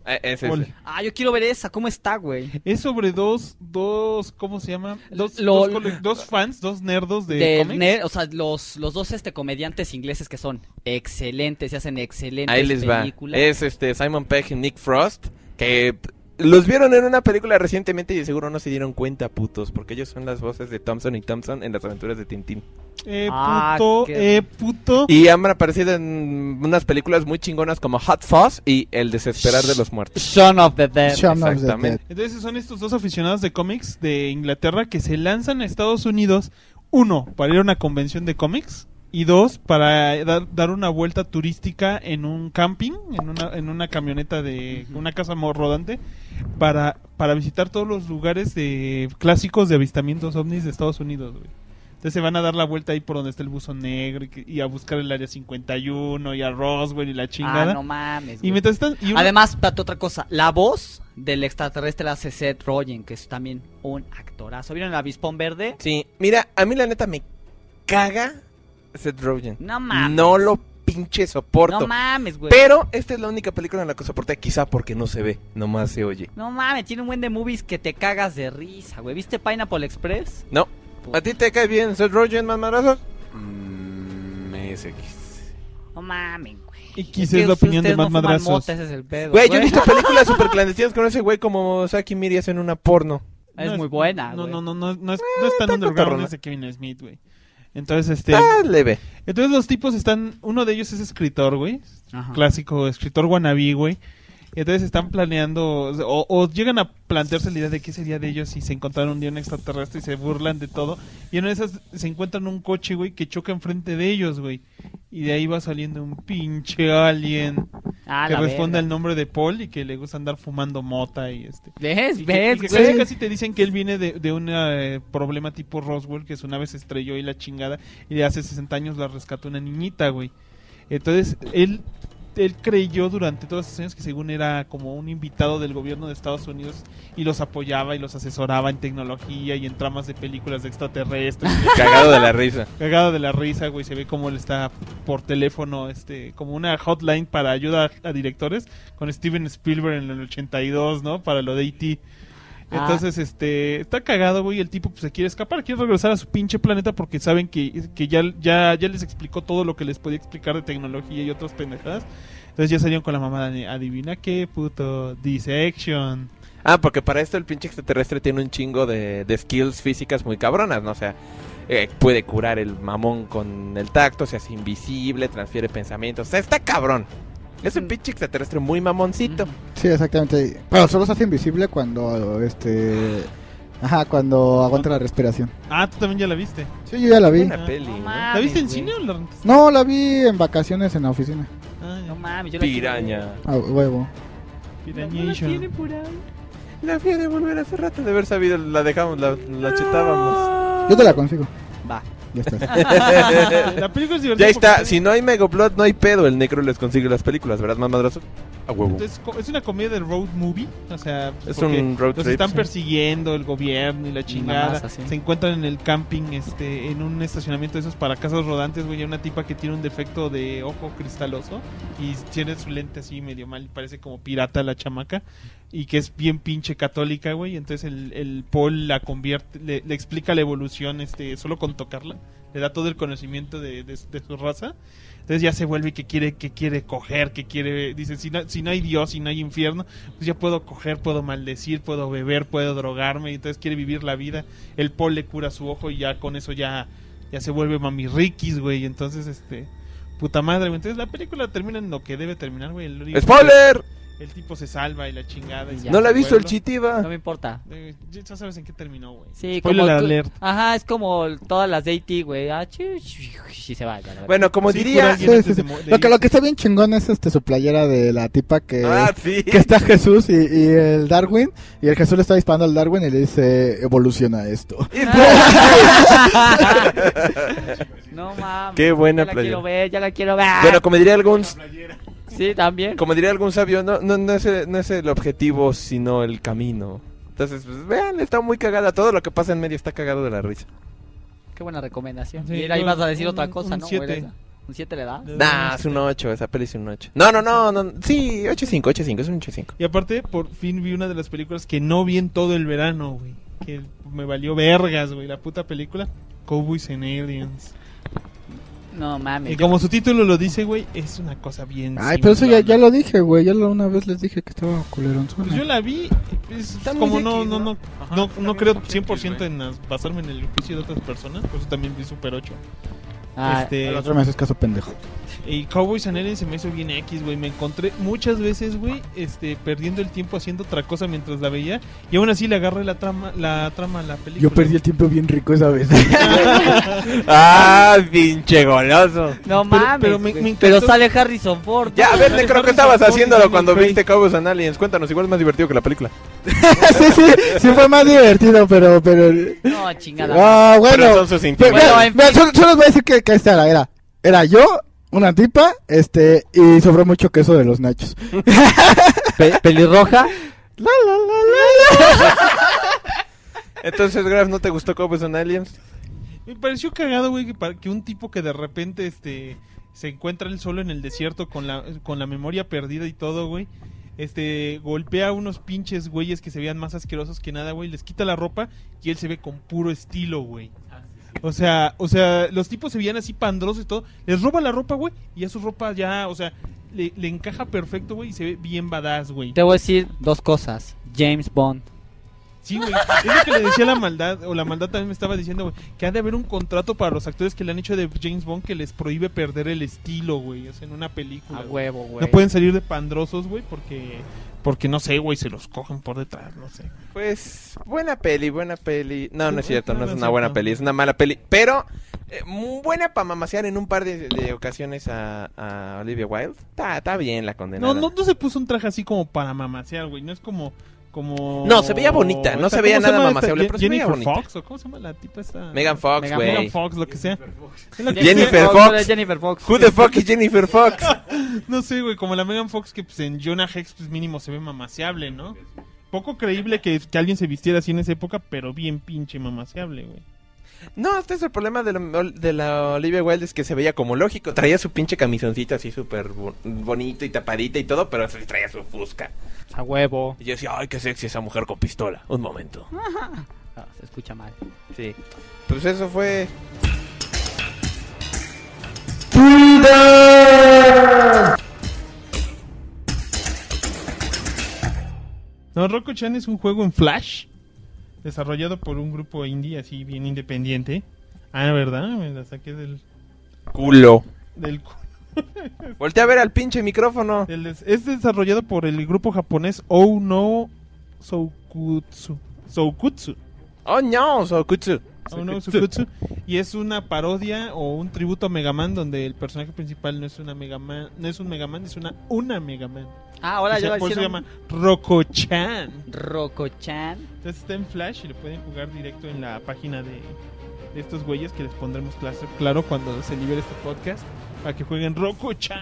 S3: Eh, ese es-
S2: Ol.
S5: Ah, yo quiero ver esa, ¿cómo está, güey?
S2: Es sobre dos, dos, ¿cómo se llama? Dos,
S5: Lo-
S2: dos, cole- dos fans, dos nerdos de,
S5: De
S2: cómics.
S5: ner- o sea, los, los dos este comediantes ingleses que son excelentes, se hacen excelentes
S3: Ahí les va.
S5: películas.
S3: Es este Simon Pegg y Nick Frost que p- los vieron en una película recientemente y de seguro no se dieron cuenta, putos, porque ellos son las voces de Thompson y Thompson en las aventuras de Tintín.
S2: Eh,
S5: Ah,
S2: puto,
S5: qué-
S2: eh, puto.
S3: Y han aparecido en unas películas muy chingonas como Hot Fuzz y El desesperar de los muertos.
S5: Shaun of the Dead. Ah,
S4: Shaun of the
S3: Eh, exactamente.
S4: Dead.
S2: Entonces son estos dos aficionados de cómics de Inglaterra que se lanzan a Estados Unidos, uno, para ir a una convención de cómics, y dos, para dar, dar una vuelta turística en un camping, en una, en una camioneta de una casa mo- rodante, para, para visitar todos los lugares de clásicos de avistamientos ovnis de Estados Unidos. güey. Entonces se van a dar la vuelta ahí por donde está el buzo negro y, que- y a buscar el área 51 y a Roswell y la chingada.
S5: Ah, no mames.
S2: y
S5: güey.
S2: mientras están... y uno-
S5: Además, espérate, otra cosa, la voz del extraterrestre la hace Seth Rogen, que es también un actorazo. ¿Vieron el avispón verde?
S3: Sí, mira, a mí la neta me caga Seth Rogen.
S5: No mames.
S3: No lo pinche soporto.
S5: No mames, güey.
S3: pero esta es la única película en la que soporté, quizá porque no se ve, nomás se oye.
S5: No mames, tiene un buen de movies que te cagas de risa, güey. ¿Viste Pineapple Express?
S3: No. ¿A ti te cae bien Seth Rogen, mamarazos?
S6: Mm, es X.
S5: No mames, güey.
S2: y
S5: Es
S2: quizás
S5: que
S2: la
S5: si
S2: opinión de
S5: ustedes no
S2: más
S5: fuman
S2: madrazos.
S5: mota, ese es el pedo,
S3: Güey, yo he
S5: güey.
S3: visto películas super clandestinas con ese güey como Saki Mirias en una porno.
S5: Es
S2: No
S5: muy buena,
S2: No,
S5: güey. Eh,
S2: no, no, no, no es, no es tan
S3: está
S2: underground
S3: cotorrona.
S2: ese Kevin Smith, güey. Entonces, este,
S3: Ah, leve.
S2: entonces los tipos están, uno de ellos es escritor, güey,
S5: Ajá.
S2: clásico escritor wannabe, güey. Entonces están planeando, o, o llegan a plantearse la idea de qué sería de ellos si se encontraran un día un extraterrestre y se burlan de todo. Y en una de esas se encuentran un coche, güey, que choca enfrente de ellos, güey. Y de ahí va saliendo un pinche alien
S5: Ah,
S2: que
S5: la
S2: responde al
S5: verga.
S2: nombre de Paul y que le gusta andar fumando mota y este. Y
S5: ¿Ves?
S2: que- y
S5: ¿Ves,
S2: que
S5: güey?
S2: casi, casi te dicen que él viene de, de un eh, problema tipo Roswell, que su nave se estrelló y la chingada, y hace 60 años la rescató una niñita, güey. Entonces, él, él creyó durante todos esos años que según era como un invitado del gobierno de Estados Unidos y los apoyaba y los asesoraba en tecnología y en tramas de películas de extraterrestres.
S3: Cagado de la risa.
S2: Cagado de la risa, güey, se ve como él está por teléfono, este, como una hotline para ayuda a, a directores con Steven Spielberg en el 82, ¿no? Para lo de E.T.
S5: Ah.
S2: Entonces, este, está cagado, güey, el tipo pues, se quiere escapar, quiere regresar a su pinche planeta porque saben que, que ya, ya, ya les explicó todo lo que les podía explicar de tecnología y otras pendejadas. Entonces ya salieron con la mamada de, adivina qué, puto, dissection.
S3: <laughs> Ah, porque para esto el pinche extraterrestre tiene un chingo de, de skills físicas muy cabronas, ¿no? O sea, eh, puede curar el mamón con el tacto, se hace invisible, transfiere pensamientos. O sea, está cabrón. Es un pinche extraterrestre muy mamoncito.
S4: Sí, exactamente. Pero solo se hace invisible cuando este ajá, cuando aguanta la respiración.
S2: Ah, tú también ya la viste.
S4: Sí, yo ya la vi.
S3: Buena
S2: Ah.
S3: peli, ¿no?
S5: mames,
S2: ¿La viste en
S5: güey.
S2: cine o la rentaste?
S4: No, la vi en vacaciones en la oficina.
S2: Ah,
S5: No mames, yo la quiero ver.
S3: Piraña.
S4: A huevo.
S2: Pirañation. <laughs>
S3: La fui a devolver hace rato de haber sabido, la dejamos, la, la <laughs> chetábamos.
S4: Yo te la consigo.
S5: Va.
S4: Ya estás.
S3: <laughs>
S2: La película es <laughs> divertida
S3: Ya está,
S2: porque-
S3: si no hay Megaplot, no hay pedo. El Necro les consigue las películas, ¿verdad, mamadrazo? A huevo.
S2: Es, co- es una comedia de road movie, o sea,
S3: Es
S2: porque
S3: un road
S2: los
S3: trip,
S2: están
S3: sí.
S2: persiguiendo el gobierno y la chingada.
S5: mamás así.
S2: se encuentran en el camping, este, en un estacionamiento de esos para casas rodantes, güey, hay una tipa que tiene un defecto de ojo cristaloso y tiene su lente así medio mal, parece como pirata la chamaca y que es bien pinche católica, güey, entonces el, el Paul la convierte, le, le explica la evolución, este, solo con tocarla, le da todo el conocimiento de- de- de su raza entonces ya se vuelve que quiere, que quiere coger, que quiere, dice, si no, si no hay Dios, si no hay infierno, pues ya puedo coger, puedo maldecir, puedo beber, puedo drogarme, y entonces quiere vivir la vida. El Paul le cura su ojo y ya con eso ya, ya se vuelve mami Rikis, güey. Entonces, este, puta madre, güey. Entonces la película termina en lo que debe terminar, güey. El,
S3: ¡Spoiler!
S2: el tipo se salva y la chingada. y
S5: Ya.
S2: se
S3: No la ha
S2: vuelve.
S3: visto el
S5: No
S3: chitiva.
S5: me importa.
S2: Eh, Ya sabes en qué terminó, güey.
S5: Sí,
S2: Spoiler
S5: como tú-
S2: alert.
S5: Ajá, es como todas las de IT, güey. Ah, chi- chi- chi- se va. ya la verga.
S3: Bueno, como
S2: Sí, cura a
S3: diría.
S2: alguien
S4: Sí,
S2: antes
S4: sí,
S2: de
S3: <laughs>
S2: mo- de
S4: Lo que, lo
S2: irse.
S4: que está bien chingón es este su playera de la tipa que, <laughs>
S3: Ah, sí.
S4: que está Jesús y, y el Darwin. Y el Jesús le está disparando al Darwin y le dice, evoluciona esto.
S5: Ah.
S3: pues,
S5: No
S3: <laughs>
S5: mames.
S3: Qué buena
S5: ya la
S3: playera.
S5: quiero ver, Ah. ya la quiero ver.
S3: Bueno, como diría algún,
S5: sí, también.
S3: como diría algún sabio, no, no, no, es, el- no es el objetivo, sino el camino. Entonces, pues, vean, está muy cagada. Todo lo que pasa en medio está cagado de la risa.
S5: Qué buena recomendación.
S2: Sí,
S5: Mira,
S2: yo-
S5: ibas a decir
S2: un-
S5: otra cosa,
S2: un
S5: ¿no?
S2: siete.
S5: Era esa. ¿Un 7 le da?
S3: Nah, es un 8, esa peli es un 8. No, no, no, no. Sí, 8.5, 8.5, es un 8.5.
S2: Y aparte, por fin vi una de las películas que no vi en todo el verano, güey. Que me valió vergas, güey, la puta película. Cowboys and Aliens.
S5: No
S2: Y
S5: mames.
S2: como su título lo dice, güey, es una cosa bien.
S4: Ay, pero eso ya,
S2: simulada.
S4: ya lo dije, güey. Ya lo- una vez les dije que estaba culerón.
S2: Pues yo la vi, pues,
S3: Está muy
S2: como no,
S3: X,
S2: no,
S3: ¿no?
S2: no,
S6: Ajá,
S2: no,
S6: está
S2: no
S6: bien
S2: creo
S6: pinche
S2: 100%
S6: X,
S2: en las- basarme en el juicio de otras personas, por eso también vi Super 8.
S5: Ah,
S2: este,
S4: El otro me haces caso pendejo.
S2: Y Cowboys and Aliens se me hizo bien X, güey. Me encontré muchas veces, güey, este, perdiendo el tiempo haciendo otra cosa mientras la veía. Y aún así le agarré la trama, la trama a la película.
S4: Yo perdí el tiempo bien rico esa <laughs> vez.
S3: ¡Ah, pinche goloso!
S5: No
S2: Pero-
S5: mames.
S2: pero me-
S5: güey.
S2: me
S5: Pero
S2: encantó-
S5: sale Harrison Ford.
S3: Ya, a ver,
S2: Harrison
S3: creo que
S2: Ford,
S3: estabas
S2: Harrison
S3: haciéndolo
S2: Ford,
S3: cuando
S2: güey.
S3: viste Cowboys and Aliens. Cuéntanos, igual es más divertido que la película.
S4: sí, sí, sí fue más divertido, pero... pero...
S5: No, chingada.
S4: Ah,
S3: Pero
S4: bueno.
S3: son sus
S4: Ve-
S3: intimidades.
S5: Bueno,
S4: Mira,
S5: en
S4: mira,
S5: fin.
S4: solo, solo les voy a decir que, que esta era, era. Era yo, una tipa, este, y sobró mucho queso de los nachos.
S5: Pe- pelirroja.
S4: La, la, la, la, la.
S3: eh, Entonces, Graf, ¿no te gustó Cowboys and Aliens?
S2: Me pareció cagado, güey, que, para- que un tipo que de repente este se encuentra él solo en el desierto con la, con la memoria perdida y todo, güey. Este golpea a unos pinches güeyes que se vean más asquerosos que nada, güey. Les quita la ropa y él se ve con puro estilo, güey. O sea, o sea, los tipos se veían así pandrosos y todo. Les roba la ropa, güey, y a su ropa ya, o sea, le, le encaja perfecto, güey, y se ve bien badass, güey.
S5: Te voy a decir dos cosas. James Bond.
S2: Sí, güey. Es lo que le decía la maldad, o la maldad también me estaba diciendo, güey, que ha de haber un contrato para los actores que le han hecho de James Bond que les prohíbe perder el estilo, güey, o sea, en una película.
S5: A
S2: güey.
S5: huevo, Ah, güey.
S2: no pueden salir de pandrosos, güey, porque porque no sé, güey, se los cogen por detrás, no sé.
S3: Pues, buena peli, buena peli. No, no es cierto, no es
S2: No, no es
S3: una buena
S2: cierto.
S3: peli, es una mala peli. Pero, eh, mm, buena para mamasear en un par de, de ocasiones a, a Olivia Wilde. Está está bien la condena.
S2: No, no, no se puso un traje así como para mamasear, güey, no es como como
S3: No, se veía bonita, no se veía
S2: ¿cómo
S3: nada
S2: llama esta?
S3: mamaseable,
S2: Ye-
S3: pero se veía
S2: Jennifer
S3: bonita.
S2: Fox, ¿o cómo se llama la tipa esta?
S3: Megan Fox,
S5: Megan
S3: güey.
S2: Megan Fox, lo que sea. Es lo que
S3: Jennifer
S2: sea.
S3: Fox.
S5: era Jennifer Fox.
S3: Who the fuck is Jennifer Fox?
S2: No sé, güey, como la Megan Fox que pues, en Jonah Hex pues mínimo se ve mamaseable, ¿no? Poco creíble que, que alguien se vistiera así en esa época, pero bien pinche mamaseable, güey.
S3: No, este es el problema de la, de la Olivia Wilde, es que se veía como lógico. Traía su pinche camisoncita así súper bo- bonito y tapadita y todo, pero sí traía su fusca.
S5: A huevo.
S3: Y yo decía, ay, qué sexy esa mujer con pistola. Un momento.
S5: Ah, se escucha mal.
S3: Sí. Pues eso fue...
S2: No, Rocco Chan es un juego en Flash, desarrollado por un grupo indie así bien independiente. Ah, ¿verdad? Me la saqué del...
S3: Culo.
S2: del cu-
S3: Voltea a ver al pinche micrófono.
S2: del des- es desarrollado por el grupo japonés Oh No Soukutsu. Soukutsu.
S3: Oh no, Sokutsu.
S2: Oh No Soukutsu. Y es una parodia o un tributo a Mega Man donde el personaje principal no es una Mega Man, no es un Mega Man, es una una Mega Man.
S5: Ah, ahora
S2: O sea,
S5: yo la
S2: por eso se llama
S5: hicieron.
S2: Rocochan.
S5: Rocochan.
S2: Entonces está en Flash y lo pueden jugar directo en la página de, de estos güeyes que les pondremos clase- claro cuando se libere este podcast para que jueguen Rocochan.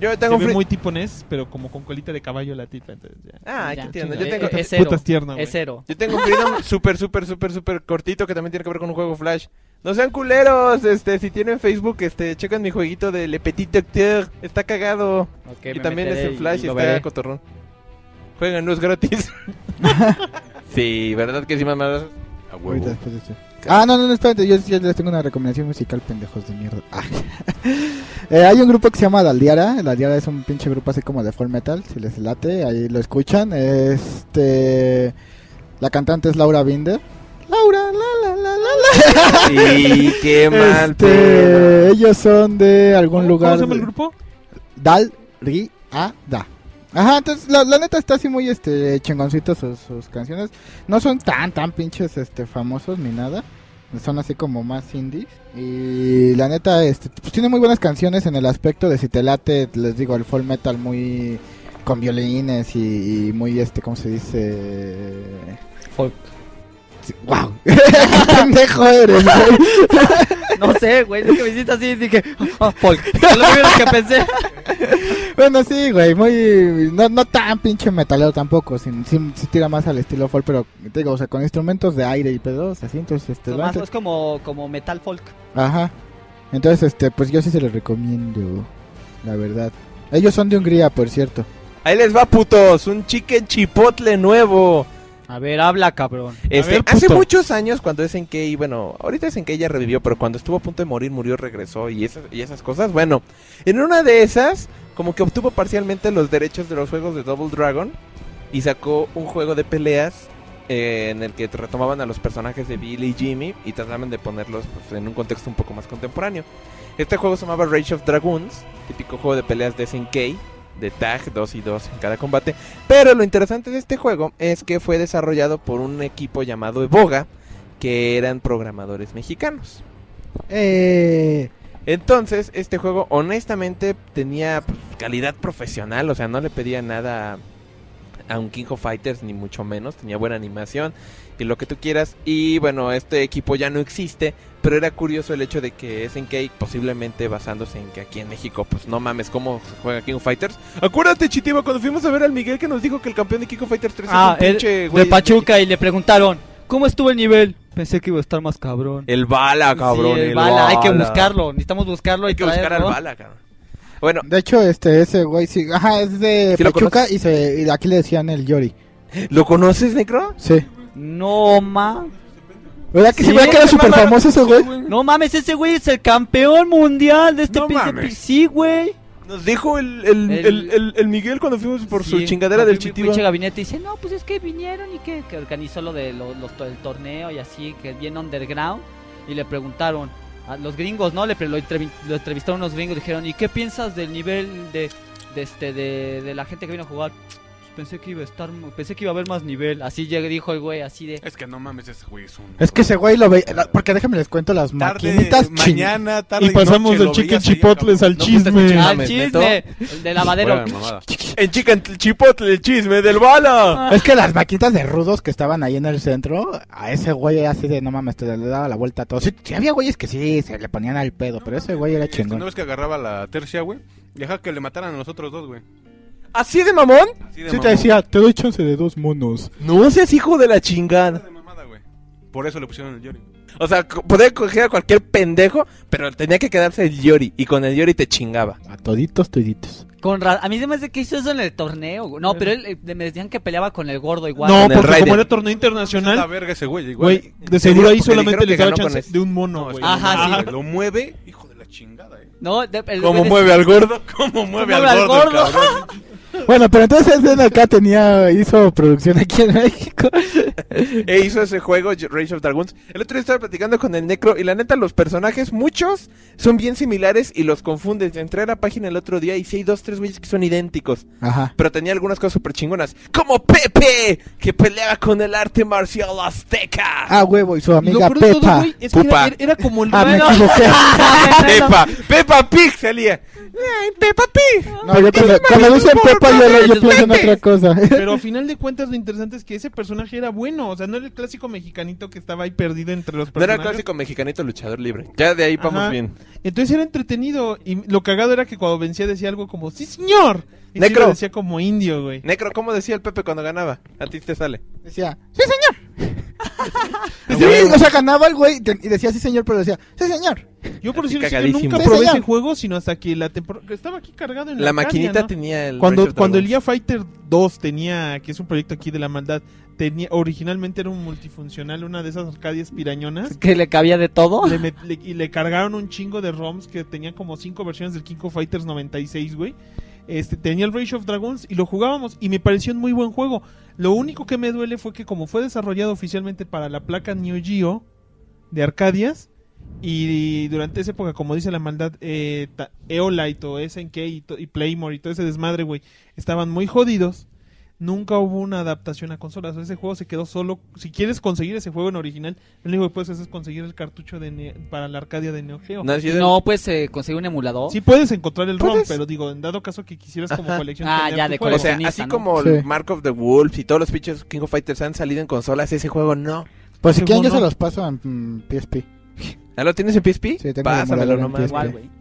S3: Yo
S2: Se
S3: tengo un
S2: ve
S3: free...
S2: muy tiponés, pero como con colita de caballo la tipa, entonces ya.
S3: Ah, ya
S5: Ya,
S3: entiendo. Yo
S5: chinga.
S3: tengo,
S5: Eh, es
S2: Puta-
S5: cero.
S2: puta es tierna, güey.
S5: Es cero.
S3: yo tengo un freedom
S5: <laughs>
S3: súper, súper, súper, súper cortito que también tiene que ver con un juego Flash. No sean culeros, este, si tienen Facebook, este, chequen mi jueguito de Le Petit Acteur. Está cagado.
S5: Ok,
S3: y
S5: me
S3: también es
S5: meteré
S3: en
S5: y-
S3: Flash y,
S5: y lo
S3: está <laughs>
S5: veré.
S3: cotorrón. Juegan luz
S5: <laughs>
S3: gratis. sí, ¿verdad que sí, mamadas?
S6: A
S4: Ahorita
S6: huevo.
S4: después de esto. Ah, no, no, no, espérate, yo, yo les tengo una recomendación musical, pendejos de mierda. Ah. <laughs> Eh, hay un grupo que se llama Daldiara, Daldiara es un pinche grupo así como de folk metal, si les late, ahí lo escuchan. Este, la cantante es Laura Binder. Laura, la, la, la, la,
S3: <laughs>
S4: la.
S3: Y qué mal pedo.
S4: Este, ellos son de algún
S2: ¿Cómo- ¿Cómo
S4: lugar.
S2: se llama el
S4: de-
S2: grupo?
S4: Dal, Ri, A, Da. Ajá, entonces la, la neta está así muy este chingoncitos sus, sus canciones. No son tan, tan pinches este famosos ni nada. Son así como más indies. Y la neta, este, pues tiene muy buenas canciones en el aspecto de si te late, les digo, el folk metal muy con violines y, y muy este, ¿cómo se dice?
S5: Folk.
S4: ¡Wow! <laughs> ¡Qué pendejo eres! güey!
S5: No sé, güey. Es que me hiciste así y dije, ah, folk. Es lo primero que pensé.
S4: Bueno, sí, güey, muy... No, no tan pinche metalero tampoco, sin, sin, sí tira más al estilo folk, pero te digo, o sea, con instrumentos de aire y pedos, así, entonces... Este,
S5: Son
S4: lo
S5: más-
S4: antes-
S5: es como, como metal folk.
S4: Ajá. Entonces, este, pues yo sí se los recomiendo, la verdad. Ellos son de Hungría, por cierto.
S3: Ahí les va, putos. Un chicken chipotle nuevo.
S5: A ver, habla, cabrón.
S3: Este,
S2: ver,
S3: hace
S2: puto.
S3: muchos años cuando es en que, y bueno, ahorita es en que ella revivió, pero cuando estuvo a punto de morir, murió, regresó y esas, y esas cosas. Bueno, en una de esas, como que obtuvo parcialmente los derechos de los juegos de Double Dragon y sacó un juego de peleas eh, en el que retomaban a los personajes de Billy y Jimmy y trataban de ponerlos pues, en un contexto un poco más contemporáneo. Este juego se llamaba Rage of Dragoons, típico juego de peleas de SNK, de tag, 2 y 2 en cada combate. Pero lo interesante de este juego es que fue desarrollado por un equipo llamado Evoga, que eran programadores mexicanos.
S4: Eh,
S3: Entonces, este juego honestamente tenía pues, calidad profesional, o sea, no le pedía nada a un King of Fighters, ni mucho menos, tenía buena animación y lo que tú quieras. Y bueno, este equipo ya no existe, pero era curioso el hecho de que SNK, posiblemente basándose en que aquí en México, pues no mames, ¿cómo se juega King of Fighters? Acuérdate, Chitiba, cuando fuimos a ver al Miguel que nos dijo que el campeón de King of Fighters 3
S5: Ah,
S3: Pues es un
S5: el-
S3: pinche güey
S5: de Pachuca y le preguntaron, ¿cómo estuvo el nivel? Pensé que iba a estar más cabrón.
S3: El bala, Eh, cabrón.
S5: Sí, el
S3: el
S5: bala, hay que
S3: Bala.
S5: buscarlo, necesitamos buscarlo y
S3: Hay que buscar al
S5: traerlo.
S3: bala, cabrón. Bueno,
S4: de hecho, este, ese güey sí, ajá, es de
S3: ¿Sí lo
S4: Pachuca
S3: conoces?
S4: y, se, y aquí le decían el Yori.
S3: ¿lo conoces, Necro?
S4: Sí.
S5: No, ma.
S4: ¿Verdad que
S5: Sí,
S4: sí, ¿verdad que era
S5: ese
S4: súper famoso ese güey?
S5: No mames, ese güey es el campeón mundial de este
S3: No
S5: pinche
S3: mames.
S5: Sí, güey.
S3: Nos dijo el, el,
S5: El-
S3: el- el- el Miguel cuando fuimos por su
S5: Sí,
S3: chingadera
S5: abrió
S3: del
S5: mi
S3: Chitiba.
S5: pinche gabinete y dice, no, pues es que vinieron y que, que organizó lo de lo- los to- el torneo y así, que es bien underground. Y le preguntaron a los gringos, ¿no? Le pre- lo, entrevi- lo entrevistaron unos gringos, dijeron, ¿y qué piensas del nivel de, de este de, de la gente que vino a jugar? "Pues Pensé que iba a estar, pensé que iba a haber más nivel. Así lleg- dijo el güey, así de.
S6: Es que no mames, ese güey es un.
S4: Es que ese güey lo veía, la- porque déjenme les cuento las
S6: tarde,
S4: maquinitas chin-
S6: mañana, tarde.
S2: Y pasamos
S6: noche,
S2: del
S6: lo
S2: chicken
S6: veías ahí,
S2: chipotles al
S3: No, puta,
S2: chisme.
S3: este
S5: pues, ¡Al
S3: mames,
S5: chisme! El de lavadero.
S6: Fuera de mamada.
S3: En chica chipotle el chisme del bala.
S4: Es que las maquinitas de rudos que estaban ahí en el centro, a ese güey así de no mames, te le daba la vuelta a todo. Sí, sí había güeyes que sí, se le ponían al pedo, pero ese güey era
S6: Este, ¿No
S4: chingón.
S6: ves que agarraba la tercia, güey? Y Deja que le mataran a los otros dos, güey.
S3: ¿Así de mamón?
S6: Así de
S4: Sí te
S6: mamón.
S4: decía, te doy chance de dos monos.
S3: No seas hijo de la chingada.
S6: De mamada, güey. Por eso le pusieron el Yori.
S3: O sea, co- podía coger a cualquier pendejo, pero tenía que quedarse el Yori. Y con el Yori te chingaba.
S4: A toditos, toditos.
S5: Con ra- a mí se me hace que hizo eso en el torneo. güey. No, pero él, eh, me decían que peleaba con el gordo igual.
S2: No,
S3: Con el
S2: porque
S3: Raiden.
S2: como era torneo
S4: ¿Eh?
S6: Es la
S2: internacional,
S6: verga ese güey, igual.
S2: güey, de
S3: serio?
S2: seguro ahí
S3: eh, Porque
S2: solamente
S3: dijeron
S2: le
S3: que
S2: daba
S3: ganó
S2: chance
S3: con ese.
S2: de un
S6: No,
S2: mono,
S6: es
S2: güey.
S6: que
S5: Ajá,
S6: no mames,
S5: sí.
S6: güey, Lo mueve, hijo de la chingada, eh.
S5: No, de- el
S3: ¿Cómo
S5: güey
S3: mueve al gordo?
S6: <laughs> ¿Cómo mueve
S5: mueve al
S6: al gordo?
S5: gordo?
S6: cabrón?
S4: Bueno, pero entonces ese de acá tenía, hizo producción aquí en México.
S3: e hizo ese juego J- Rage of Dragons. El otro día estaba platicando con el Necro y la neta los personajes muchos son bien similares y los confundes. Entré a la página el otro día y sí hay dos tres güeyes que son idénticos,
S4: Ajá.
S3: pero tenía algunas cosas súper chingonas, como Pepe que peleaba con el arte marcial azteca.
S4: Ah, huevo, y su
S2: Y lo
S4: amiga
S2: peor de todo,
S4: Pepa.
S2: güey, es que era-
S3: Pupa.
S2: era, era como el
S4: Ah, me
S2: raro. <laughs>
S4: equivoqué.
S3: Pepa, Pepa Pig salía. Ay, Pepa Pig.
S4: No, yo cuando, cuando dicen Pepa yo, lo- yo pienso en otra cosa.
S2: <laughs> Pero a final de cuentas lo interesante es que ese personaje era bueno, o sea, no era el clásico mexicanito que estaba ahí perdido entre los
S3: No era el
S2: personajes.
S3: clásico mexicanito luchador libre. Ya de ahí vamos
S2: Ajá.
S3: bien.
S2: Entonces era entretenido y lo cagado era que cuando vencía decía algo como sí señor y sí
S3: Necro.
S2: lo decía como indio, güey.
S3: Necro, ¿cómo decía el Pepe cuando ganaba? A ti te sale.
S4: Decía, sí,
S2: <laughs>
S4: señor. Sí, o sea, ganaba el güey y decía sí, señor, pero decía, sí, señor.
S2: Yo por
S3: Así
S2: decir yo
S3: cagadísimo.
S2: nunca
S4: Sí,
S2: probé
S4: señor.
S2: ese juego sino hasta que la temporada estaba aquí cargado en la
S3: La maquinita
S2: Arcadia, ¿no?
S3: tenía el Rage
S2: cuando
S3: of
S2: cuando el
S3: Dragons.
S2: IA Fighter 2 tenía que es un proyecto aquí de la maldad tenía originalmente era un multifuncional una de esas arcadias pirañonas
S5: Que le cabía de todo.
S2: le met- le- y le cargaron un chingo de ROMs que tenían como cinco versiones del King of Fighters 96, güey. Este, tenía el Rage of Dragons y lo jugábamos y me pareció un muy buen juego. Lo único que me duele fue que como fue desarrollado oficialmente para la placa Neo Geo de Arcadias y durante esa época, como dice la maldad, eh, ta- Eolite o SNK y, to- y Playmore y todo ese desmadre, güey, estaban muy jodidos. Nunca hubo una adaptación a consolas. Ese juego se quedó solo. Si quieres conseguir ese juego en original, lo único que puedes hacer es conseguir el cartucho de Ne- para la Arcadia de Neo Geo.
S3: No, así de-
S5: No, pues eh, conseguí un emulador.
S2: Sí puedes encontrar el ROM,
S3: Puedes.
S2: pero digo, en dado caso que quisieras como
S3: Ajá.
S2: colección
S5: Ah,
S2: tener
S5: ya,
S2: tu
S5: de
S2: juego.
S3: O sea,
S5: coleccionista,
S3: así
S5: ¿no?
S3: como
S4: Sí.
S3: el Mark of the Wolves y todos los pinches King of Fighters han salido en consolas, ese juego no.
S4: Pues si
S2: Ese
S4: quieren yo
S2: mono.
S4: se los paso en mm, PSP.
S3: ¿Ah, lo tienes en PSP?
S4: Sí, tengo el
S3: Pásamelo
S4: emulador en
S3: nomás.
S4: PSP.
S5: Igual,
S3: güey.
S5: güey.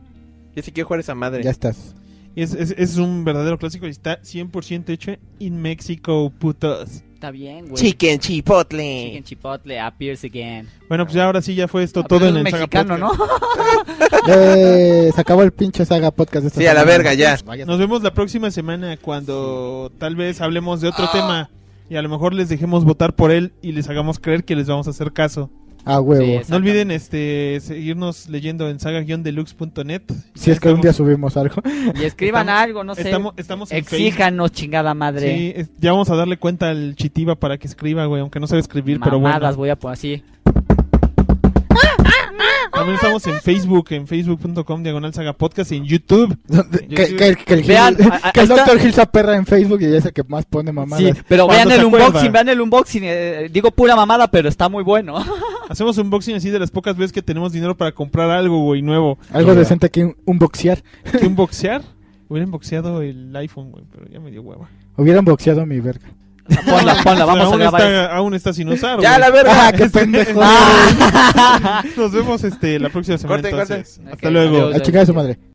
S3: Yo sí quiero jugar esa madre.
S4: Ya estás.
S2: es, es- es un verdadero clásico y está 100% hecho en México, putos.
S5: está bien, güey.
S3: Chicken Chipotle.
S5: Chicken Chipotle appears again.
S2: Bueno, pues ya ahora sí ya fue esto
S5: Ah,
S2: todo
S5: pero
S2: en
S5: es
S2: el Saga
S5: mexicano, ¿no?
S2: Podcast.
S4: Eh, se acabó el pinche saga podcast. de esta
S3: Sí, a la
S4: semana.
S3: verga, ya.
S4: Vaya-
S2: Nos vemos la próxima semana cuando tal vez hablemos de
S5: Ah.
S2: otro tema y a lo mejor les dejemos votar por él y les hagamos creer que les vamos a hacer caso.
S4: A Ah, huevo.
S5: Sí,
S2: No olviden este seguirnos leyendo en saga-deluxe.net.
S4: si es que un día subimos algo. <laughs>
S5: Y escriban
S2: Estamos-
S5: algo, no sé.
S2: estamos, estamos en Facebook.
S5: Exíjanos, chingada madre.
S2: Sí, es- ya vamos a darle cuenta al Chitiva para que escriba, güey, aunque no sabe escribir, pero bueno.
S5: Mamadas voy a poner así.
S2: También estamos en Facebook, en facebook.com diagonal saga podcast y en YouTube.
S4: Donde- que, que- que el, Gil-
S5: Vean,
S4: que
S5: a- a-
S4: el
S5: ahí está.
S4: Dr. Gil se perra en Facebook y es el que más pone
S5: Sí,
S4: mamadas.
S5: pero
S2: Cuando
S5: vean
S2: se
S5: el
S2: acuerda.
S5: unboxing, vean el unboxing. eh, digo pura mamada, pero está
S2: <laughs>
S5: muy bueno.
S2: Hacemos un unboxing así de las pocas veces que tenemos dinero para comprar algo, güey, nuevo.
S4: Algo decente que un, un boxear.
S2: ¿Qué un boxear? Hubieran boxeado el iPhone, güey, pero ya me dio hueva.
S4: Hubieran boxeado mi verga.
S5: <laughs> Ponla, ponla, vamos a
S2: aún
S5: grabar. eso.
S2: está, aún está sin usar,
S3: Ya,
S2: güey.
S3: la verga.
S2: <laughs>
S4: ¡Ah, qué
S5: <laughs>
S4: pendejo!
S5: Ah.
S2: Nos vemos este, la próxima semana
S3: Corten, corten.
S2: entonces. Hasta
S5: Ok,
S2: luego.
S5: adiós.
S4: A chingar a Ah, su madre.